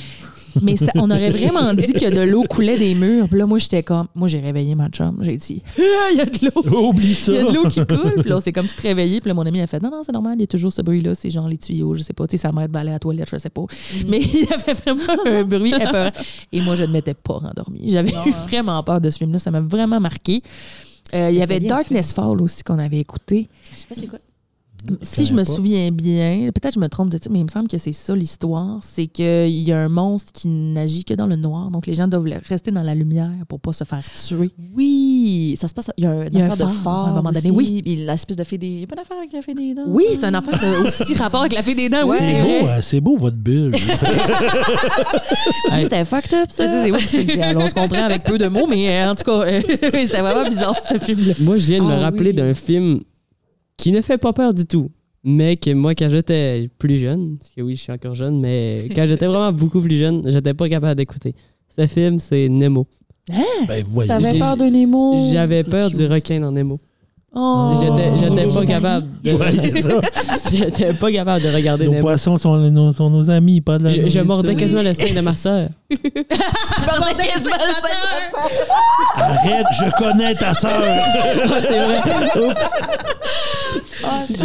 Speaker 1: Mais ça, on aurait vraiment dit que de l'eau coulait des murs. Puis là, moi, j'étais comme. Moi, j'ai réveillé ma chum. J'ai dit, Ah, il y a de l'eau.
Speaker 2: Oublie ça.
Speaker 1: Il y a de l'eau qui coule. Puis là, on s'est comme tout réveillé. Puis là, mon ami a fait Non, non, c'est normal. Il y a toujours ce bruit-là. C'est genre les tuyaux, je sais pas. Tu sais, ça m'aide d'aller à la toilette, je sais pas.
Speaker 5: Mm.
Speaker 1: Mais il y avait vraiment un bruit épeurant. Et moi, je ne m'étais pas rendormie. J'avais eu vraiment peur de ce film-là. Ça m'a vraiment marqué. Euh, il y
Speaker 5: C'était
Speaker 1: avait
Speaker 5: bien
Speaker 1: Darkness Fall aussi qu'on avait écouté.
Speaker 5: Je sais pas c'est quoi.
Speaker 1: Si je me
Speaker 2: connais pas.
Speaker 1: souviens bien, peut-être je me trompe de titre, mais il me semble que c'est ça l'histoire. C'est qu'il y a un monstre qui n'agit que dans le noir. Donc les gens doivent rester dans la lumière pour pas se faire tuer.
Speaker 3: Oui, ça se passe. Il y a un,
Speaker 1: Il y a un
Speaker 3: affaire de
Speaker 1: phare,
Speaker 3: phare
Speaker 1: à un moment donné,
Speaker 3: aussi,
Speaker 1: oui.
Speaker 3: puis l'espèce de fée des. Il n'y a pas d'affaire avec la fée des dents.
Speaker 1: Oui, c'est un affaire qui a aussi rapport avec la fée des dents. Oui,
Speaker 2: C'est
Speaker 1: c'est vrai.
Speaker 2: beau, hein, c'est beau votre bulle.
Speaker 3: Ah, C'était fucked up,
Speaker 1: Ça, c'est- c'est- oui, c'est- c'est- alors, on se comprend avec peu de mots, mais euh, en tout cas, euh, c'était vraiment bizarre ce film-là.
Speaker 4: Moi, je viens de
Speaker 1: Ah,
Speaker 4: me rappeler
Speaker 1: oui.
Speaker 4: d'un film qui ne fait pas peur du tout, mais que moi, quand j'étais plus jeune, parce que oui, je suis encore jeune, mais quand j'étais vraiment beaucoup plus jeune, j'étais pas capable d'écouter. Ce film, c'est Nemo.
Speaker 2: ben, vous voyez.
Speaker 3: T'avais
Speaker 4: J'ai-
Speaker 3: peur de Nemo.
Speaker 4: J'avais
Speaker 3: C'est
Speaker 4: peur
Speaker 3: cute.
Speaker 4: du requin dans Nemo.
Speaker 1: Oh.
Speaker 4: J'étais
Speaker 1: Il est
Speaker 4: j'étais pas
Speaker 1: végétarien.
Speaker 4: capable. de-
Speaker 2: Ouais, c'est ça.
Speaker 4: J'étais pas capable de regarder
Speaker 2: Nos
Speaker 4: Nemo.
Speaker 2: poissons sont, nos- sont nos amis, pas de la
Speaker 4: Je, je
Speaker 2: nourriture.
Speaker 4: mordais quasiment le sein de ma sœur.
Speaker 2: Arrête, je connais ta sœur. Ah,
Speaker 4: c'est vrai. Oups.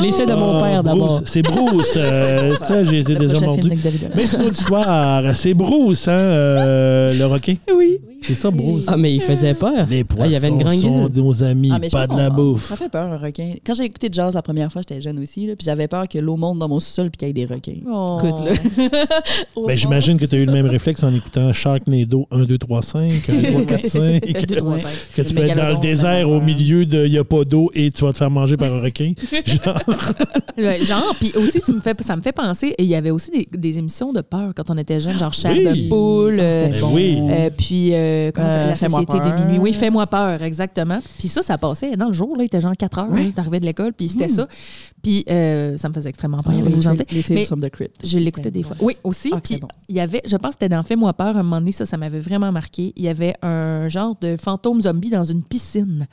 Speaker 4: L'essai de mon
Speaker 2: Ah,
Speaker 4: père d'abord.
Speaker 2: Bruce. C'est Bruce. euh, ça, je les ai déjà mordus. Mais c'est une autre histoire. C'est Bruce, hein, euh, le requin.
Speaker 4: Oui.
Speaker 2: C'est ça, Bruce.
Speaker 4: Ah, mais il faisait peur.
Speaker 2: Les
Speaker 4: Ah,
Speaker 2: poissons
Speaker 4: il y avait une Ah, grande
Speaker 2: sont
Speaker 4: gueule.
Speaker 2: nos amis,
Speaker 3: Ah,
Speaker 2: pas de la bouffe.
Speaker 3: Ça fait peur, un requin. Quand j'ai écouté Jazz la première fois, j'étais jeune aussi, là, puis j'avais peur que l'eau monte dans mon sous-sol puis qu'il y ait des requins. Écoute, là.
Speaker 2: Ben, J'imagine que tu as eu le même réflexe en écoutant Sharknado 1, 2, 3, 5, 1, 2, 3, 4, 5.
Speaker 3: Deux, trois, cinq.
Speaker 2: Que tu
Speaker 3: Le
Speaker 2: peux être dans le
Speaker 3: mégalodon,
Speaker 2: désert
Speaker 3: vraiment,
Speaker 2: au
Speaker 3: euh,
Speaker 2: milieu de y a pas d'eau et tu vas te faire manger par un requin. Genre,
Speaker 1: Ouais, genre, puis aussi, tu me fais, ça me fait penser, il y avait aussi des, des émissions de peur quand on était jeune, genre Chair
Speaker 2: Oui.
Speaker 1: de poule, euh,
Speaker 2: ben oui.
Speaker 1: euh, puis euh, comment ça,
Speaker 3: Ah, Euh,
Speaker 1: la
Speaker 3: Fais-moi
Speaker 1: société des
Speaker 3: peur.
Speaker 1: minuit. Oui, fais-moi peur, exactement. Puis ça, ça passait dans le jour, là, il était genre 4 heures, là, t'arrivais de l'école, puis c'était
Speaker 3: Hmm.
Speaker 1: ça. Puis euh, ça me faisait extrêmement peur,
Speaker 3: les
Speaker 1: vous vous en doutez.
Speaker 3: Tales- les Tales
Speaker 1: Mais
Speaker 3: from the Crypt.
Speaker 1: Je l'écoutais
Speaker 3: C'était
Speaker 1: des
Speaker 3: bon.
Speaker 1: fois. Oui, aussi.
Speaker 3: Ah,
Speaker 1: Puis
Speaker 3: c'est bon.
Speaker 1: il y avait, je pense que c'était dans Fais-moi peur, un moment donné, ça, ça m'avait vraiment marqué. Il y avait un genre de fantôme zombie dans une piscine.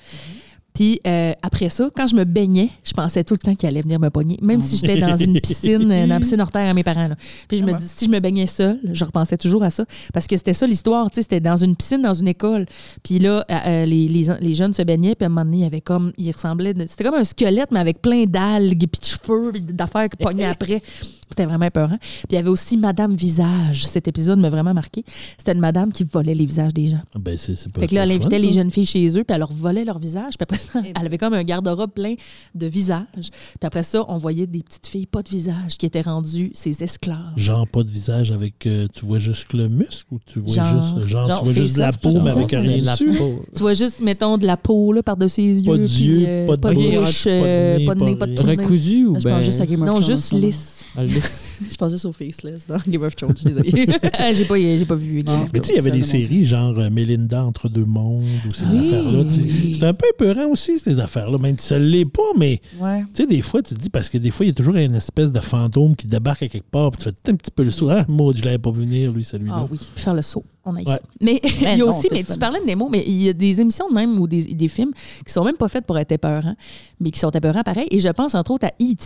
Speaker 1: Puis euh, après ça, quand je me baignais, je pensais tout le temps qu'il allait venir me pogner, même si j'étais dans une piscine, euh, dans la piscine hors terre à mes parents. là. Puis je me dis, si je me baignais seule, je repensais toujours à ça, parce que c'était ça l'histoire, tu sais, c'était dans une piscine, dans une école. Puis là, euh, euh, les, les, les jeunes se baignaient, puis à un moment donné, il y avait comme, il ressemblait, de- c'était comme un squelette, mais avec plein d'algues, puis de cheveux, puis d'affaires qui pognaient après. C'était vraiment épeurant. Puis il y avait aussi Madame Visage. Cet épisode m'a vraiment marqué. C'était une madame qui volait les visages des gens.
Speaker 2: Ben, c'est c'est pas
Speaker 1: Fait que là,
Speaker 2: pas
Speaker 1: elle
Speaker 2: le
Speaker 1: invitait
Speaker 2: fun,
Speaker 1: les
Speaker 2: ça.
Speaker 1: jeunes filles chez eux, puis elle leur volait leur visage. Puis après
Speaker 3: Eh
Speaker 1: ça,
Speaker 3: ben.
Speaker 1: elle avait comme un garde-robe plein de visages. Puis après ça, on voyait des petites filles pas de visage qui étaient rendues ses esclaves.
Speaker 2: Genre pas de visage avec euh, tu vois juste le muscle ou tu vois
Speaker 1: Genre-
Speaker 2: juste genre,
Speaker 1: genre
Speaker 2: tu vois juste
Speaker 1: face-up,
Speaker 2: la peau
Speaker 1: genre
Speaker 2: mais avec
Speaker 1: ça,
Speaker 2: rien
Speaker 4: la
Speaker 2: dessus.
Speaker 4: peau.
Speaker 1: Tu vois juste, mettons, de la peau là, par-dessus les yeux.
Speaker 2: Pas d'yeux,
Speaker 1: puis, euh,
Speaker 2: pas de bouche,
Speaker 1: euh,
Speaker 2: pas de
Speaker 1: pas de
Speaker 2: nez,
Speaker 1: nez, pas
Speaker 2: pas
Speaker 1: de
Speaker 2: de-
Speaker 1: trou de nez.
Speaker 4: Recousu ou
Speaker 3: Je
Speaker 4: ben...
Speaker 3: pense juste à Game of
Speaker 1: Non,
Speaker 3: Thrones.
Speaker 1: juste
Speaker 3: en ce moment.
Speaker 1: lisse.
Speaker 4: Ah, le-
Speaker 3: Je pense juste au Faceless dans Game of Thrones, je suis désolée.
Speaker 1: Ah, j'ai pas, j'ai pas vu.
Speaker 3: Non.
Speaker 2: Mais tu sais, il y avait des séries genre euh, Mélinda entre deux mondes ou ces
Speaker 1: Oui,
Speaker 2: affaires-là. tu sais.
Speaker 1: oui.
Speaker 2: C'était un peu épeurant aussi, ces affaires-là, même si ça ne l'est pas, mais
Speaker 3: ouais.
Speaker 2: tu sais, des fois, tu te dis, parce que des fois, il y a toujours une espèce de fantôme qui débarque à quelque part, puis tu fais un petit peu le saut. Ah, Maud, je l'avais pas vu venir, lui, celui-là.
Speaker 1: Ah oui, faire le saut. On a eu
Speaker 2: Ouais.
Speaker 1: ça. Mais il y a
Speaker 3: Ben non,
Speaker 1: aussi,
Speaker 3: c'est
Speaker 1: mais
Speaker 3: fun.
Speaker 1: tu parlais de Nemo, mais il y a des émissions de même ou des, des films qui sont même pas faits pour être épeurants, mais qui sont épeurants pareil. Et je pense entre autres à E.T. hein.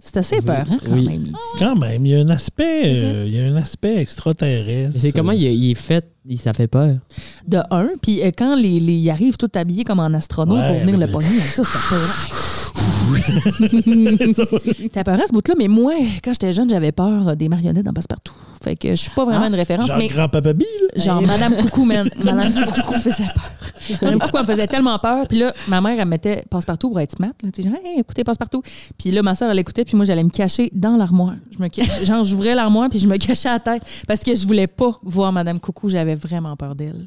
Speaker 1: C'est
Speaker 2: Mhm.
Speaker 1: assez épeurant quand
Speaker 4: Oui.
Speaker 1: même, E E.T.
Speaker 2: Quand même, il y a un aspect, euh, il y a un aspect extraterrestre.
Speaker 4: Mais C'est comment il, il est fait, il- ça fait peur.
Speaker 1: De un, puis euh, quand les, les, ils arrivent tout habillés comme en astronaute
Speaker 2: Ouais,
Speaker 1: pour venir
Speaker 2: avec
Speaker 1: le
Speaker 2: le-
Speaker 1: pogner, ça c'est épeurant. T'as peur à ce bout-là, mais moi, quand j'étais jeune, j'avais peur euh, des marionnettes dans Passepartout. Fait que je suis pas vraiment une référence,
Speaker 2: Genre
Speaker 1: mais
Speaker 2: grand-papa Bill.
Speaker 1: Genre, Madame Coucou, man. Madame Coucou faisait peur. Madame Coucou, elle me faisait tellement peur. Puis là, ma mère, elle mettait passe-partout pour être smart. Là, tu sais, genre, Hey, écoutez, passe-partout. Puis là, ma soeur, elle écoutait. Puis moi, j'allais me cacher dans l'armoire. Je me cach- Genre, j'ouvrais l'armoire, puis je me cachais à la tête. Parce que je voulais pas voir Madame Coucou. J'avais vraiment peur d'elle.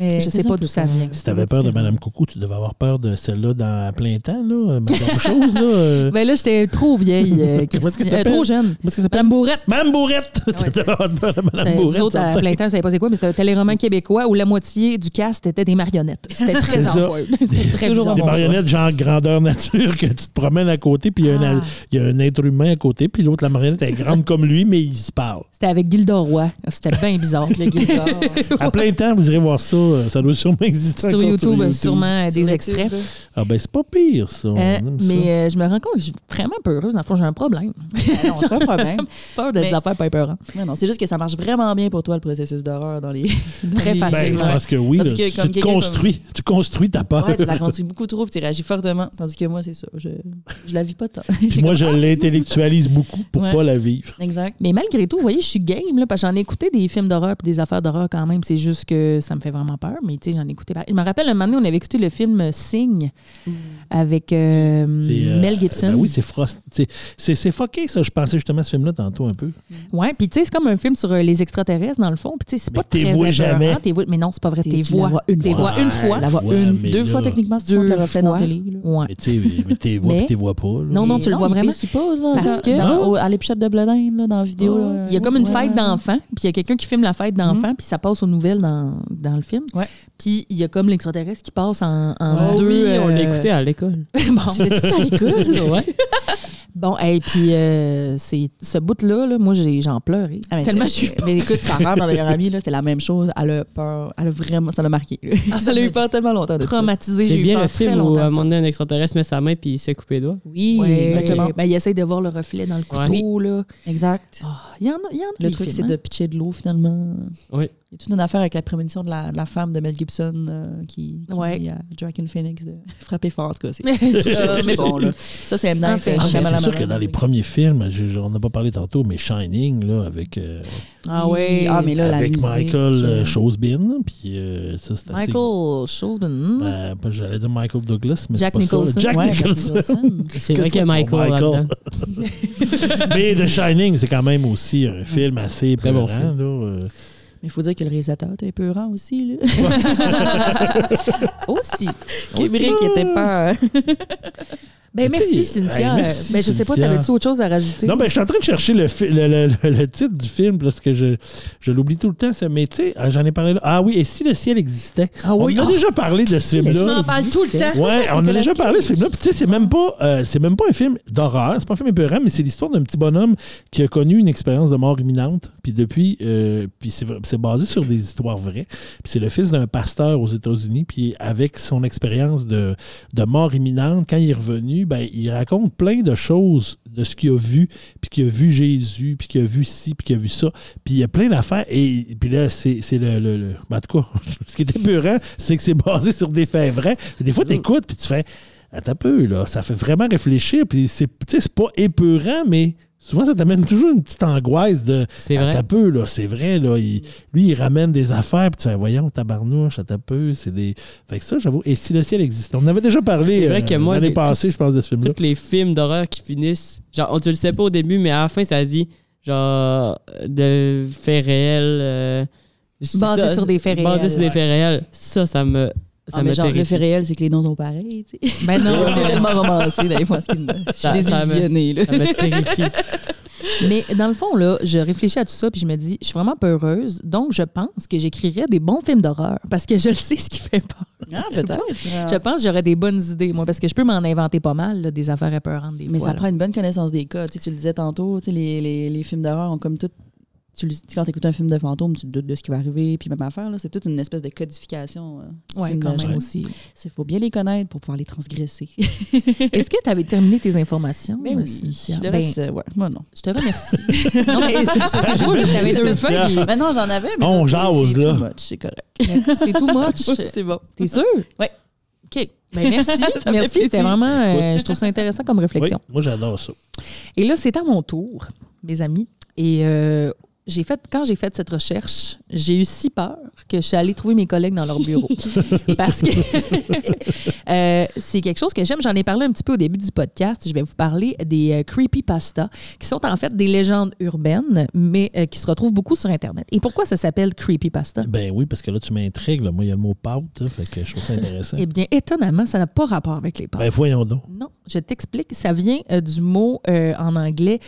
Speaker 6: Mais
Speaker 1: Je sais pas d'où ça vient.
Speaker 2: Si t'avais peur de Madame Coucou, tu devais avoir peur de celle-là dans à plein temps, là. euh, Madame Chose, là. euh,
Speaker 1: Ben là, j'étais trop vieille, euh,
Speaker 2: Comment est-ce que
Speaker 1: Christine.
Speaker 2: ça
Speaker 1: Euh,
Speaker 2: s'appelle?
Speaker 1: trop jeune.
Speaker 2: Comment est-ce que ça s'appelle?
Speaker 1: Madame Bourrette.
Speaker 2: Madame Bourrette! tu devais avoir peur de
Speaker 1: Ça,
Speaker 2: Madame Bourrette.
Speaker 1: vous autres, à
Speaker 2: certain.
Speaker 1: plein temps, vous savez pas c'est quoi, mais c'était un téléroman québécois où la moitié du cast était des marionnettes. C'était
Speaker 2: C'est
Speaker 1: très
Speaker 2: ça.
Speaker 1: awkward. C'était très bizarre.
Speaker 2: Des marionnettes genre grandeur nature que tu te promènes à côté, puis il y, a un-
Speaker 1: Ah.
Speaker 2: il y a un être humain à côté, puis l'autre, la marionnette, elle est grande comme lui, mais il se parle.
Speaker 1: C'était avec Gilda Roy. C'était bien bizarre.
Speaker 3: Le guitare.
Speaker 2: À plein temps, vous irez voir ça. euh, Ça doit sûrement exister
Speaker 1: sur,
Speaker 2: encore
Speaker 1: YouTube,
Speaker 2: sur YouTube.
Speaker 1: sûrement euh, des extraits.
Speaker 2: Ah ben, c'est pas pire, ça. On
Speaker 1: Euh,
Speaker 2: aime ça.
Speaker 1: mais euh, je me rends compte que je suis vraiment peureuse. Dans le fond, j'ai un problème.
Speaker 3: Ben Non, c'est pas un problème.
Speaker 1: Peur de des
Speaker 3: Mais-
Speaker 1: affaires pas épeurantes.
Speaker 3: Non, non, c'est juste que ça marche vraiment bien pour toi, le processus d'horreur dans les.
Speaker 1: Très
Speaker 2: Ben,
Speaker 3: Ben,
Speaker 2: je
Speaker 1: facilement.
Speaker 2: pense que oui.
Speaker 3: Tandis
Speaker 2: là,
Speaker 3: que
Speaker 2: tu-
Speaker 3: comme
Speaker 2: tu, te
Speaker 3: quelqu'un
Speaker 2: construis, tu construis ta peur.
Speaker 3: Ouais, tu la construis beaucoup trop, puis tu réagis fortement. Tandis que moi, c'est ça. Je, je la vis pas tant.
Speaker 2: Puis moi, je l'intellectualise beaucoup pour
Speaker 3: Ouais.
Speaker 2: pas la vivre.
Speaker 3: Exact.
Speaker 1: Mais malgré tout, vous voyez, je suis game, là, parce que j'en ai écouté des films d'horreur puis des affaires d'horreur quand même. C'est juste que ça me fait vraiment peur, mais tu sais, j'en ai écouté pareil. Je me rappelle un moment donné, on avait écouté le film euh, Signe
Speaker 3: Mm.
Speaker 1: avec euh,
Speaker 2: C'est, euh,
Speaker 1: Mel Gibson.
Speaker 2: Ben oui, c'est frost. c'est- C'est c'est fucké, ça. Je pensais justement à ce film-là tantôt un peu.
Speaker 1: Ouais, puis tu sais, c'est comme un film sur euh, les extraterrestres, dans le fond. Puis tu sais, c'est pas
Speaker 2: Mais t'es
Speaker 1: très
Speaker 2: vois
Speaker 1: épeurant.
Speaker 2: jamais.
Speaker 1: T'es vois- Mais non, c'est pas vrai.
Speaker 3: T'es-
Speaker 1: T'es
Speaker 3: tu la
Speaker 1: vois
Speaker 3: vois une
Speaker 1: T'es
Speaker 3: fois.
Speaker 1: vois une fois.
Speaker 3: Tu la vois
Speaker 2: Ouais,
Speaker 3: une,
Speaker 2: mais
Speaker 3: deux
Speaker 2: là-
Speaker 3: fois techniquement, si tu montres
Speaker 1: Deux
Speaker 3: le reflet dans
Speaker 1: fois.
Speaker 3: la télé. là.
Speaker 1: Ouais.
Speaker 2: Mais tu sais, mais t'es vois,
Speaker 1: Mais-
Speaker 2: puis t'es vois pas. là.
Speaker 1: Non, non, tu le
Speaker 3: Non,
Speaker 1: vois
Speaker 3: il
Speaker 1: vraiment.
Speaker 3: présuppose, là,
Speaker 1: Parce
Speaker 3: dans-
Speaker 1: que- Oh.
Speaker 3: dans- au- à l'épichette de Bledin, là, dans la vidéo. là.
Speaker 1: Il y a comme une
Speaker 3: Ouais. Mhm.
Speaker 1: fête d'enfants, puis il y a quelqu'un qui filme la fête d'enfants, puis ça passe aux nouvelles dans, dans le film.
Speaker 3: Ouais.
Speaker 1: Puis il y a comme l'extraterrestre qui passe en, en
Speaker 4: Oh
Speaker 1: deux.
Speaker 4: oui, on
Speaker 1: euh,
Speaker 4: l'écoutait à l'école.
Speaker 1: bon.
Speaker 4: l'écoutais à l'école, ouais.
Speaker 1: Bon, et puis euh, c'est ce bout-là, là, moi, j'ai- j'en pleuré.
Speaker 3: Ah, mais-
Speaker 1: Tellement je suis.
Speaker 3: Mais écoute, sa mère, ma meilleure amie, là, c'était la même chose. Elle a peur. Elle a vraiment. Ça l'a marqué.
Speaker 1: Ah,
Speaker 3: ça l'a eu peur tellement longtemps de ça.
Speaker 1: Traumatisée.
Speaker 4: C'est
Speaker 1: j'ai eu
Speaker 4: bien
Speaker 1: peur
Speaker 4: le
Speaker 1: très
Speaker 4: film où
Speaker 1: longtemps
Speaker 4: à un
Speaker 1: de ça.
Speaker 4: moment donné, un extraterrestre met sa main puis il s'est coupé les doigts.
Speaker 1: Oui,
Speaker 3: Ouais, exactement.
Speaker 1: Ben, il essaye de voir le reflet dans le
Speaker 4: Ouais.
Speaker 1: couteau. Là.
Speaker 3: Exact.
Speaker 1: Ah, il y en a, il y en a
Speaker 3: Le
Speaker 1: des
Speaker 3: truc, c'est
Speaker 1: films,
Speaker 3: de
Speaker 1: hein.
Speaker 3: pitcher de l'eau, finalement.
Speaker 4: Oui.
Speaker 3: Il y a toute une affaire avec la prémonition de la, de la femme de Mel Gibson euh, qui, qui
Speaker 1: Ouais.
Speaker 3: dit à Joaquin Phoenix de frapper fort. En tout cas, c'est
Speaker 1: euh, Mais-
Speaker 3: ça. mais bon, là, ça, c'est M. Night,
Speaker 1: Ah, mais
Speaker 3: euh,
Speaker 2: Ah, mais
Speaker 3: Shyamalan
Speaker 2: c'est sûr que
Speaker 3: Marin.
Speaker 2: dans les premiers films, je- je- on n'a pas parlé tantôt, mais Shining, là, avec, euh,
Speaker 1: Ah oui.
Speaker 3: Ah, mais là, la
Speaker 2: avec
Speaker 3: musique.
Speaker 2: Michael
Speaker 3: euh,
Speaker 2: euh, Chosbin, puis euh, ça, c'est assez...
Speaker 1: Michael Chosman.
Speaker 2: Ben, ben, J'allais dire Michael Douglas, mais
Speaker 1: Jack
Speaker 2: c'est pas ça, là.
Speaker 1: Nicholson.
Speaker 2: Jack
Speaker 3: ouais,
Speaker 2: Nicholson.
Speaker 4: C'est vrai qu'il y a
Speaker 2: Pour
Speaker 4: Michael
Speaker 2: Michael.
Speaker 4: là-dedans.
Speaker 2: mais The Shining, c'est quand même aussi un film assez euh.
Speaker 4: Très bon
Speaker 2: bon
Speaker 4: film.
Speaker 3: Mais il faut dire que le réalisateur était peurant aussi. Là.
Speaker 1: Aussi.
Speaker 3: Kubrick était pas.
Speaker 1: Ben,
Speaker 2: Tu sais,
Speaker 1: merci, Cynthia.
Speaker 2: hey, merci,
Speaker 1: ben, je sais pas,
Speaker 2: Cynthia.
Speaker 1: t'avais-tu autre chose à rajouter?
Speaker 2: Non, mais je suis en train de chercher le, fi- le, le- le- le titre du film parce que je, je l'oublie tout le temps. ça. Mais tu sais, ah, j'en ai parlé là. Ah oui, et si le ciel existait?
Speaker 1: Ah oui,
Speaker 2: on a
Speaker 1: oh.
Speaker 2: déjà parlé de ce film-là.
Speaker 1: parle tout le temps.
Speaker 2: Ouais, on a déjà parlé de ce film-là. Puis tu sais, c'est même pas, euh, c'est même pas un film d'horreur. C'est pas un film épeurant, mais c'est l'histoire d'un petit bonhomme qui a connu une expérience de mort imminente. Puis depuis, euh, puis c'est, c'est basé sur des histoires vraies. Puis c'est le fils d'un pasteur aux États-Unis. Puis avec son expérience de, de mort imminente, quand il est revenu, ben il raconte plein de choses de ce qu'il a vu, puis qu'il a vu Jésus, puis qu'il a vu ci, puis qu'il a vu ça. Puis il y a plein d'affaires. Et puis là, c'est c'est le. le, le- ben, en tout cas, ce qui est épeurant, c'est que c'est basé sur des faits vrais. Des fois, tu écoutes, puis tu fais. Attends un peu, là. Ça fait vraiment réfléchir. Puis c'est tu sais, c'est pas épeurant, mais. Souvent, ça t'amène toujours une petite angoisse de.
Speaker 4: C'est
Speaker 2: Attends
Speaker 4: vrai.
Speaker 2: un peu, là, c'est vrai, là. il- lui, il ramène des affaires, puis tu fais, voyons, tabarnouche, attends un peu, c'est des. Fait que ça, j'avoue. Et si le ciel existait? On en avait déjà parlé euh,
Speaker 4: C'est vrai que moi,
Speaker 2: l'année
Speaker 4: les-
Speaker 2: passée,
Speaker 4: tous-
Speaker 2: je pense, de ce film-là.
Speaker 4: Tous les films d'horreur qui finissent, genre, on, tu le sais pas au début, mais à la fin, ça dit, genre, de faits réels. euh,
Speaker 1: Basé
Speaker 4: ça-
Speaker 1: sur des faits
Speaker 4: Basé
Speaker 1: réels.
Speaker 4: sur des faits réels. Ça, ça me. Ça
Speaker 3: Ah,
Speaker 4: me
Speaker 3: mais genre, le
Speaker 4: terrifie.
Speaker 3: fait réel, c'est que les noms sont pareils. tu sais.
Speaker 1: Ben non.
Speaker 3: C'est tellement romancé, d'ailleurs. moi, ce qui me- Je suis
Speaker 4: Ça- ça me-
Speaker 3: désillusionnée. là.
Speaker 4: Ça me terrifie.
Speaker 1: Mais dans le fond, là, je réfléchis à tout ça puis je me dis, je suis vraiment peureuse, donc je pense que j'écrirais des bons films d'horreur parce que je le sais ce qui fait peur.
Speaker 3: Ah,
Speaker 1: C'est
Speaker 3: peut-être.
Speaker 1: Je pense que j'aurais des bonnes idées, moi, parce que je peux m'en inventer pas mal, là, des affaires épeurantes des
Speaker 3: Mais
Speaker 1: fois.
Speaker 3: ça
Speaker 1: là.
Speaker 3: prend une bonne connaissance des cas. Tu, sais, tu le disais tantôt, tu sais, les, les, les films d'horreur ont comme tout. Tu le, tu sais, quand tu écoutes un film de fantôme, tu te doutes de ce qui va arriver, puis même affaire. là. C'est toute une espèce de codification. euh, du
Speaker 1: Ouais,
Speaker 3: film
Speaker 1: quand
Speaker 3: d'horreur.
Speaker 1: même aussi.
Speaker 3: Il faut bien les connaître pour pouvoir les transgresser.
Speaker 1: Est-ce que tu avais terminé tes informations,
Speaker 3: Mais oui,
Speaker 1: Cynthia?
Speaker 3: le
Speaker 1: Ben,
Speaker 3: reste, euh, ouais, moi non.
Speaker 1: je te remercie. non, mais c'est parce que moi, je
Speaker 2: C'est
Speaker 1: t'avais deux
Speaker 2: ça.
Speaker 1: feuilles.
Speaker 3: Mais non, j'en avais, mais
Speaker 2: On
Speaker 3: là, c'est-
Speaker 2: jase,
Speaker 3: c'est
Speaker 2: là.
Speaker 3: too much, c'est correct.
Speaker 1: C'est too much.
Speaker 3: c'est bon.
Speaker 1: T'es sûr?
Speaker 3: Oui.
Speaker 1: OK. Ben, merci.
Speaker 3: fait
Speaker 1: merci. C'était
Speaker 3: plaisir.
Speaker 1: vraiment, euh, je trouve ça intéressant comme
Speaker 2: Oui,
Speaker 1: réflexion.
Speaker 2: moi, j'adore ça.
Speaker 1: Et là, c'est à mon tour, mes amis. Et euh, j'ai fait, quand j'ai fait cette recherche, j'ai eu si peur que je suis allée trouver mes collègues dans leur bureau. Parce que euh, c'est quelque chose que j'aime. J'en ai parlé un petit peu au début du podcast. Je vais vous parler des euh, creepypasta, qui sont en fait des légendes urbaines, mais euh, qui se retrouvent beaucoup sur Internet. Et pourquoi ça s'appelle creepypasta?
Speaker 2: Ben oui, parce que là, tu m'intrigues. là. Moi, il y a le mot pâte, hein, fait que je trouve ça intéressant.
Speaker 1: Eh bien, étonnamment, ça n'a pas rapport avec les peurs.
Speaker 2: Ben voyons donc.
Speaker 1: Non, je t'explique. Ça vient euh, du mot euh, en anglais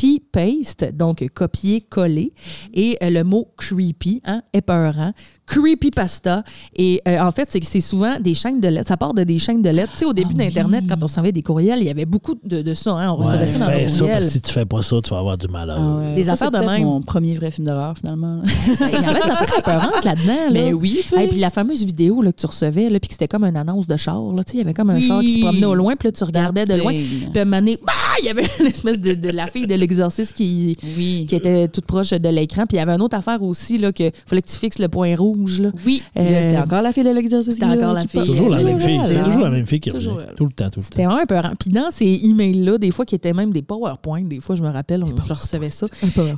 Speaker 1: copy-paste, donc euh, copier-coller,
Speaker 2: Mm-hmm.
Speaker 1: et euh, le mot creepy, hein, épeurant, creepypasta. Et euh, en fait, c'est que c'est souvent des chaînes de lettres. Ça part de des chaînes de lettres. Tu sais, au
Speaker 2: Ah
Speaker 1: début d'Internet, quand on s'envoyait des courriels, il y avait beaucoup de, de ça. hein. on
Speaker 2: Ouais,
Speaker 1: recevait ça dans
Speaker 2: fais
Speaker 1: nos
Speaker 2: ça, parce
Speaker 1: courriels.
Speaker 2: que si tu fais pas ça, tu vas avoir du malheur.
Speaker 4: Ah
Speaker 1: Des
Speaker 3: Ah Ça,
Speaker 1: affaires
Speaker 3: c'est
Speaker 1: de
Speaker 3: peut-être
Speaker 1: même.
Speaker 3: mon premier vrai film d'horreur, finalement.
Speaker 1: Il y avait des affaires épeurantes là-dedans. là.
Speaker 2: Ben
Speaker 3: oui,
Speaker 1: Et puis la fameuse vidéo là, que tu recevais, là, puis que c'était comme une annonce de char. là. Tu sais, Il y avait comme un
Speaker 3: Oui.
Speaker 1: char qui se promenait au loin, puis là, tu regardais de loin.
Speaker 3: Darling.
Speaker 1: Puis à un moment donné, bah, il y avait l'espèce de, de la fille de l'exorciste qui,
Speaker 3: Oui.
Speaker 1: qui était toute proche de l'écran. Puis il y avait une autre affaire aussi, là, que fallait que tu fixes le point rouge. Là.
Speaker 3: Oui.
Speaker 1: Euh,
Speaker 3: C'était encore la fille de l'exercice.
Speaker 1: c'était encore la fille.
Speaker 2: Toujours la
Speaker 1: Toujours
Speaker 2: même fille.
Speaker 1: elle,
Speaker 2: C'est
Speaker 1: hein.
Speaker 2: toujours la même fille qui
Speaker 3: Toujours
Speaker 2: revient.
Speaker 3: elle.
Speaker 2: Tout le temps, tout le
Speaker 1: C'était
Speaker 2: temps.
Speaker 1: vraiment épeurant. Puis dans ces emails-là, des fois, qui étaient même des PowerPoints, des fois, je me rappelle, on, je recevais ça.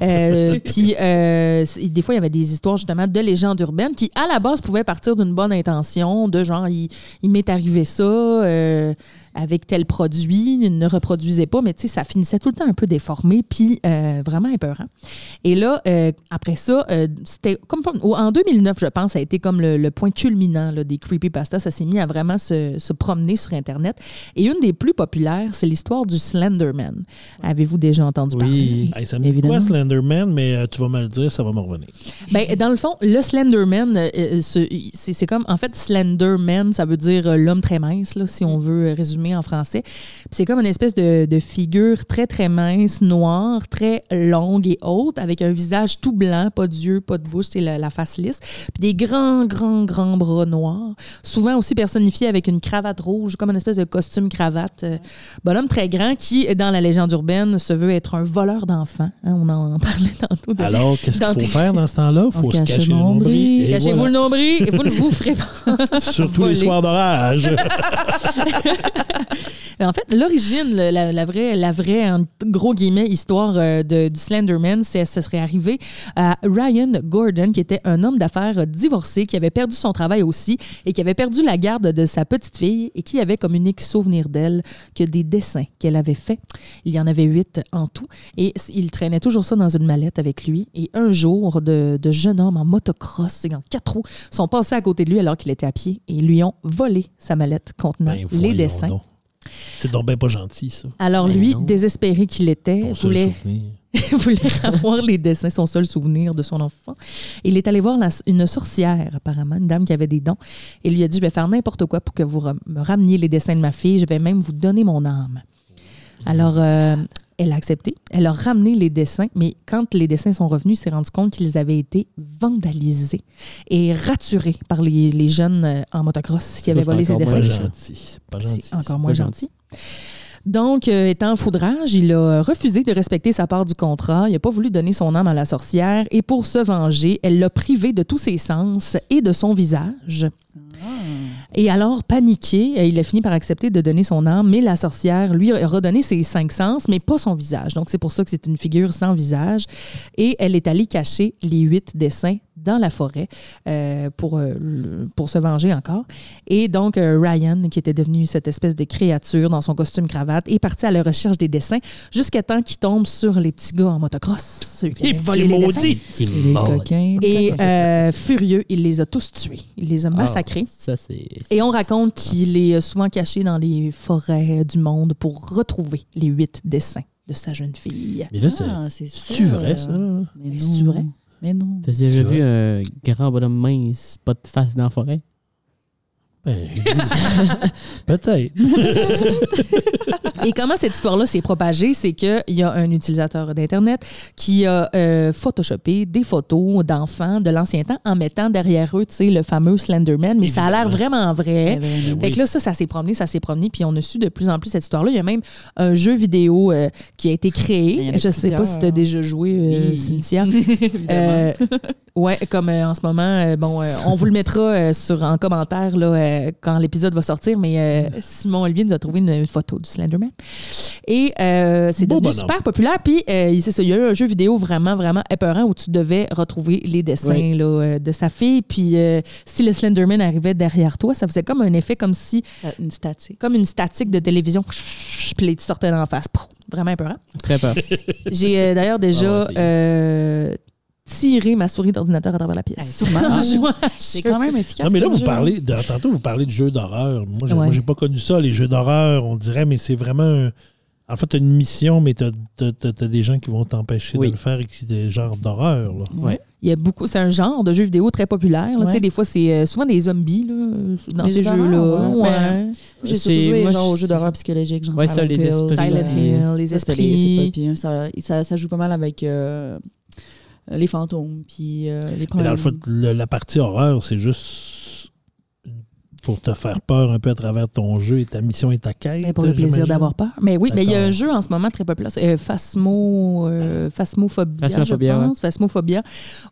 Speaker 1: Euh, puis euh, c- des fois, il y avait des histoires justement de légendes urbaines qui, à la base, pouvaient partir d'une bonne intention, de genre, il, il m'est arrivé ça euh, avec tel produit, ne reproduisez pas, mais tu sais, ça finissait tout le temps un peu déformé, puis euh, vraiment épeurant. Et là, euh, après ça, euh, c'était comme au- en 2009, je pense, ça a été comme le, le point culminant là, des creepypastas. Ça s'est mis à vraiment se, se promener sur Internet. Et une des plus populaires, c'est l'histoire du Slenderman. Avez-vous déjà entendu parler?
Speaker 4: Oui.
Speaker 2: Hey, ça me dit
Speaker 1: Évidemment.
Speaker 2: quoi, Slenderman, mais euh, tu vas me le dire, ça va me revenir.
Speaker 1: Ben, dans le fond, le Slenderman, euh, euh, ce- c'est c'est comme, en fait, Slenderman, ça veut dire euh, l'homme très mince, là, si on veut euh, résumer donné en français. Puis c'est comme une espèce de, de figure très, très mince, noire, très longue et haute, avec un visage tout blanc, pas d'yeux, pas de bouche, c'est la, la face lisse. Puis des grands, grands, grands bras noirs, souvent aussi personnifié avec une cravate rouge, comme une espèce de costume-cravate. euh, Bonhomme très grand qui, dans la légende urbaine, se veut être un voleur d'enfants. Hein, on en parlait tantôt de
Speaker 2: Alors, qu'est-ce
Speaker 1: Ben, Dans
Speaker 2: qu'il
Speaker 1: tes-
Speaker 2: faut faire dans ce temps-là?
Speaker 1: On
Speaker 2: faut
Speaker 1: se
Speaker 2: se
Speaker 1: cache
Speaker 2: cacher le nombril. Et
Speaker 1: Cachez-vous
Speaker 2: voilà.
Speaker 1: le nombril et vous ne vous ferez pas.
Speaker 2: Surtout
Speaker 1: voler.
Speaker 2: les soirs d'orage.
Speaker 1: Euh, En fait, l'origine, le- la, la vraie, la vraie, en gros guillemets, histoire euh, de, du Slenderman, c'est, ce serait arrivé à Ryan Gordon, qui était un homme d'affaires divorcé, qui avait perdu son travail aussi et qui avait perdu la garde de sa petite fille et qui avait comme unique souvenir d'elle que des dessins qu'elle avait faits. Il y en avait huit en tout et s- il traînait toujours ça dans une mallette avec lui. Et un jour, de, de jeunes hommes en motocross et en quatre roues sont passés à côté de lui alors qu'il était à pied et lui ont volé sa mallette contenant
Speaker 2: Ben,
Speaker 1: les
Speaker 2: voyons
Speaker 1: dessins.
Speaker 2: donc. C'est donc ben pas gentil, ça.
Speaker 1: Alors
Speaker 4: Mais
Speaker 1: lui,
Speaker 4: Ben non.
Speaker 1: désespéré qu'il était,
Speaker 2: Ton seul
Speaker 1: voulait,
Speaker 2: souvenir.
Speaker 1: voulait avoir les dessins, son seul souvenir de son enfant. Il est allé voir la- une sorcière, apparemment, une dame qui avait des dons, et lui a dit, je vais faire n'importe quoi pour que vous re- me rameniez les dessins de ma fille, je vais même vous donner mon âme. Alors, euh, elle a accepté, elle a ramené les dessins, mais quand les dessins sont revenus, il s'est rendu compte qu'ils avaient été vandalisés et raturés par les, les jeunes euh, en motocross qui avaient
Speaker 4: c'est
Speaker 1: volé ces
Speaker 4: encore
Speaker 2: C'est
Speaker 4: moins
Speaker 1: dessins.
Speaker 2: pas
Speaker 4: gentil.
Speaker 2: gentil. C'est pas gentil.
Speaker 1: C'est encore
Speaker 2: ça.
Speaker 1: moins
Speaker 4: pas
Speaker 1: gentil. Donc, euh, étant en foudrage, il a refusé de respecter sa part du contrat. Il n'a pas voulu donner son âme à la sorcière. Et pour se venger, elle l'a privé de tous ses sens et de son visage. Et alors, paniqué, euh, il a fini par accepter de donner son âme, mais la sorcière lui a redonné ses cinq sens, mais pas son visage. Donc, c'est pour ça que c'est une figure sans visage. Et elle est allée cacher les huit dessins dans la forêt euh, pour, euh, le- pour se venger encore. Et donc, euh, Ryan, qui était devenu cette espèce de créature dans son costume cravate, est parti à la recherche des dessins jusqu'à temps qu'il tombe sur les petits gars en motocross, ceux qui
Speaker 2: Les
Speaker 1: avaient volé
Speaker 2: petits
Speaker 1: les dessins.
Speaker 2: maudits!
Speaker 4: Petit
Speaker 7: Les
Speaker 4: mort.
Speaker 7: coquins.
Speaker 1: Et euh, furieux, il les a tous tués. Il
Speaker 2: Ah.
Speaker 1: les a massacrés.
Speaker 4: Ah, Ça, c'est.
Speaker 1: Ah, Et on raconte qu'il est euh, souvent caché dans les forêts du monde pour retrouver les huit dessins de sa jeune fille.
Speaker 2: Mais là, c'est-
Speaker 3: Ah, c'est ça.
Speaker 2: c'est-tu vrai, ça?
Speaker 3: Mais
Speaker 1: Est-ce que
Speaker 3: non.
Speaker 1: euh, vrai?
Speaker 3: Mais non.
Speaker 4: T'as déjà vu un grand bonhomme mince, pas de face dans la forêt?
Speaker 2: Ben, Peut-être.
Speaker 1: Et comment cette histoire-là s'est propagée, c'est qu'il y a un utilisateur d'Internet qui a euh, photoshopé des photos d'enfants de l'ancien temps en mettant derrière eux, tu sais, le fameux Slenderman, mais ça a l'air vraiment
Speaker 3: Eh
Speaker 1: vrai.
Speaker 3: ben,
Speaker 1: Fait que là, ça, ça s'est promené, ça s'est promené, puis on a su de plus en plus cette histoire-là. Il y a même un jeu vidéo euh, qui a été
Speaker 3: Il y en
Speaker 1: créé.
Speaker 3: a
Speaker 1: Je sais pas
Speaker 3: plusieurs,
Speaker 1: si tu as
Speaker 3: hein.
Speaker 1: déjà joué, euh,
Speaker 3: Oui.
Speaker 1: Cynthia. Euh, ouais, comme euh, en ce moment, euh, bon, euh, on vous le mettra euh, sur, en commentaire là, euh, quand l'épisode va sortir, mais euh, Simon Olivier nous a trouvé une, une photo du Slenderman. Et euh, c'est
Speaker 2: Bon
Speaker 1: devenu
Speaker 2: bonhomme.
Speaker 1: super populaire. Puis, euh, c'est ça, il y a eu un jeu vidéo vraiment, vraiment épeurant où tu devais retrouver les dessins
Speaker 4: Oui.
Speaker 1: là, euh, de sa fille. Puis, euh, si le Slenderman arrivait derrière toi, ça faisait comme un effet comme si,
Speaker 3: Une statique.
Speaker 1: comme une statique de télévision. Puis, les- tu sortais d'en face. Pouf! Vraiment épeurant.
Speaker 4: Très peur.
Speaker 1: J'ai euh, d'ailleurs déjà
Speaker 4: Ah ouais, c'est-
Speaker 1: euh, tiré ma souris d'ordinateur à travers la pièce.
Speaker 3: Eh, sûrement.
Speaker 1: En jouant à
Speaker 3: C'est
Speaker 1: jeu.
Speaker 3: quand même efficace.
Speaker 2: Non, mais là,
Speaker 3: comme
Speaker 2: vous
Speaker 3: jeu.
Speaker 2: parlez, de- tantôt, vous parlez de jeux d'horreur. Moi, j'ai-
Speaker 1: Ouais.
Speaker 2: moi, j'ai pas connu ça, les jeux d'horreur, on dirait, mais c'est vraiment. un- En fait, t'as une mission, mais t'as as, des gens qui vont t'empêcher
Speaker 4: Oui.
Speaker 2: de le faire et qui des genres d'horreur. là.
Speaker 4: Ouais.
Speaker 1: Il y a beaucoup, c'est un genre de jeu vidéo très populaire. là.
Speaker 3: Ouais.
Speaker 1: Tu sais, des fois, c'est euh, souvent des zombies là, euh, dans
Speaker 3: Les
Speaker 1: ces
Speaker 3: jeux
Speaker 1: jeux-là.
Speaker 3: d'horreur, ouais.
Speaker 1: Ouais.
Speaker 3: J'ai
Speaker 4: C'est-
Speaker 3: surtout joué
Speaker 4: moi,
Speaker 3: genre, aux
Speaker 4: je-
Speaker 3: jeux d'horreur psychologique, genre
Speaker 4: Ouais, ça, les
Speaker 3: Silent Hills,
Speaker 4: esprits.
Speaker 3: euh,
Speaker 1: Silent Hill, les
Speaker 3: Ça, c'était les- c'est pas
Speaker 1: esprits.
Speaker 3: pire. Ça, ça, ça joue pas mal avec euh, les fantômes, puis euh, les
Speaker 2: Mais dans
Speaker 3: problèmes.
Speaker 2: le fait, le- la partie horreur, c'est juste pour te faire peur un peu à travers ton jeu et ta mission et ta quête.
Speaker 1: Mais Ben, pour le plaisir
Speaker 2: j'imagine.
Speaker 1: d'avoir peur. Mais oui, mais il y a
Speaker 2: D'accord.
Speaker 1: un jeu en ce moment très populaire, c'est, euh, Phasmo, euh, Phasmophobia,
Speaker 4: Phasmophobia,
Speaker 1: je pense, Phasmophobia,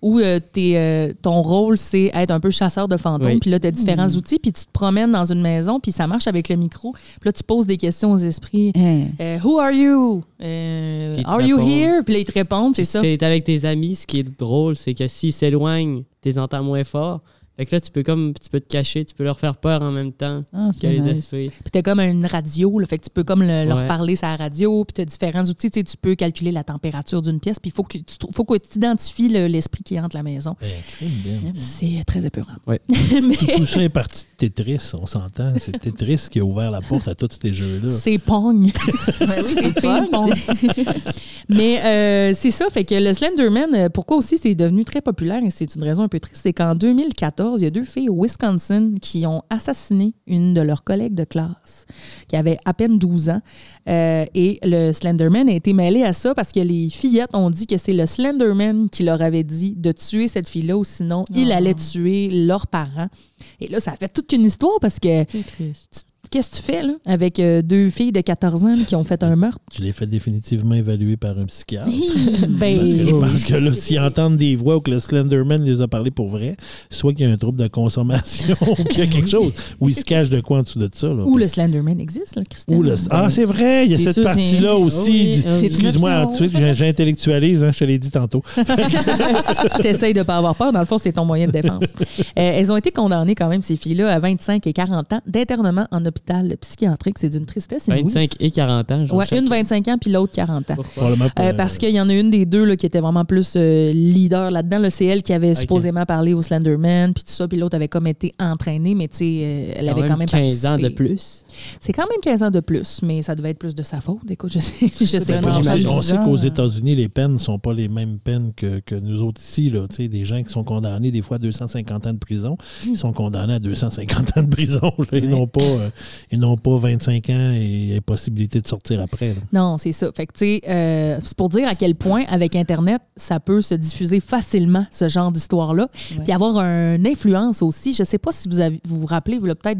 Speaker 1: où euh, t'es, euh, ton rôle, c'est être un peu chasseur de fantômes,
Speaker 4: Oui.
Speaker 1: puis là, tu as différents outils, puis tu te promènes dans une maison, puis ça marche avec le micro, puis là, tu poses des questions aux esprits.
Speaker 3: Hein.
Speaker 1: Euh, who are you? Euh,
Speaker 4: Puis ils te
Speaker 1: are you
Speaker 4: répondent.
Speaker 1: here? Puis là, ils te répondent, c'est
Speaker 4: Si
Speaker 1: ça.
Speaker 4: t'es avec tes amis, ce qui est drôle, c'est que s'ils s'éloignent, t'es entends moins fort. Fait que là, tu peux comme tu peux te cacher, tu peux leur faire peur en même temps
Speaker 3: Ah,
Speaker 4: que
Speaker 3: c'est
Speaker 4: les
Speaker 3: nice.
Speaker 4: esprits.
Speaker 1: Puis t'as comme une radio, là, fait que tu peux comme le- leur
Speaker 4: Ouais.
Speaker 1: parler sur la radio, puis t'as différents outils, tu sais, tu peux calculer la température d'une pièce, puis il faut que tu trou- faut que tu identifies le- l'esprit qui entre la maison.
Speaker 2: Ben, crime,
Speaker 3: Mmh.
Speaker 2: ben.
Speaker 1: C'est très épeurant.
Speaker 4: Ouais.
Speaker 1: Mais
Speaker 2: Tout ça est parti de Tetris, on s'entend. C'est Tetris qui a ouvert la porte à tous ces jeux-là.
Speaker 1: c'est pong.
Speaker 3: Ben oui,
Speaker 1: C'est
Speaker 3: c'est pas
Speaker 1: ping-pong. Mais euh, c'est ça, fait que le Slenderman, euh, pourquoi aussi c'est devenu très populaire et c'est une raison un peu triste, c'est qu'en 2014, 2014, il y a deux filles au Wisconsin qui ont assassiné une de leurs collègues de classe qui avait à peine 12 ans. Euh, et le Slenderman a été mêlé à ça parce que les fillettes ont dit que c'est le Slenderman qui leur avait dit de tuer cette fille-là ou sinon il
Speaker 3: Ah.
Speaker 1: allait tuer leurs parents. Et là, ça a fait toute une histoire parce que qu'est-ce que tu fais là, avec euh, deux filles de 14 ans là, qui ont fait un meurtre?
Speaker 2: Tu les fais définitivement évaluer par un psychiatre.
Speaker 1: ben,
Speaker 2: Parce que je pense que là, s'ils entendent des voix ou que le Slenderman les a parlé pour vrai, soit qu'il y a un trouble de consommation ou qu'il y a quelque chose, ou il se cache de quoi en dessous de ça. Là.
Speaker 1: Où le Slenderman existe, là, Christine?
Speaker 2: Ou le- Ah, c'est vrai, il y a
Speaker 1: C'est
Speaker 2: cette
Speaker 1: sûr, c'est-
Speaker 2: partie-là aussi.
Speaker 4: oui,
Speaker 2: du-
Speaker 4: oui.
Speaker 2: Excuse-moi,
Speaker 1: C'est
Speaker 2: tu sais, j'ai- j'intellectualise, hein, je te l'ai dit tantôt.
Speaker 1: T'essayes de pas avoir peur. Dans le fond, c'est ton moyen de défense. Euh, elles ont été condamnées quand même, ces filles-là, à 25 et 40 ans d'internement en hôpital psychiatrique. C'est d'une tristesse inouïe.
Speaker 4: 25 et 40 ans. genre,
Speaker 1: Ouais,
Speaker 4: chaque-
Speaker 1: une 25 ans, puis l'autre 40 ans.
Speaker 4: Pourquoi?
Speaker 2: Probablement pour,
Speaker 1: Euh,
Speaker 2: euh,
Speaker 1: parce qu'il y en a une des deux là, qui était vraiment plus euh, leader là-dedans. Là, c'est elle qui avait supposément parlé au Slenderman, puis tout ça, puis l'autre avait comme été entraînée, mais tu sais, euh, elle avait quand même
Speaker 4: 15 ans de
Speaker 1: participé.
Speaker 4: plus.
Speaker 1: C'est quand même 15 ans de plus, mais ça devait être plus de sa faute. Écoute, je sais, je sais
Speaker 2: Ben,
Speaker 1: pas.
Speaker 2: on
Speaker 4: j'imagine.
Speaker 2: sait, on sait qu'aux
Speaker 1: États-Unis.
Speaker 2: États-Unis, les peines ne sont pas les mêmes peines que, que nous autres ici. Là. Tu sais, Des gens qui sont condamnés des fois à 250 ans de prison, ils sont condamnés à 250 ans de prison. là. Ils n'ont pas, euh, ils n'ont pas 25 ans et, et possibilité de sortir après. là.
Speaker 1: Non, c'est ça. Fait que, tu sais, euh, c'est pour dire à quel point, avec Internet, ça peut se diffuser facilement, ce genre d'histoire-là. Puis avoir une influence aussi. Je sais pas si vous avez- vous, vous rappelez, vous peut-être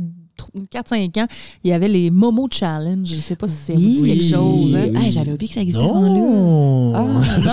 Speaker 1: 4-5 ans, il y avait les Momo Challenge. Je sais pas si c'est vous dit
Speaker 4: Oui.
Speaker 1: quelque chose. hein.
Speaker 4: Oui.
Speaker 5: Ah, j'avais oublié que ça existait avant là.
Speaker 2: Non!
Speaker 3: Ah,
Speaker 1: Ah,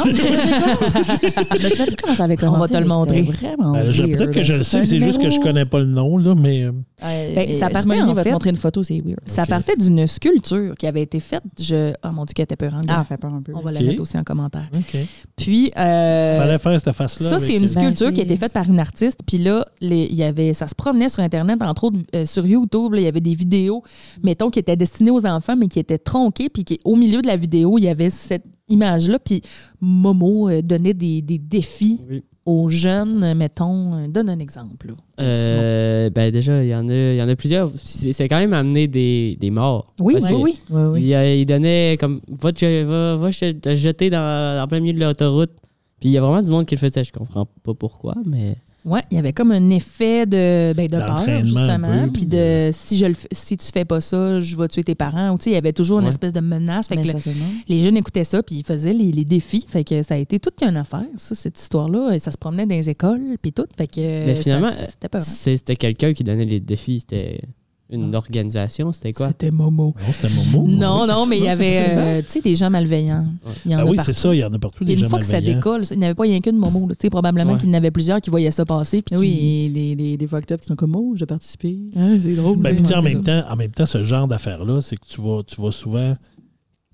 Speaker 5: Je sais pas comment ça avait commencé.
Speaker 1: On va te le
Speaker 5: mais c'était
Speaker 1: montrer.
Speaker 5: Vraiment.
Speaker 2: Ben, je-
Speaker 5: weird.
Speaker 2: Peut-être que je le sais, mais c'est juste que je connais pas le nom. Là, mais euh,
Speaker 3: Ouais,
Speaker 1: Ben,
Speaker 3: mais
Speaker 1: ça permet,
Speaker 3: Simone
Speaker 1: en
Speaker 3: va
Speaker 1: fait-
Speaker 3: te montrer une photo, c'est weird.
Speaker 1: Ça partait d'une sculpture qui avait été faite. Je... Oh mon Dieu, qu'elle était peurante.
Speaker 3: Ah, fait peur un peu.
Speaker 1: On va la
Speaker 2: Ok.
Speaker 1: mettre aussi en commentaire.
Speaker 2: OK.
Speaker 1: Puis. euh,
Speaker 2: fallait faire cette face-là.
Speaker 1: Ça,
Speaker 2: avec,
Speaker 1: c'est une
Speaker 2: euh,
Speaker 1: sculpture
Speaker 3: Ben,
Speaker 1: qui a été faite par une artiste. Puis là, les- il y avait, ça se promenait sur Internet, entre autres euh, sur YouTube. là, Il y avait des vidéos, mettons, qui étaient destinées aux enfants, mais qui étaient tronquées. Puis qui- au milieu de la vidéo, il y avait cette image-là. Puis Momo euh, donnait des, des défis
Speaker 4: Oui.
Speaker 1: aux jeunes, euh, mettons. euh, Donne un exemple. là.
Speaker 4: Euh, ben déjà, il y en a, il y en a plusieurs. C'est c'est quand même amené des, des morts.
Speaker 1: Oui,
Speaker 4: Parce
Speaker 1: oui,
Speaker 4: que
Speaker 1: oui.
Speaker 4: Il, y a- il donnait comme va te, va, va je- te jeter dans, dans plein milieu de l'autoroute. Puis il y a vraiment du monde qui le faisait. Je comprends pas pourquoi, mais
Speaker 1: Ouais, il y avait comme un effet de, ben, de peur,
Speaker 2: D'entraînement un
Speaker 1: justement.
Speaker 2: peu.
Speaker 1: Puis de si, je le, fais- si tu fais pas ça, je vais tuer tes parents. Ou, tu sais, il y avait toujours une
Speaker 4: Ouais.
Speaker 1: espèce de menace. Fait que le-
Speaker 3: Mais ça se demande.
Speaker 1: les jeunes écoutaient ça, puis ils faisaient les, les défis. Fait que ça a été toute une affaire, ça, cette histoire-là. Et Ça se promenait dans les écoles, puis tout. Fait que euh,
Speaker 4: finalement,
Speaker 1: ça, c'était pas
Speaker 4: c'est- c'était quelqu'un qui donnait les défis. C'était
Speaker 1: Ah.
Speaker 4: une organisation. C'était quoi?
Speaker 1: C'était Momo.
Speaker 2: Non, c'était Momo.
Speaker 1: Non, non,
Speaker 2: Oui, c'est
Speaker 1: mais il y
Speaker 2: ça.
Speaker 1: avait, euh, tu sais, des gens malveillants.
Speaker 4: Ouais.
Speaker 1: Il y en
Speaker 2: Ah
Speaker 1: a
Speaker 2: oui,
Speaker 1: partout.
Speaker 2: c'est ça, il y en a partout
Speaker 1: Puis
Speaker 2: des
Speaker 1: une
Speaker 2: gens
Speaker 1: fois que ça
Speaker 2: malveillants.
Speaker 1: décolle, il n'y avait pas rien qu'une Momo. là. Tu sais, probablement
Speaker 4: Ouais.
Speaker 1: qu'il y en avait plusieurs qui voyaient ça passer. Puis qui-
Speaker 3: Oui, des, des, des fucked up qui sont comme, oh, j'ai participé.
Speaker 1: Hein, c'est drôle.
Speaker 2: Ben,
Speaker 1: là.
Speaker 2: puis tu sais, en,
Speaker 1: Ouais,
Speaker 2: même
Speaker 1: c'est
Speaker 2: temps, en même temps, ce genre d'affaires-là, c'est que tu vas, tu vas souvent.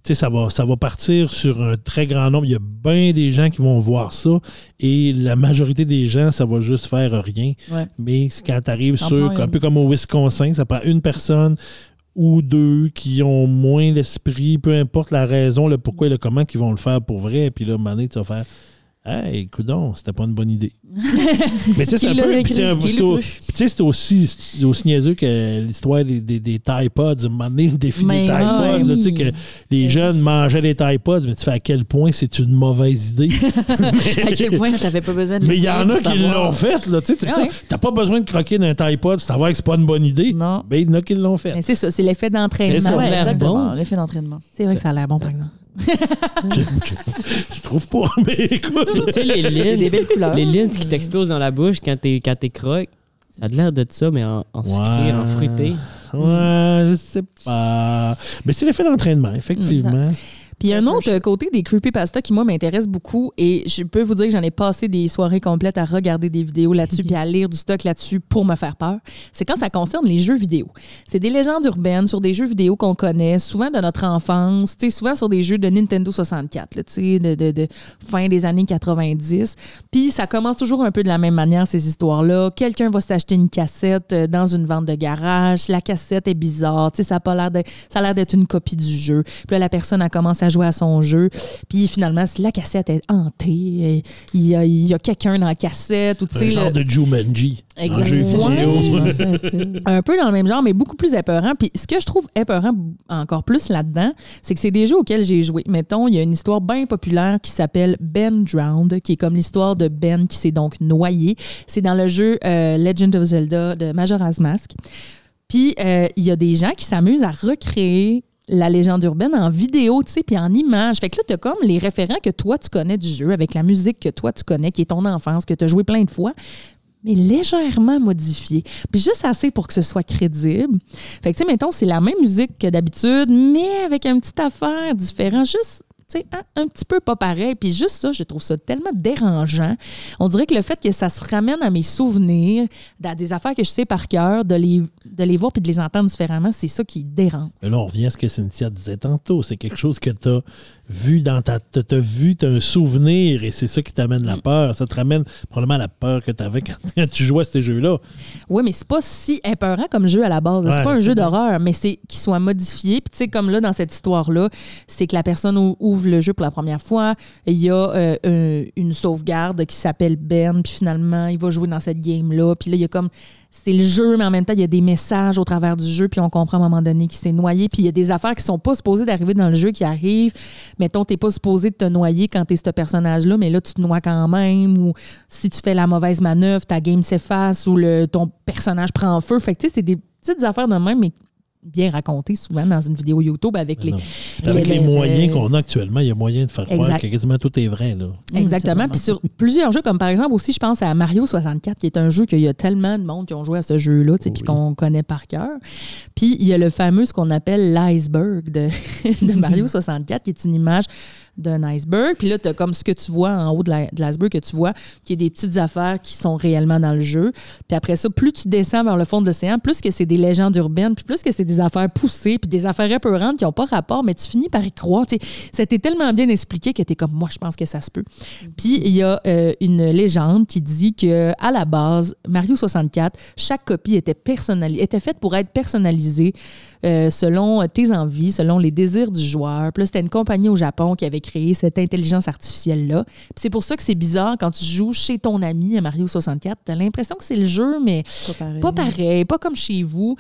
Speaker 2: Tu sais, ça va, ça va partir sur un très grand nombre. Il y a bien des gens qui vont voir ça et la majorité des gens, ça va juste faire rien.
Speaker 3: Ouais.
Speaker 2: Mais c'est quand tu arrives
Speaker 1: Ça
Speaker 2: sur,
Speaker 1: prend
Speaker 2: un
Speaker 1: une-
Speaker 2: peu comme au Wisconsin, ça prend une personne ou deux qui ont moins l'esprit, peu importe la raison, le pourquoi et le comment, qui vont le faire pour vrai. Puis là, à un moment donné, tu vas faire Hey, coudon, c'était pas une bonne idée. Mais tu sais, c'est un
Speaker 3: Qui
Speaker 2: peu.
Speaker 3: l'a
Speaker 2: puis c'est un-
Speaker 3: écrit? Qui
Speaker 2: c'est au-
Speaker 3: l'a
Speaker 2: puis tu sais, c'est aussi, c'est aussi niaiseux que l'histoire des, des, des Tide Pods. À un moment donné, le défi
Speaker 1: Mais
Speaker 2: des Tide Pods,
Speaker 1: ah,
Speaker 2: là, tu sais,
Speaker 1: oui.
Speaker 2: que les jeunes mangeaient les Tide Pods, mais tu fais à quel point c'est une mauvaise idée.
Speaker 3: À quel point t'avais pas besoin de
Speaker 2: mais il y
Speaker 3: l'écrire
Speaker 2: en a
Speaker 3: pour
Speaker 2: qui
Speaker 3: savoir.
Speaker 2: l'ont fait, là. Tu sais, c'est
Speaker 1: Ah
Speaker 2: ça.
Speaker 1: ouais.
Speaker 2: T'as pas besoin de croquer dans un Tide Pod, pour savoir que c'est pas une bonne idée.
Speaker 3: Non.
Speaker 2: Ben, il y en a qui l'ont fait.
Speaker 1: Mais c'est ça, c'est l'effet d'entraînement.
Speaker 4: ça a
Speaker 3: Ouais,
Speaker 4: l'air
Speaker 3: exactement.
Speaker 4: bon.
Speaker 3: L'effet d'entraînement.
Speaker 1: C'est vrai que ça a l'air bon, par exemple.
Speaker 2: Je, je- je trouve pas, mais écoute.
Speaker 4: tu sais,
Speaker 3: C'est
Speaker 4: les
Speaker 3: des
Speaker 4: lignes,
Speaker 3: belles couleurs.
Speaker 4: les lignes qui t'explosent dans la bouche quand t'es quand t'es croque. Ça a l'air de ça, mais en, en sucré,
Speaker 2: Ouais.
Speaker 4: en fruité.
Speaker 2: Ouais, je sais pas. Mais c'est l'effet d'entraînement, effectivement.
Speaker 1: Puis un autre côté des creepypasta qui, moi, m'intéresse beaucoup, et je peux vous dire que j'en ai passé des soirées complètes à regarder des vidéos là-dessus puis à lire du stock là-dessus pour me faire peur, c'est quand ça concerne les jeux vidéo. C'est des légendes urbaines sur des jeux vidéo qu'on connaît, souvent de notre enfance, tu sais, souvent sur des jeux de Nintendo 64, là, tu sais, de, de- de fin des années 90. Puis ça commence toujours un peu de la même manière, ces histoires-là. Quelqu'un va s'acheter une cassette euh, dans une vente de garage, la cassette est bizarre, tu sais, ça a pas l'air de- ça a l'air d'être une copie du jeu. Puis là, la personne, elle commence à à jouer à son jeu. Puis finalement, si la cassette est hantée, et il y a, il y a quelqu'un dans la cassette. Ou, tu
Speaker 2: Un
Speaker 1: sais,
Speaker 2: genre
Speaker 1: le-
Speaker 2: de Jumanji. Un
Speaker 1: Exact.
Speaker 2: jeu vidéo.
Speaker 3: Ah, Ouais, c'est ça.
Speaker 1: un peu dans le même genre, mais beaucoup plus épeurant. Puis ce que je trouve épeurant encore plus là-dedans, c'est que c'est des jeux auxquels j'ai joué. Mettons, il y a une histoire bien populaire qui s'appelle Ben Drowned, qui est comme l'histoire de Ben qui s'est donc noyé. C'est dans le jeu euh, Legend of Zelda de Majora's Mask. Puis euh, il y a des gens qui s'amusent à recréer la légende urbaine en vidéo, tu sais, puis en images. Fait que là, t'as comme les référents que toi, tu connais du jeu, avec la musique que toi, tu connais, qui est ton enfance, que t'as joué plein de fois, mais légèrement modifiée. Puis juste assez pour que ce soit crédible. Fait que, tu sais, mettons, c'est la même musique que d'habitude, mais avec une petite affaire différente, juste... tu sais, Un, un petit peu pas pareil. Puis juste ça, je trouve ça tellement dérangeant. On dirait que le fait que ça se ramène à mes souvenirs, à des affaires que je sais par cœur, de les, de les voir puis de les entendre différemment, c'est ça qui dérange.
Speaker 2: Mais là, on revient à ce que Cynthia disait tantôt. C'est quelque chose que tu as vu dans ta. Tu as vu, t'as un souvenir et c'est ça qui t'amène
Speaker 1: Mm.
Speaker 2: la peur. Ça te ramène probablement à la peur que tu avais quand, quand tu jouais à ces jeux-là.
Speaker 1: Oui, mais c'est pas si épeurant comme jeu à la base.
Speaker 2: Ouais,
Speaker 1: c'est pas un
Speaker 2: c'est
Speaker 1: jeu
Speaker 2: vrai.
Speaker 1: d'horreur, mais c'est qu'il soit modifié. Puis, tu sais, comme là, dans cette histoire-là, c'est que la personne ou- ouvre le jeu pour la première fois. Il y a euh, euh, une sauvegarde qui s'appelle Ben. Puis finalement, il va jouer dans cette game-là. Puis là, il y a comme. C'est le jeu, mais en même temps, il y a des messages au travers du jeu. Puis on comprend à un moment donné qu'il s'est noyé. Puis il y a des affaires qui sont pas supposées d'arriver dans le jeu qui arrivent. Mettons, t'es pas supposé de te noyer quand t'es ce personnage-là, mais là, tu te noies quand même. Ou si tu fais la mauvaise manœuvre, ta game s'efface ou le, ton personnage prend en feu. Fait que, tu sais, c'est des petites affaires de même, mais bien racontées souvent dans une vidéo YouTube avec les.
Speaker 2: Ben Non. Avec
Speaker 1: les- euh,
Speaker 2: les moyens qu'on a actuellement, il y a moyen de faire croire
Speaker 1: Exact.
Speaker 2: que quasiment tout est vrai. Là.
Speaker 1: Mmh, Exactement. Puis sur plusieurs jeux, comme par exemple aussi, je pense à Mario 64, qui est un jeu qu'il y a tellement de monde qui ont joué à ce jeu-là, tu sais, puis qu'on connaît par cœur. Puis il y a le fameux, ce qu'on appelle l'iceberg de, de Mario 64, qui est une image d'un iceberg. Puis là, tu as comme ce que tu vois en haut de la- de l'iceberg que tu vois, qui est des petites affaires qui sont réellement dans le jeu. Puis après ça, plus tu descends vers le fond de l'océan, plus que c'est des légendes urbaines, puis plus que c'est des affaires poussées, puis des affaires épeurantes qui n'ont pas rapport, mais tu finis par y croire. Tu sais, ça t'est tellement bien expliqué que tu es comme, moi, je pense que ça se peut. Puis il y a euh, une légende qui dit que à la base, Mario 64, chaque copie était, personnali- était faite pour être personnalisée euh, selon tes envies, selon les désirs du joueur. Puis là, c'était une compagnie au Japon qui avait créé cette intelligence artificielle-là. Puis c'est pour ça que c'est bizarre quand tu joues chez ton ami à Mario 64, t'as l'impression que c'est le jeu, mais
Speaker 3: Pas pareil.
Speaker 1: pas pareil, pas comme chez vous.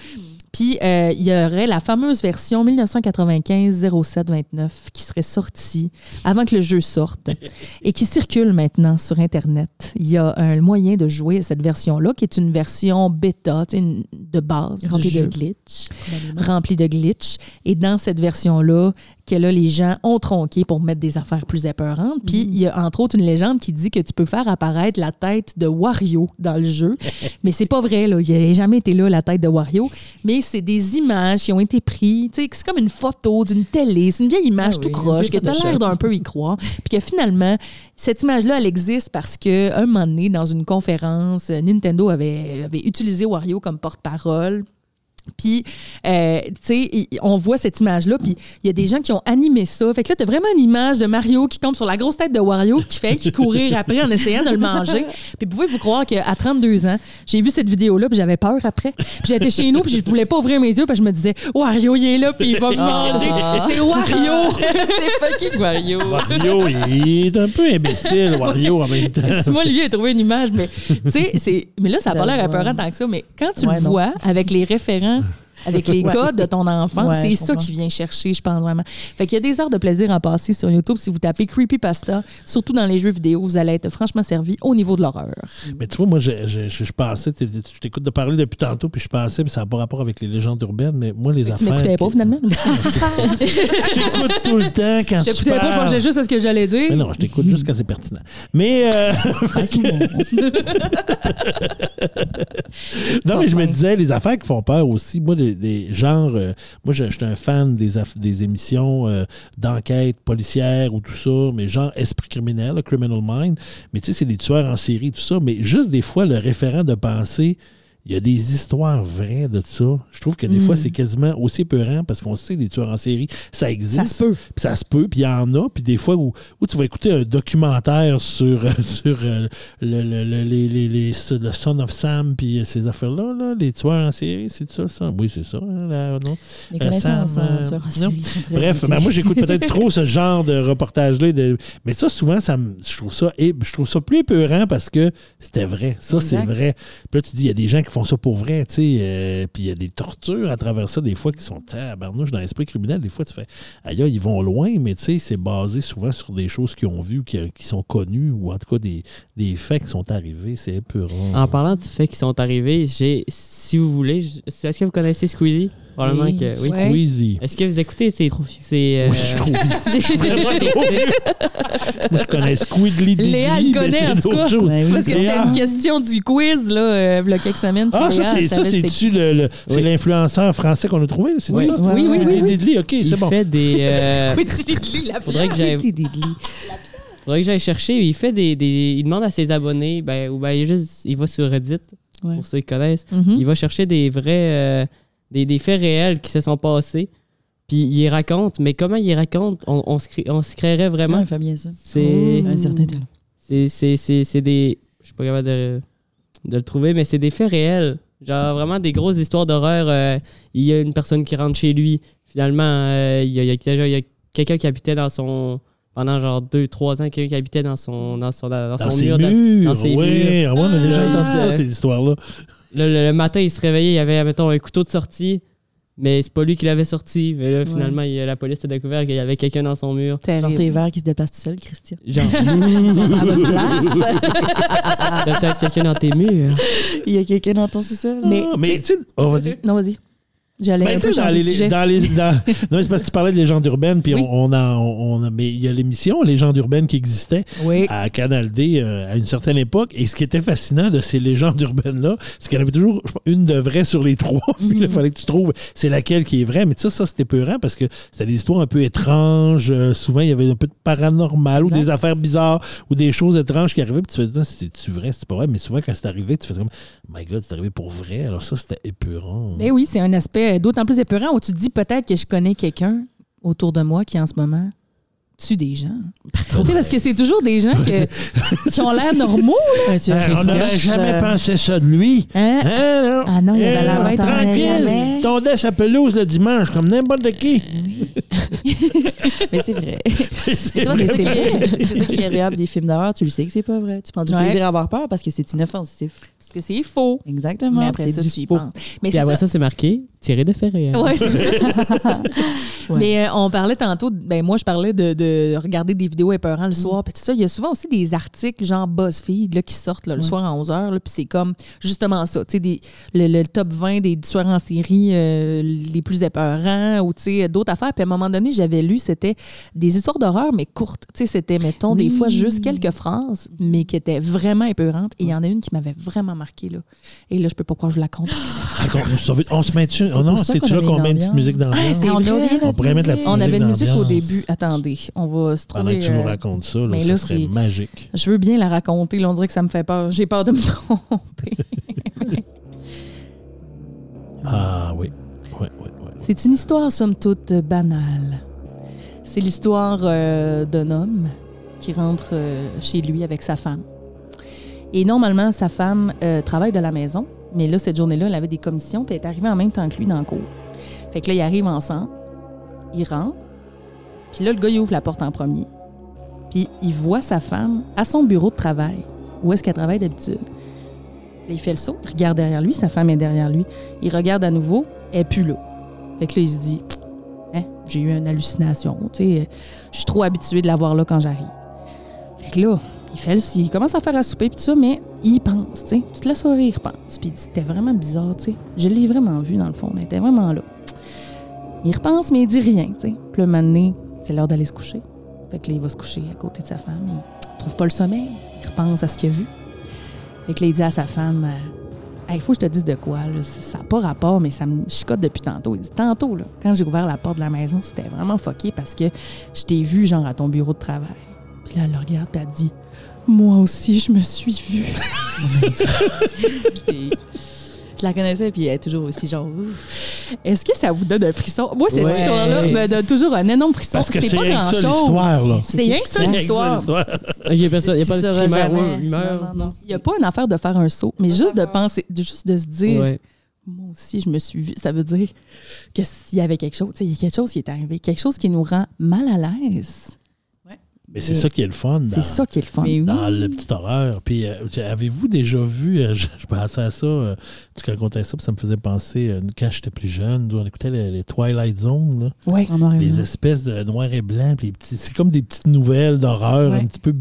Speaker 1: Puis euh, il y aurait la fameuse version 1995-07-29 qui serait sortie avant que le jeu sorte et qui circule maintenant sur Internet. Il y a un moyen de jouer à cette version-là qui est une version bêta, tu sais, une- de base.
Speaker 3: Rempli
Speaker 1: du
Speaker 3: de
Speaker 1: jeu
Speaker 3: glitch. probablement.
Speaker 1: Mm-hmm. rempli de glitch. Et dans cette version-là, que là, les gens ont tronqué pour mettre des affaires plus épeurantes. Puis,
Speaker 3: Mm-hmm.
Speaker 1: il y a entre autres une légende qui dit que tu peux faire apparaître la tête de Wario dans le jeu. Mais c'est pas vrai, là. Il n'a jamais été là, la tête de Wario. Mais c'est des images qui ont été prises. Tu sais, c'est comme une photo d'une télé. C'est une vieille image
Speaker 3: Ah
Speaker 1: tout
Speaker 3: oui,
Speaker 1: croche
Speaker 3: une
Speaker 1: que tu
Speaker 3: vieille
Speaker 1: as
Speaker 3: Photoshop.
Speaker 1: l'air d'un peu y croire. Puis que finalement, cette image-là, elle existe parce que un moment donné, dans une conférence, euh, Nintendo avait, avait utilisé Wario comme porte-parole. Puis, euh, tu sais, il- on voit cette image-là, puis il y a des gens qui ont animé ça. Fait que là, t'as vraiment une image de Mario qui tombe sur la grosse tête de Wario, qui fait qui courir après en essayant de le manger. Puis pouvez-vous croire qu'à 32 ans, j'ai vu cette vidéo-là, puis j'avais peur après. Puis j'étais chez nous, puis je voulais pas ouvrir mes yeux, parce que je me disais, Wario, il est là, puis il va me manger. C'est Wario!
Speaker 3: Ah. C'est fucking Wario.
Speaker 2: Wario, il est un peu imbécile, Wario, en même temps.
Speaker 1: Tu vois, lui, il a trouvé une image, mais tu sais, c'est. Mais là, ça a pas l'air épeurant tant que ça, mais quand tu
Speaker 3: Ouais,
Speaker 1: le
Speaker 3: non.
Speaker 1: vois avec les référents. Avec les codes de ton enfant,
Speaker 3: Ouais,
Speaker 1: c'est
Speaker 3: je
Speaker 1: ça
Speaker 3: comprends.
Speaker 1: qui vient chercher, je pense vraiment. Fait qu'il y a des heures de plaisir à passer sur YouTube. Si vous tapez Creepypasta, surtout dans les jeux vidéo, vous allez être franchement servi au niveau de l'horreur.
Speaker 2: Mais tu vois, moi, je, je, je, je pensais, tu- tu- je t'écoute de parler depuis tantôt, puis je pensais, puis ça n'a pas rapport avec les légendes urbaines, mais moi, les
Speaker 1: Tu
Speaker 2: affaires.
Speaker 1: m'écoutais pas
Speaker 2: que-
Speaker 1: finalement?
Speaker 2: Je t'écoute tout le temps quand
Speaker 1: Je
Speaker 2: tu
Speaker 1: t'écoutais pas, je
Speaker 2: parles.
Speaker 1: mangeais juste à ce que j'allais
Speaker 2: Mais
Speaker 1: dire.
Speaker 2: non, je t'écoute juste quand c'est pertinent. Mais. euh,
Speaker 8: Ah,
Speaker 2: non, mais je me disais, les affaires qui font peur aussi, moi, des, des genres. euh, moi, je, je suis un fan des, aff- des émissions euh, d'enquête policière ou tout ça, mais genre esprit criminel, là, Criminal Mind. Mais tu sais, c'est des tueurs en série, tout ça. Mais juste des fois, le référent de pensée. Il y a des histoires vraies de ça. Je trouve que des fois, c'est quasiment aussi peurant parce qu'on sait des tueurs en série, ça existe.
Speaker 8: Hmm. Ça se peut.
Speaker 2: Puis ça se peut, puis il y en a. Puis des fois où, où tu vas écouter un documentaire sur, euh, sur euh, le, le, le- les- les- les- sur le Son of Sam, puis euh, ces affaires-là, là, les tueurs en série, c'est ça, ça? Oui, c'est ça. hein, là, non?
Speaker 3: Mes
Speaker 2: Euh,
Speaker 3: connaissances
Speaker 2: Sam,
Speaker 3: en
Speaker 2: euh,
Speaker 3: tueurs en
Speaker 2: non.
Speaker 3: série sont très
Speaker 2: Bref,
Speaker 3: limitées.
Speaker 2: ben, moi j'écoute peut-être trop ce genre de reportage-là. de- Mais ça, souvent, ça me- je trouve ça et je trouve ça plus épeurant parce que c'était vrai. Ça, c'est
Speaker 3: Exact.
Speaker 2: vrai. Puis là, tu dis, il y a des gens qui font ça pour vrai, tu sais. euh, puis il y a des tortures à travers ça, des fois, qui sont tabarnouches dans l'esprit criminel. Des fois, tu fais ailleurs, ils vont loin, mais tu sais, c'est basé souvent sur des choses qu'ils ont vues, qui, qui sont connues, ou en tout cas des, des faits qui sont arrivés. C'est épeurant.
Speaker 4: En parlant de faits qui sont arrivés, j'ai, si vous voulez, je- est-ce que vous connaissez Squeezie? Probablement
Speaker 1: Oui.
Speaker 4: que oui.
Speaker 1: Ouais.
Speaker 2: Squeezie.
Speaker 4: Est-ce que vous écoutez ces... ces euh,
Speaker 2: Oui, je suis trop vieux. Je suis vraiment trop vieux. Moi, je connais Squidly Diddy,
Speaker 1: Léa, elle
Speaker 2: mais
Speaker 1: connaît,
Speaker 2: c'est
Speaker 1: en tout
Speaker 2: d'autres
Speaker 1: cas.
Speaker 2: choses.
Speaker 3: Ben oui.
Speaker 1: Parce que c'était
Speaker 2: Léa.
Speaker 1: une question du quiz, là, euh, il y a quelques semaines.
Speaker 2: Ah,
Speaker 1: puis
Speaker 2: ça,
Speaker 1: Léa,
Speaker 2: c'est
Speaker 1: elle
Speaker 2: ça,
Speaker 1: savait c'était
Speaker 2: c'est-tu le, le- c'est
Speaker 4: Oui.
Speaker 2: l'influenceur français qu'on a trouvé? C'est
Speaker 4: Oui,
Speaker 2: ça?
Speaker 3: oui, oui,
Speaker 2: Squidly
Speaker 3: oui.
Speaker 2: Diddly, OK,
Speaker 4: il
Speaker 2: c'est bon.
Speaker 4: fait des... euh,
Speaker 1: qui? la
Speaker 4: faudrait que j'aille faudrait que j'aille chercher il fait des, des il demande à ses abonnés ben ou ben il est juste il va sur Reddit
Speaker 3: Ouais.
Speaker 4: pour ceux qui connaissent
Speaker 1: Mhm.
Speaker 4: il va chercher des vrais euh, des, des faits réels qui se sont passés puis il les raconte mais comment il les raconte on, on se crée- on se créerait
Speaker 3: Comment
Speaker 4: vraiment
Speaker 3: il fait bien ça?
Speaker 4: c'est
Speaker 3: Un certain talent.
Speaker 4: c'est c'est c'est c'est des je suis pas capable de, de le trouver mais c'est des faits réels genre vraiment des grosses histoires d'horreur euh, il y a une personne qui rentre chez lui finalement euh, il y a, il y a- déjà, il y a quelqu'un qui habitait dans son pendant genre 2 3 ans quelqu'un qui habitait dans son dans son dans,
Speaker 2: Dans
Speaker 4: son
Speaker 2: ses
Speaker 4: mur de-
Speaker 2: murs,
Speaker 4: dans ses
Speaker 2: oui. Ah, ouais, on a déjà
Speaker 4: Ah.
Speaker 2: entendu ça, ces histoires-là.
Speaker 4: le, le- le matin il se réveillait il y avait mettons un couteau de sortie mais c'est pas lui qui l'avait sorti mais là finalement il y a- la police a découvert qu'il y avait quelqu'un dans son mur
Speaker 3: Genre
Speaker 1: Terrible.
Speaker 3: tes verres qui se déplacent tout seul, Christian.
Speaker 4: genre
Speaker 3: À bonne place.
Speaker 4: t'as peut-être quelqu'un dans tes murs
Speaker 3: Il y a quelqu'un dans ton sous-sol.
Speaker 1: Mais,
Speaker 2: Ah, Mais, tu sais, oh, vas-y.
Speaker 1: Non, vas-y. J'allais
Speaker 2: Ben,
Speaker 1: un
Speaker 2: tu
Speaker 1: peu
Speaker 2: sais, dans
Speaker 1: changer
Speaker 2: les,
Speaker 1: de sujet.
Speaker 2: dans les- dans- non, mais c'est parce que tu parlais de légendes urbaines, puis
Speaker 1: Oui.
Speaker 2: on, on a, on a- mais il y a l'émission Légendes urbaines qui existait
Speaker 1: Oui.
Speaker 2: à Canal D euh, à une certaine époque. Et ce qui était fascinant de ces légendes urbaines-là, c'est qu'il y en avait toujours je pense, une de vraie sur les trois. Puis là, il fallait que tu trouves c'est laquelle qui est vraie. Mais ça, ça, c'était peurant parce que c'était des histoires un peu étranges. Euh, souvent, il y avait un peu de paranormal ou des affaires bizarres ou des choses étranges qui arrivaient. Puis tu faisais, c'est-tu vrai, c'est pas vrai. Mais souvent, quand c'est arrivé, tu faisais comme, my God, c'est arrivé pour vrai. Alors ça, c'était épeurant.
Speaker 8: Ben oui, c'est un aspect d'autant plus épeurant où tu te dis peut-être que je connais quelqu'un autour de moi qui en ce moment tue des gens. Tu sais, parce que c'est toujours des gens que- qui ont l'air normaux.
Speaker 3: Un tueur
Speaker 2: Hein, on
Speaker 3: Christian,
Speaker 2: n'aurait jamais
Speaker 3: euh,
Speaker 2: pensé ça de lui.
Speaker 8: Hein?
Speaker 2: Hein,
Speaker 9: Ah non, il y avait
Speaker 2: Hein,
Speaker 9: la main, t'en avais
Speaker 2: Tranquille,
Speaker 9: jamais.
Speaker 2: tondait sa pelouse le dimanche comme n'importe qui.
Speaker 3: Mais c'est vrai.
Speaker 2: C'est
Speaker 3: Tu vois,
Speaker 2: vrai.
Speaker 3: c'est ça qui est- c'est ça qui est agréable des films d'horreur. Tu le sais que c'est pas vrai. Tu prends du
Speaker 1: Ouais.
Speaker 3: plaisir à avoir peur parce que c'est inoffensif.
Speaker 1: Parce que c'est faux.
Speaker 3: Exactement.
Speaker 1: Mais après
Speaker 3: c'est
Speaker 1: ça,
Speaker 3: du
Speaker 1: tu y
Speaker 3: faux.
Speaker 1: penses. Mais
Speaker 4: puis
Speaker 1: c'est
Speaker 4: après
Speaker 1: ça.
Speaker 4: ça, c'est marqué tiré de faits réels
Speaker 1: Ouais, c'est ça.
Speaker 3: euh, Ouais.
Speaker 1: Mais euh, on parlait tantôt, de- ben moi je parlais de, de regarder des vidéos épeurantes
Speaker 3: Mm.
Speaker 1: le soir, puis tout ça. Il y a souvent aussi des articles genre BuzzFeed là, qui sortent là, le soir à 11h, puis c'est comme justement ça, tu sais, des- le, le top 20 des soirs en série euh, les plus épeurants ou tu sais, d'autres affaires. Puis à un moment donné, j'avais lu, c'était des histoires d'horreur, mais courtes. Tu sais, c'était, mettons, des
Speaker 3: Oui.
Speaker 1: fois juste quelques phrases, mais qui étaient vraiment épeurantes. Et il y en a une qui m'avait vraiment marquée, là. Et là, je peux pas croire que je la compte. parce que c'est-
Speaker 2: Raconte- Ah, on se veut- On se met dessus.
Speaker 3: C'est
Speaker 2: Oh non,
Speaker 3: pour ça
Speaker 2: c'est-tu
Speaker 3: qu'on
Speaker 2: là
Speaker 3: a
Speaker 2: qu'on
Speaker 3: mis
Speaker 2: met une petite
Speaker 3: l'ambiance.
Speaker 2: musique dans
Speaker 1: c'est
Speaker 2: On
Speaker 1: vrai.
Speaker 2: On pourrait mettre la petite
Speaker 1: On avait une musique au
Speaker 2: d'ambiance.
Speaker 1: début. Attendez, on va se
Speaker 2: Pendant que
Speaker 1: trouver.
Speaker 2: tu nous
Speaker 1: euh,
Speaker 2: racontes ça, là,
Speaker 1: mais
Speaker 2: ça
Speaker 1: là,
Speaker 2: serait
Speaker 1: c'est-
Speaker 2: magique.
Speaker 1: je veux bien la raconter. Là, on dirait que ça me fait peur. J'ai peur de me tromper.
Speaker 2: Ah oui. Ouais, ouais, ouais.
Speaker 1: C'est une histoire, somme toute, banale. C'est l'histoire euh, d'un homme qui rentre euh, chez lui avec sa femme. Et normalement, sa femme euh, travaille de la maison, mais là, cette journée-là, elle avait des commissions, puis elle est arrivée en même temps que lui dans le cours. Fait que là, ils arrivent ensemble, ils rentrent, puis là, le gars, il ouvre la porte en premier. Puis il voit sa femme à son bureau de travail, où est-ce qu'elle travaille d'habitude. Là, il fait le saut, il regarde derrière lui, sa femme est derrière lui. Il regarde à nouveau, elle est plus là. Fait que là, il se dit, Hein, j'ai eu une hallucination. Tu sais, euh, je suis trop habitué de la voir là quand j'arrive. Fait que là, il, fait le- il commence à faire la souper puis tout ça, mais il y pense, tu sais. Toute la soirée, il repense. Puis il dit, c'était vraiment bizarre, tu sais. Je l'ai vraiment vu, dans le fond, mais elle était vraiment là. Il repense, mais il dit rien, tu sais. Puis le moment donné, c'est l'heure d'aller se coucher. Fait que là, il va se coucher à côté de sa femme. Il trouve pas le sommeil. Il repense à ce qu'il a vu. Fait que là, il dit à sa femme... euh, il faut que je te dise de quoi. là. Ça n'a pas rapport, mais ça me chicote depuis tantôt. Il dit Tantôt, là, quand j'ai ouvert la porte de la maison, c'était vraiment foqué parce que je t'ai vu, genre, à ton bureau de travail. Puis là, elle le regarde, puis elle dit Moi aussi, je me suis vue.
Speaker 3: Je la connaissais, puis elle est toujours aussi genre. ouf.
Speaker 1: Est-ce que ça vous donne un frisson? Moi, cette
Speaker 3: Ouais.
Speaker 1: histoire-là me donne toujours un énorme frisson.
Speaker 2: Parce que
Speaker 1: C'est
Speaker 2: c'est
Speaker 1: pas
Speaker 2: rien que ça,
Speaker 1: grand-chose.
Speaker 2: l'histoire, là.
Speaker 1: C'est rien que ça,
Speaker 2: rien que ça,
Speaker 1: l'histoire.
Speaker 2: l'histoire.
Speaker 4: Il n'y a, personne- il ben y a
Speaker 3: Tu
Speaker 4: pas de
Speaker 3: sauras
Speaker 4: screamer,
Speaker 3: jamais.
Speaker 4: ouais, humeur.
Speaker 3: Non, non, non.
Speaker 1: Il n'y a pas une affaire de faire un saut, mais juste de penser, de- juste de se dire,
Speaker 4: Ouais.
Speaker 1: moi aussi, je me suis vue. Ça veut dire que s'il y avait quelque chose, tu sais, il y a quelque chose qui est arrivé, quelque chose qui nous rend mal à l'aise.
Speaker 2: Mais c'est ça qui est le fun. dans-
Speaker 1: C'est ça qui est le fun.
Speaker 3: Mais oui.
Speaker 2: dans le petit horreur. Puis euh, avez-vous déjà vu, euh, je, je pensais à ça, euh, tu racontais ça, puis ça me faisait penser, euh, quand j'étais plus jeune, nous, on écoutait les, les Twilight Zone, là.
Speaker 1: Ouais.
Speaker 3: En noir et
Speaker 2: les
Speaker 3: blanc.
Speaker 2: espèces de noir et blanc, puis les petits- c'est comme des petites nouvelles d'horreur,
Speaker 1: Ouais.
Speaker 2: un petit peu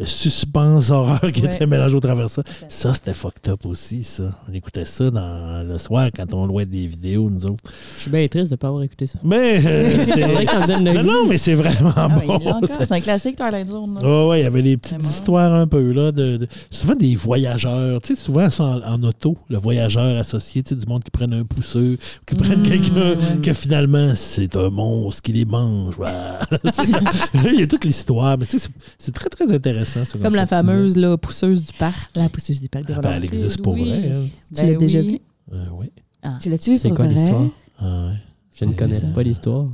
Speaker 2: euh, suspense horreur qui
Speaker 3: Ouais.
Speaker 2: était mélangé au travers de ça. Ça, c'était fucked up aussi, ça. On écoutait ça dans, le soir quand on louait des vidéos, nous autres.
Speaker 4: Je suis bien triste de ne pas avoir écouté ça.
Speaker 2: Mais euh,
Speaker 4: C'est vrai que ça me donne le
Speaker 2: non,
Speaker 4: goût.
Speaker 2: non, mais c'est vraiment
Speaker 3: Ah, mais il l'a
Speaker 2: bon.
Speaker 3: encore.
Speaker 2: ça.
Speaker 3: C'est un classique, Twilight Zone. là.
Speaker 2: Oui, ouais, il y avait des petites
Speaker 3: Vraiment.
Speaker 2: histoires un peu, là, de, de- souvent des voyageurs, tu sais, souvent ça en, en auto, le voyageur associé, tu sais, du monde qui prennent un pousseux, qui
Speaker 1: Mmh,
Speaker 2: prennent quelqu'un, que finalement, c'est un monstre qui les mange. ouais. Là, il y a toute l'histoire, mais tu sais, c'est- c'est très, très intéressant. ça,
Speaker 1: Comme la
Speaker 2: petit
Speaker 1: fameuse là, pousseuse du parc.
Speaker 3: La pousseuse du parc de
Speaker 2: mot. Ah, ben, elle
Speaker 3: Valence.
Speaker 2: existe pour
Speaker 3: Oui.
Speaker 2: vrai. elle.
Speaker 1: Tu
Speaker 3: Ben
Speaker 1: l'as déjà vu?
Speaker 2: Euh, oui.
Speaker 3: Tu l'as-tu vu
Speaker 4: C'est
Speaker 3: pour
Speaker 4: quoi
Speaker 3: vrai?
Speaker 4: l'histoire?
Speaker 2: Ah, ouais.
Speaker 4: Je ne connais
Speaker 2: Ça.
Speaker 4: pas l'histoire.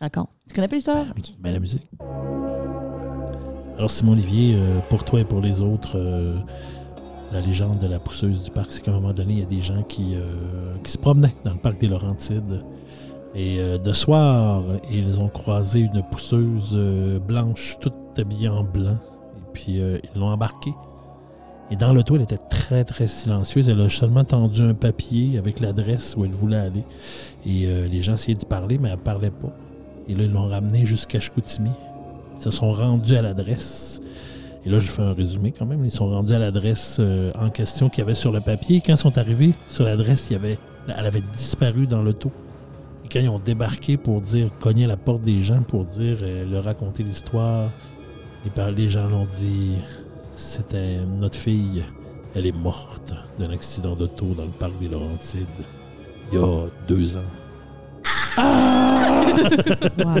Speaker 1: Raconte.
Speaker 3: Tu connais pas l'histoire?
Speaker 2: Mais ben, la musique. Alors, Simon Olivier, euh, pour toi et pour les autres, euh, la légende de la pousseuse du parc, c'est qu'à un moment donné, il y a des gens qui, euh, qui se promenaient dans le parc des Laurentides. Et euh, de soir, ils ont croisé une pousseuse euh, blanche, toute habillée en blanc. Et puis, euh, ils l'ont embarquée. Et dans l'auto, elle était très, très silencieuse. Elle a seulement tendu un papier avec l'adresse où elle voulait aller. Et euh, les gens essayaient d'y parler, mais elle ne parlait pas. Et là, ils l'ont ramené jusqu'à Chicoutimi. Ils se sont rendus à l'adresse. Et là, je fais un résumé quand même. Ils sont rendus à l'adresse euh, en question qu'il y avait sur le papier. Et quand ils sont arrivés sur l'adresse, il y avait, elle avait disparu dans l'auto. Et quand ils ont débarqué pour dire, cogner à la porte des gens pour dire, euh, leur raconter l'histoire, les, par- les gens l'ont dit c'était notre fille. Elle est morte d'un accident d'auto dans le parc des Laurentides il y a deux ans.
Speaker 1: Ah,
Speaker 2: Bon,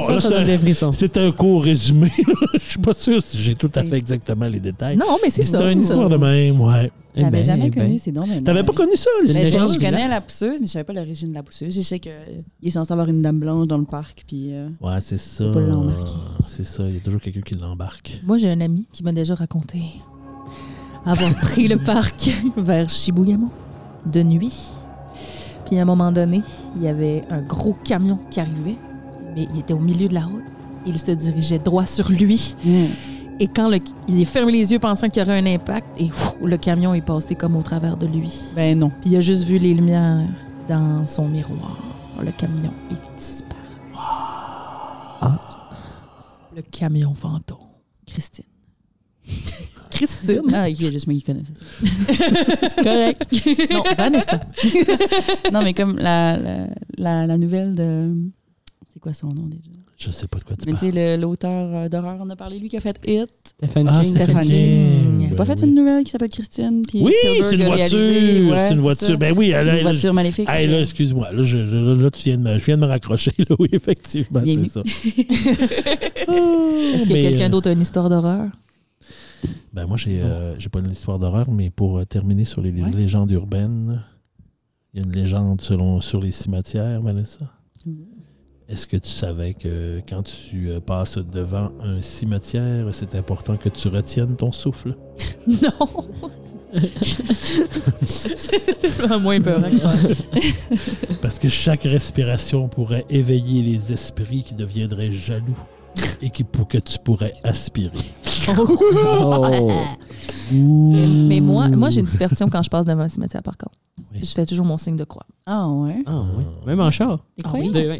Speaker 4: ça,
Speaker 2: là,
Speaker 4: ça
Speaker 2: c'est-
Speaker 4: donne des frissons.
Speaker 2: C'est un court résumé. là. Je suis pas sûr si j'ai tout à fait exactement les détails.
Speaker 1: Non, mais c'est ça.
Speaker 2: C'est une
Speaker 1: c'est ça.
Speaker 2: histoire de même, ouais.
Speaker 4: Eh
Speaker 3: J'avais
Speaker 4: ben,
Speaker 3: jamais
Speaker 4: eh ben.
Speaker 3: connu, c'est non, mais.
Speaker 2: T'avais
Speaker 3: non.
Speaker 2: pas connu ça, les
Speaker 3: Mais
Speaker 4: légende
Speaker 3: Ben, je, je
Speaker 4: du
Speaker 3: connais la pousseuse, mais je savais pas l'origine de la pousseuse. Je sais qu'il est censé avoir une dame blanche dans le parc, puis. euh,
Speaker 2: Ouais, c'est ça.
Speaker 3: Faut pas l'embarquer.
Speaker 2: C'est ça, il y a toujours quelqu'un qui l'embarque.
Speaker 1: Moi, j'ai un ami qui m'a déjà raconté avoir pris le parc vers Shibuyamo de nuit. Puis à un moment donné, il y avait un gros camion qui arrivait, mais il était au milieu de la route. Il se dirigeait droit sur lui. Et quand le- il a fermé les yeux pensant qu'il y aurait un impact, et pff, le camion est passé comme au travers de lui.
Speaker 3: Ben non.
Speaker 1: Puis il a juste vu les lumières dans son miroir. Le camion est disparu. Ah. Le camion fantôme. Christine. Christine.
Speaker 3: Ah, il y a juste moi qui connais ça.
Speaker 1: Correct. non, Vanessa.
Speaker 3: non, mais comme la, la, la, la nouvelle de. C'est quoi son nom déjà?
Speaker 2: Je sais pas de quoi tu
Speaker 3: Mais tu
Speaker 2: parles.
Speaker 3: sais, le- l'auteur euh, d'horreur, on a parlé, lui qui a fait Hit.
Speaker 4: Stephen
Speaker 2: Ah,
Speaker 4: King.
Speaker 3: Stephen
Speaker 2: Stephen
Speaker 3: King.
Speaker 2: King.
Speaker 3: Il a pas
Speaker 2: Ben
Speaker 3: fait
Speaker 2: oui.
Speaker 3: une nouvelle qui s'appelle Christine. Puis
Speaker 2: Oui,
Speaker 3: Spielberg
Speaker 2: c'est une
Speaker 3: a
Speaker 2: voiture.
Speaker 3: réalisé, ouais,
Speaker 2: c'est une
Speaker 3: ça.
Speaker 2: voiture. Ben oui, elle a.
Speaker 3: Une voiture maléfique.
Speaker 2: Hey, là, excuse-moi. Là, je- je- là, tu viens de me, je viens de me raccrocher. Là, oui, effectivement,
Speaker 3: Bienvenue.
Speaker 2: c'est ça. Ah, Est-ce
Speaker 1: Est-ce que quelqu'un
Speaker 2: euh,
Speaker 1: d'autre a une histoire d'horreur?
Speaker 2: Ben moi, j'ai euh, j'ai pas une histoire d'horreur, mais pour euh, terminer sur les légendes urbaines, il y a une légende selon, sur les cimetières, Vanessa.
Speaker 3: Mhm.
Speaker 2: Est-ce que tu savais que quand tu euh, passes devant un cimetière, c'est important que tu retiennes ton souffle?
Speaker 1: Non. C'est vraiment moins peur. hein,
Speaker 2: Parce que chaque respiration pourrait éveiller les esprits qui deviendraient jaloux et qui, pour que tu pourrais aspirer.
Speaker 4: Oh.
Speaker 1: Mais moi, moi j'ai une dispersion quand je passe devant un cimetière, par contre.
Speaker 2: Oui.
Speaker 1: Je fais toujours mon signe de croix.
Speaker 3: Ah, ouais.
Speaker 4: Ah oui. Même en char.
Speaker 1: Ah oui?
Speaker 4: De-
Speaker 1: Mais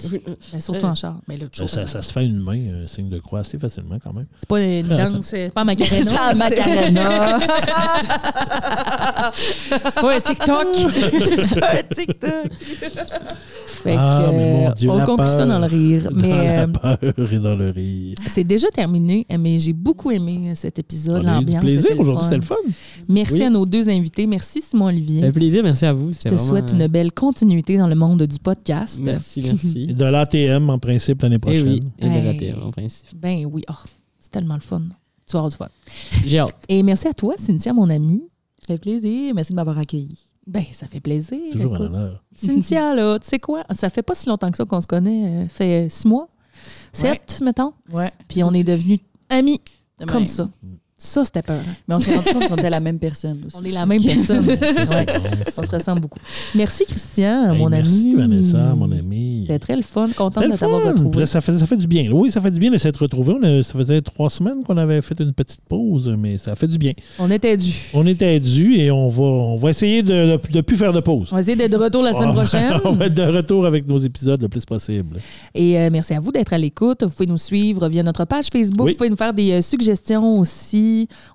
Speaker 1: Ben, surtout en char. Mais là,
Speaker 2: Euh, Ça, Ben, ça- ça se fait une main, un signe de croix, assez facilement quand même.
Speaker 1: C'est pas une
Speaker 2: Ah,
Speaker 1: danse, c'est pas Macarena.
Speaker 10: C'est pas Macarena.
Speaker 1: c'est pas un TikTok.
Speaker 3: TikTok.
Speaker 1: fait
Speaker 2: Ah,
Speaker 1: que,
Speaker 2: mais mon Dieu,
Speaker 1: on
Speaker 2: la
Speaker 1: conclut ça
Speaker 2: peur.
Speaker 1: dans le rire.
Speaker 2: Dans
Speaker 1: Mais
Speaker 2: la
Speaker 1: euh,
Speaker 2: peur et dans le rire.
Speaker 1: c'est déjà terminé, mais j'ai beaucoup aimé euh, cet épisode,
Speaker 2: On a eu du
Speaker 1: l'ambiance.
Speaker 2: plaisir
Speaker 1: le
Speaker 2: aujourd'hui,
Speaker 1: fun.
Speaker 2: c'était le fun.
Speaker 1: Merci
Speaker 4: Oui.
Speaker 1: à nos deux invités. Merci Simon
Speaker 4: Ça
Speaker 1: Olivier.
Speaker 4: fait plaisir, merci à vous.
Speaker 1: Je te souhaite une belle continuité dans le monde du podcast.
Speaker 4: Merci, merci.
Speaker 2: Et de l'ATM en principe
Speaker 1: Eh
Speaker 2: l'année
Speaker 4: Et
Speaker 2: prochaine.
Speaker 4: oui, et de la
Speaker 1: Hey.
Speaker 4: terre, en principe.
Speaker 1: Ben oui, Ah, c'est tellement le fun. Tu vas avoir du fun.
Speaker 4: J'ai hâte.
Speaker 1: Et merci à toi, Cynthia, mon amie.
Speaker 3: Ça fait plaisir. Merci de m'avoir accueilli.
Speaker 1: Ben, ça fait plaisir.
Speaker 2: Toujours un
Speaker 1: Écoute,
Speaker 2: honneur.
Speaker 1: Cynthia, là, tu sais quoi? Ça fait pas si longtemps que ça qu'on se connaît. euh, fait euh, six mois, sept, mettons.
Speaker 3: Ouais.
Speaker 1: Puis on est devenus amis comme
Speaker 3: Ouais.
Speaker 1: ça. Ça, c'était peur.
Speaker 3: Mais on s'est rendu compte qu'on était la même personne aussi.
Speaker 1: On est la même personne.
Speaker 2: Ça, c'est
Speaker 1: Ouais.
Speaker 2: bon,
Speaker 1: On
Speaker 2: ça.
Speaker 1: se ressemble beaucoup. Merci, Christian,
Speaker 2: Hey,
Speaker 1: mon
Speaker 2: merci,
Speaker 1: ami.
Speaker 2: Vanessa, mon ami.
Speaker 1: C'était très le fun.
Speaker 2: C'était
Speaker 1: Contente
Speaker 2: le
Speaker 1: de t'avoir
Speaker 2: fun.
Speaker 1: retrouvé.
Speaker 2: Puis Ça fait, ça fait du bien. là. Oui, ça fait du bien de s'être retrouvés. On a- ça faisait trois semaines qu'on avait fait une petite pause, mais ça fait du bien.
Speaker 1: On était dû.
Speaker 2: On était dû et on va, on va essayer de ne plus faire de pause.
Speaker 1: On va essayer d'être de retour la semaine
Speaker 2: On va- Oh, on
Speaker 1: prochaine.
Speaker 2: va être de retour avec nos épisodes le plus possible.
Speaker 1: Et euh, merci à vous d'être à l'écoute. Vous pouvez nous suivre via notre page Facebook.
Speaker 2: Oui.
Speaker 1: Vous pouvez nous faire des euh, suggestions aussi.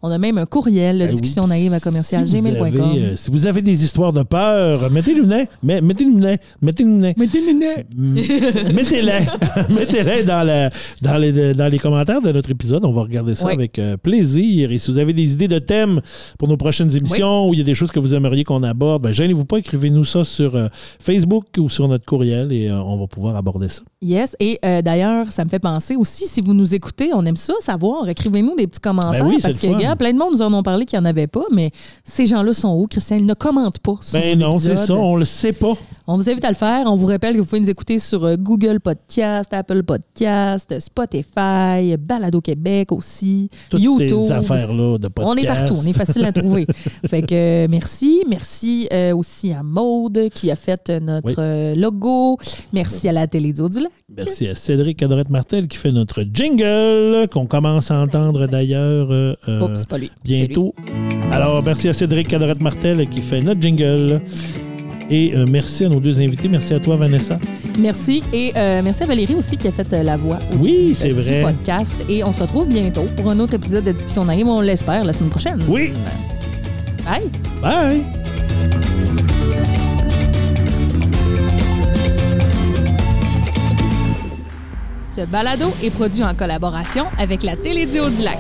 Speaker 1: On a même un courriel,
Speaker 2: Ben oui,
Speaker 1: discussion
Speaker 2: puis
Speaker 1: naïve à commercial
Speaker 2: si vous
Speaker 1: gmail.com.
Speaker 2: avez, euh, si vous avez des histoires de peur, mettez-nous nez. Mais- Mettez-nous nez. Mettez-nous nez. Mm. Mettez-les. Mettez-les dans, la- dans, les, dans les commentaires de notre épisode. On va regarder ça
Speaker 1: Oui.
Speaker 2: avec euh, plaisir. Et si vous avez des idées de thèmes pour nos prochaines émissions ou il y a des choses que vous aimeriez qu'on aborde, ben, gênez-vous pas. Écrivez-nous ça sur euh, Facebook ou sur notre courriel et euh, on va pouvoir aborder ça.
Speaker 1: Yes. Et euh, d'ailleurs, ça me fait penser aussi, si vous nous écoutez, on aime ça savoir. Écrivez-nous des petits commentaires.
Speaker 2: Ben oui, c'est
Speaker 1: parce
Speaker 2: le
Speaker 1: que,
Speaker 2: fun.
Speaker 1: gars, plein de monde nous en ont parlé qui n'en avaient pas, mais ces gens-là sont hauts, Christian. Ils ne commentent pas. Sur
Speaker 2: Ben
Speaker 1: nos
Speaker 2: non, c'est
Speaker 1: épisodes.
Speaker 2: ça. On le sait pas.
Speaker 1: On vous invite à le faire. On vous rappelle que vous pouvez nous écouter sur euh, Google Podcast, Apple Podcast, Spotify, Balado Québec aussi,
Speaker 2: Toutes
Speaker 1: YouTube.
Speaker 2: ces affaires-là de podcast.
Speaker 1: On est partout, on est facile à trouver. Fait que euh, merci. Merci euh, aussi à Maude qui a fait euh, notre
Speaker 2: Oui.
Speaker 1: euh, logo. Merci à la télé du Lac.
Speaker 2: Merci à Cédric Cadorette Martel qui fait notre jingle, qu'on commence à entendre d'ailleurs euh, euh,
Speaker 1: Oups, c'est pas lui. C'est lui.
Speaker 2: bientôt. Alors, merci à Cédric Cadorette Martel qui fait notre jingle. Et euh, merci à nos deux invités. Merci à toi, Vanessa.
Speaker 1: Merci. Et euh, merci à Valérie aussi qui a fait euh, la voix au
Speaker 2: Oui, c'est
Speaker 1: du
Speaker 2: vrai.
Speaker 1: podcast. Et on se retrouve bientôt pour un autre épisode de Diction Naïve. On l'espère la semaine prochaine.
Speaker 2: Oui,
Speaker 1: Bye.
Speaker 2: bye!
Speaker 1: Ce balado est produit en collaboration avec la Télédio du Lac.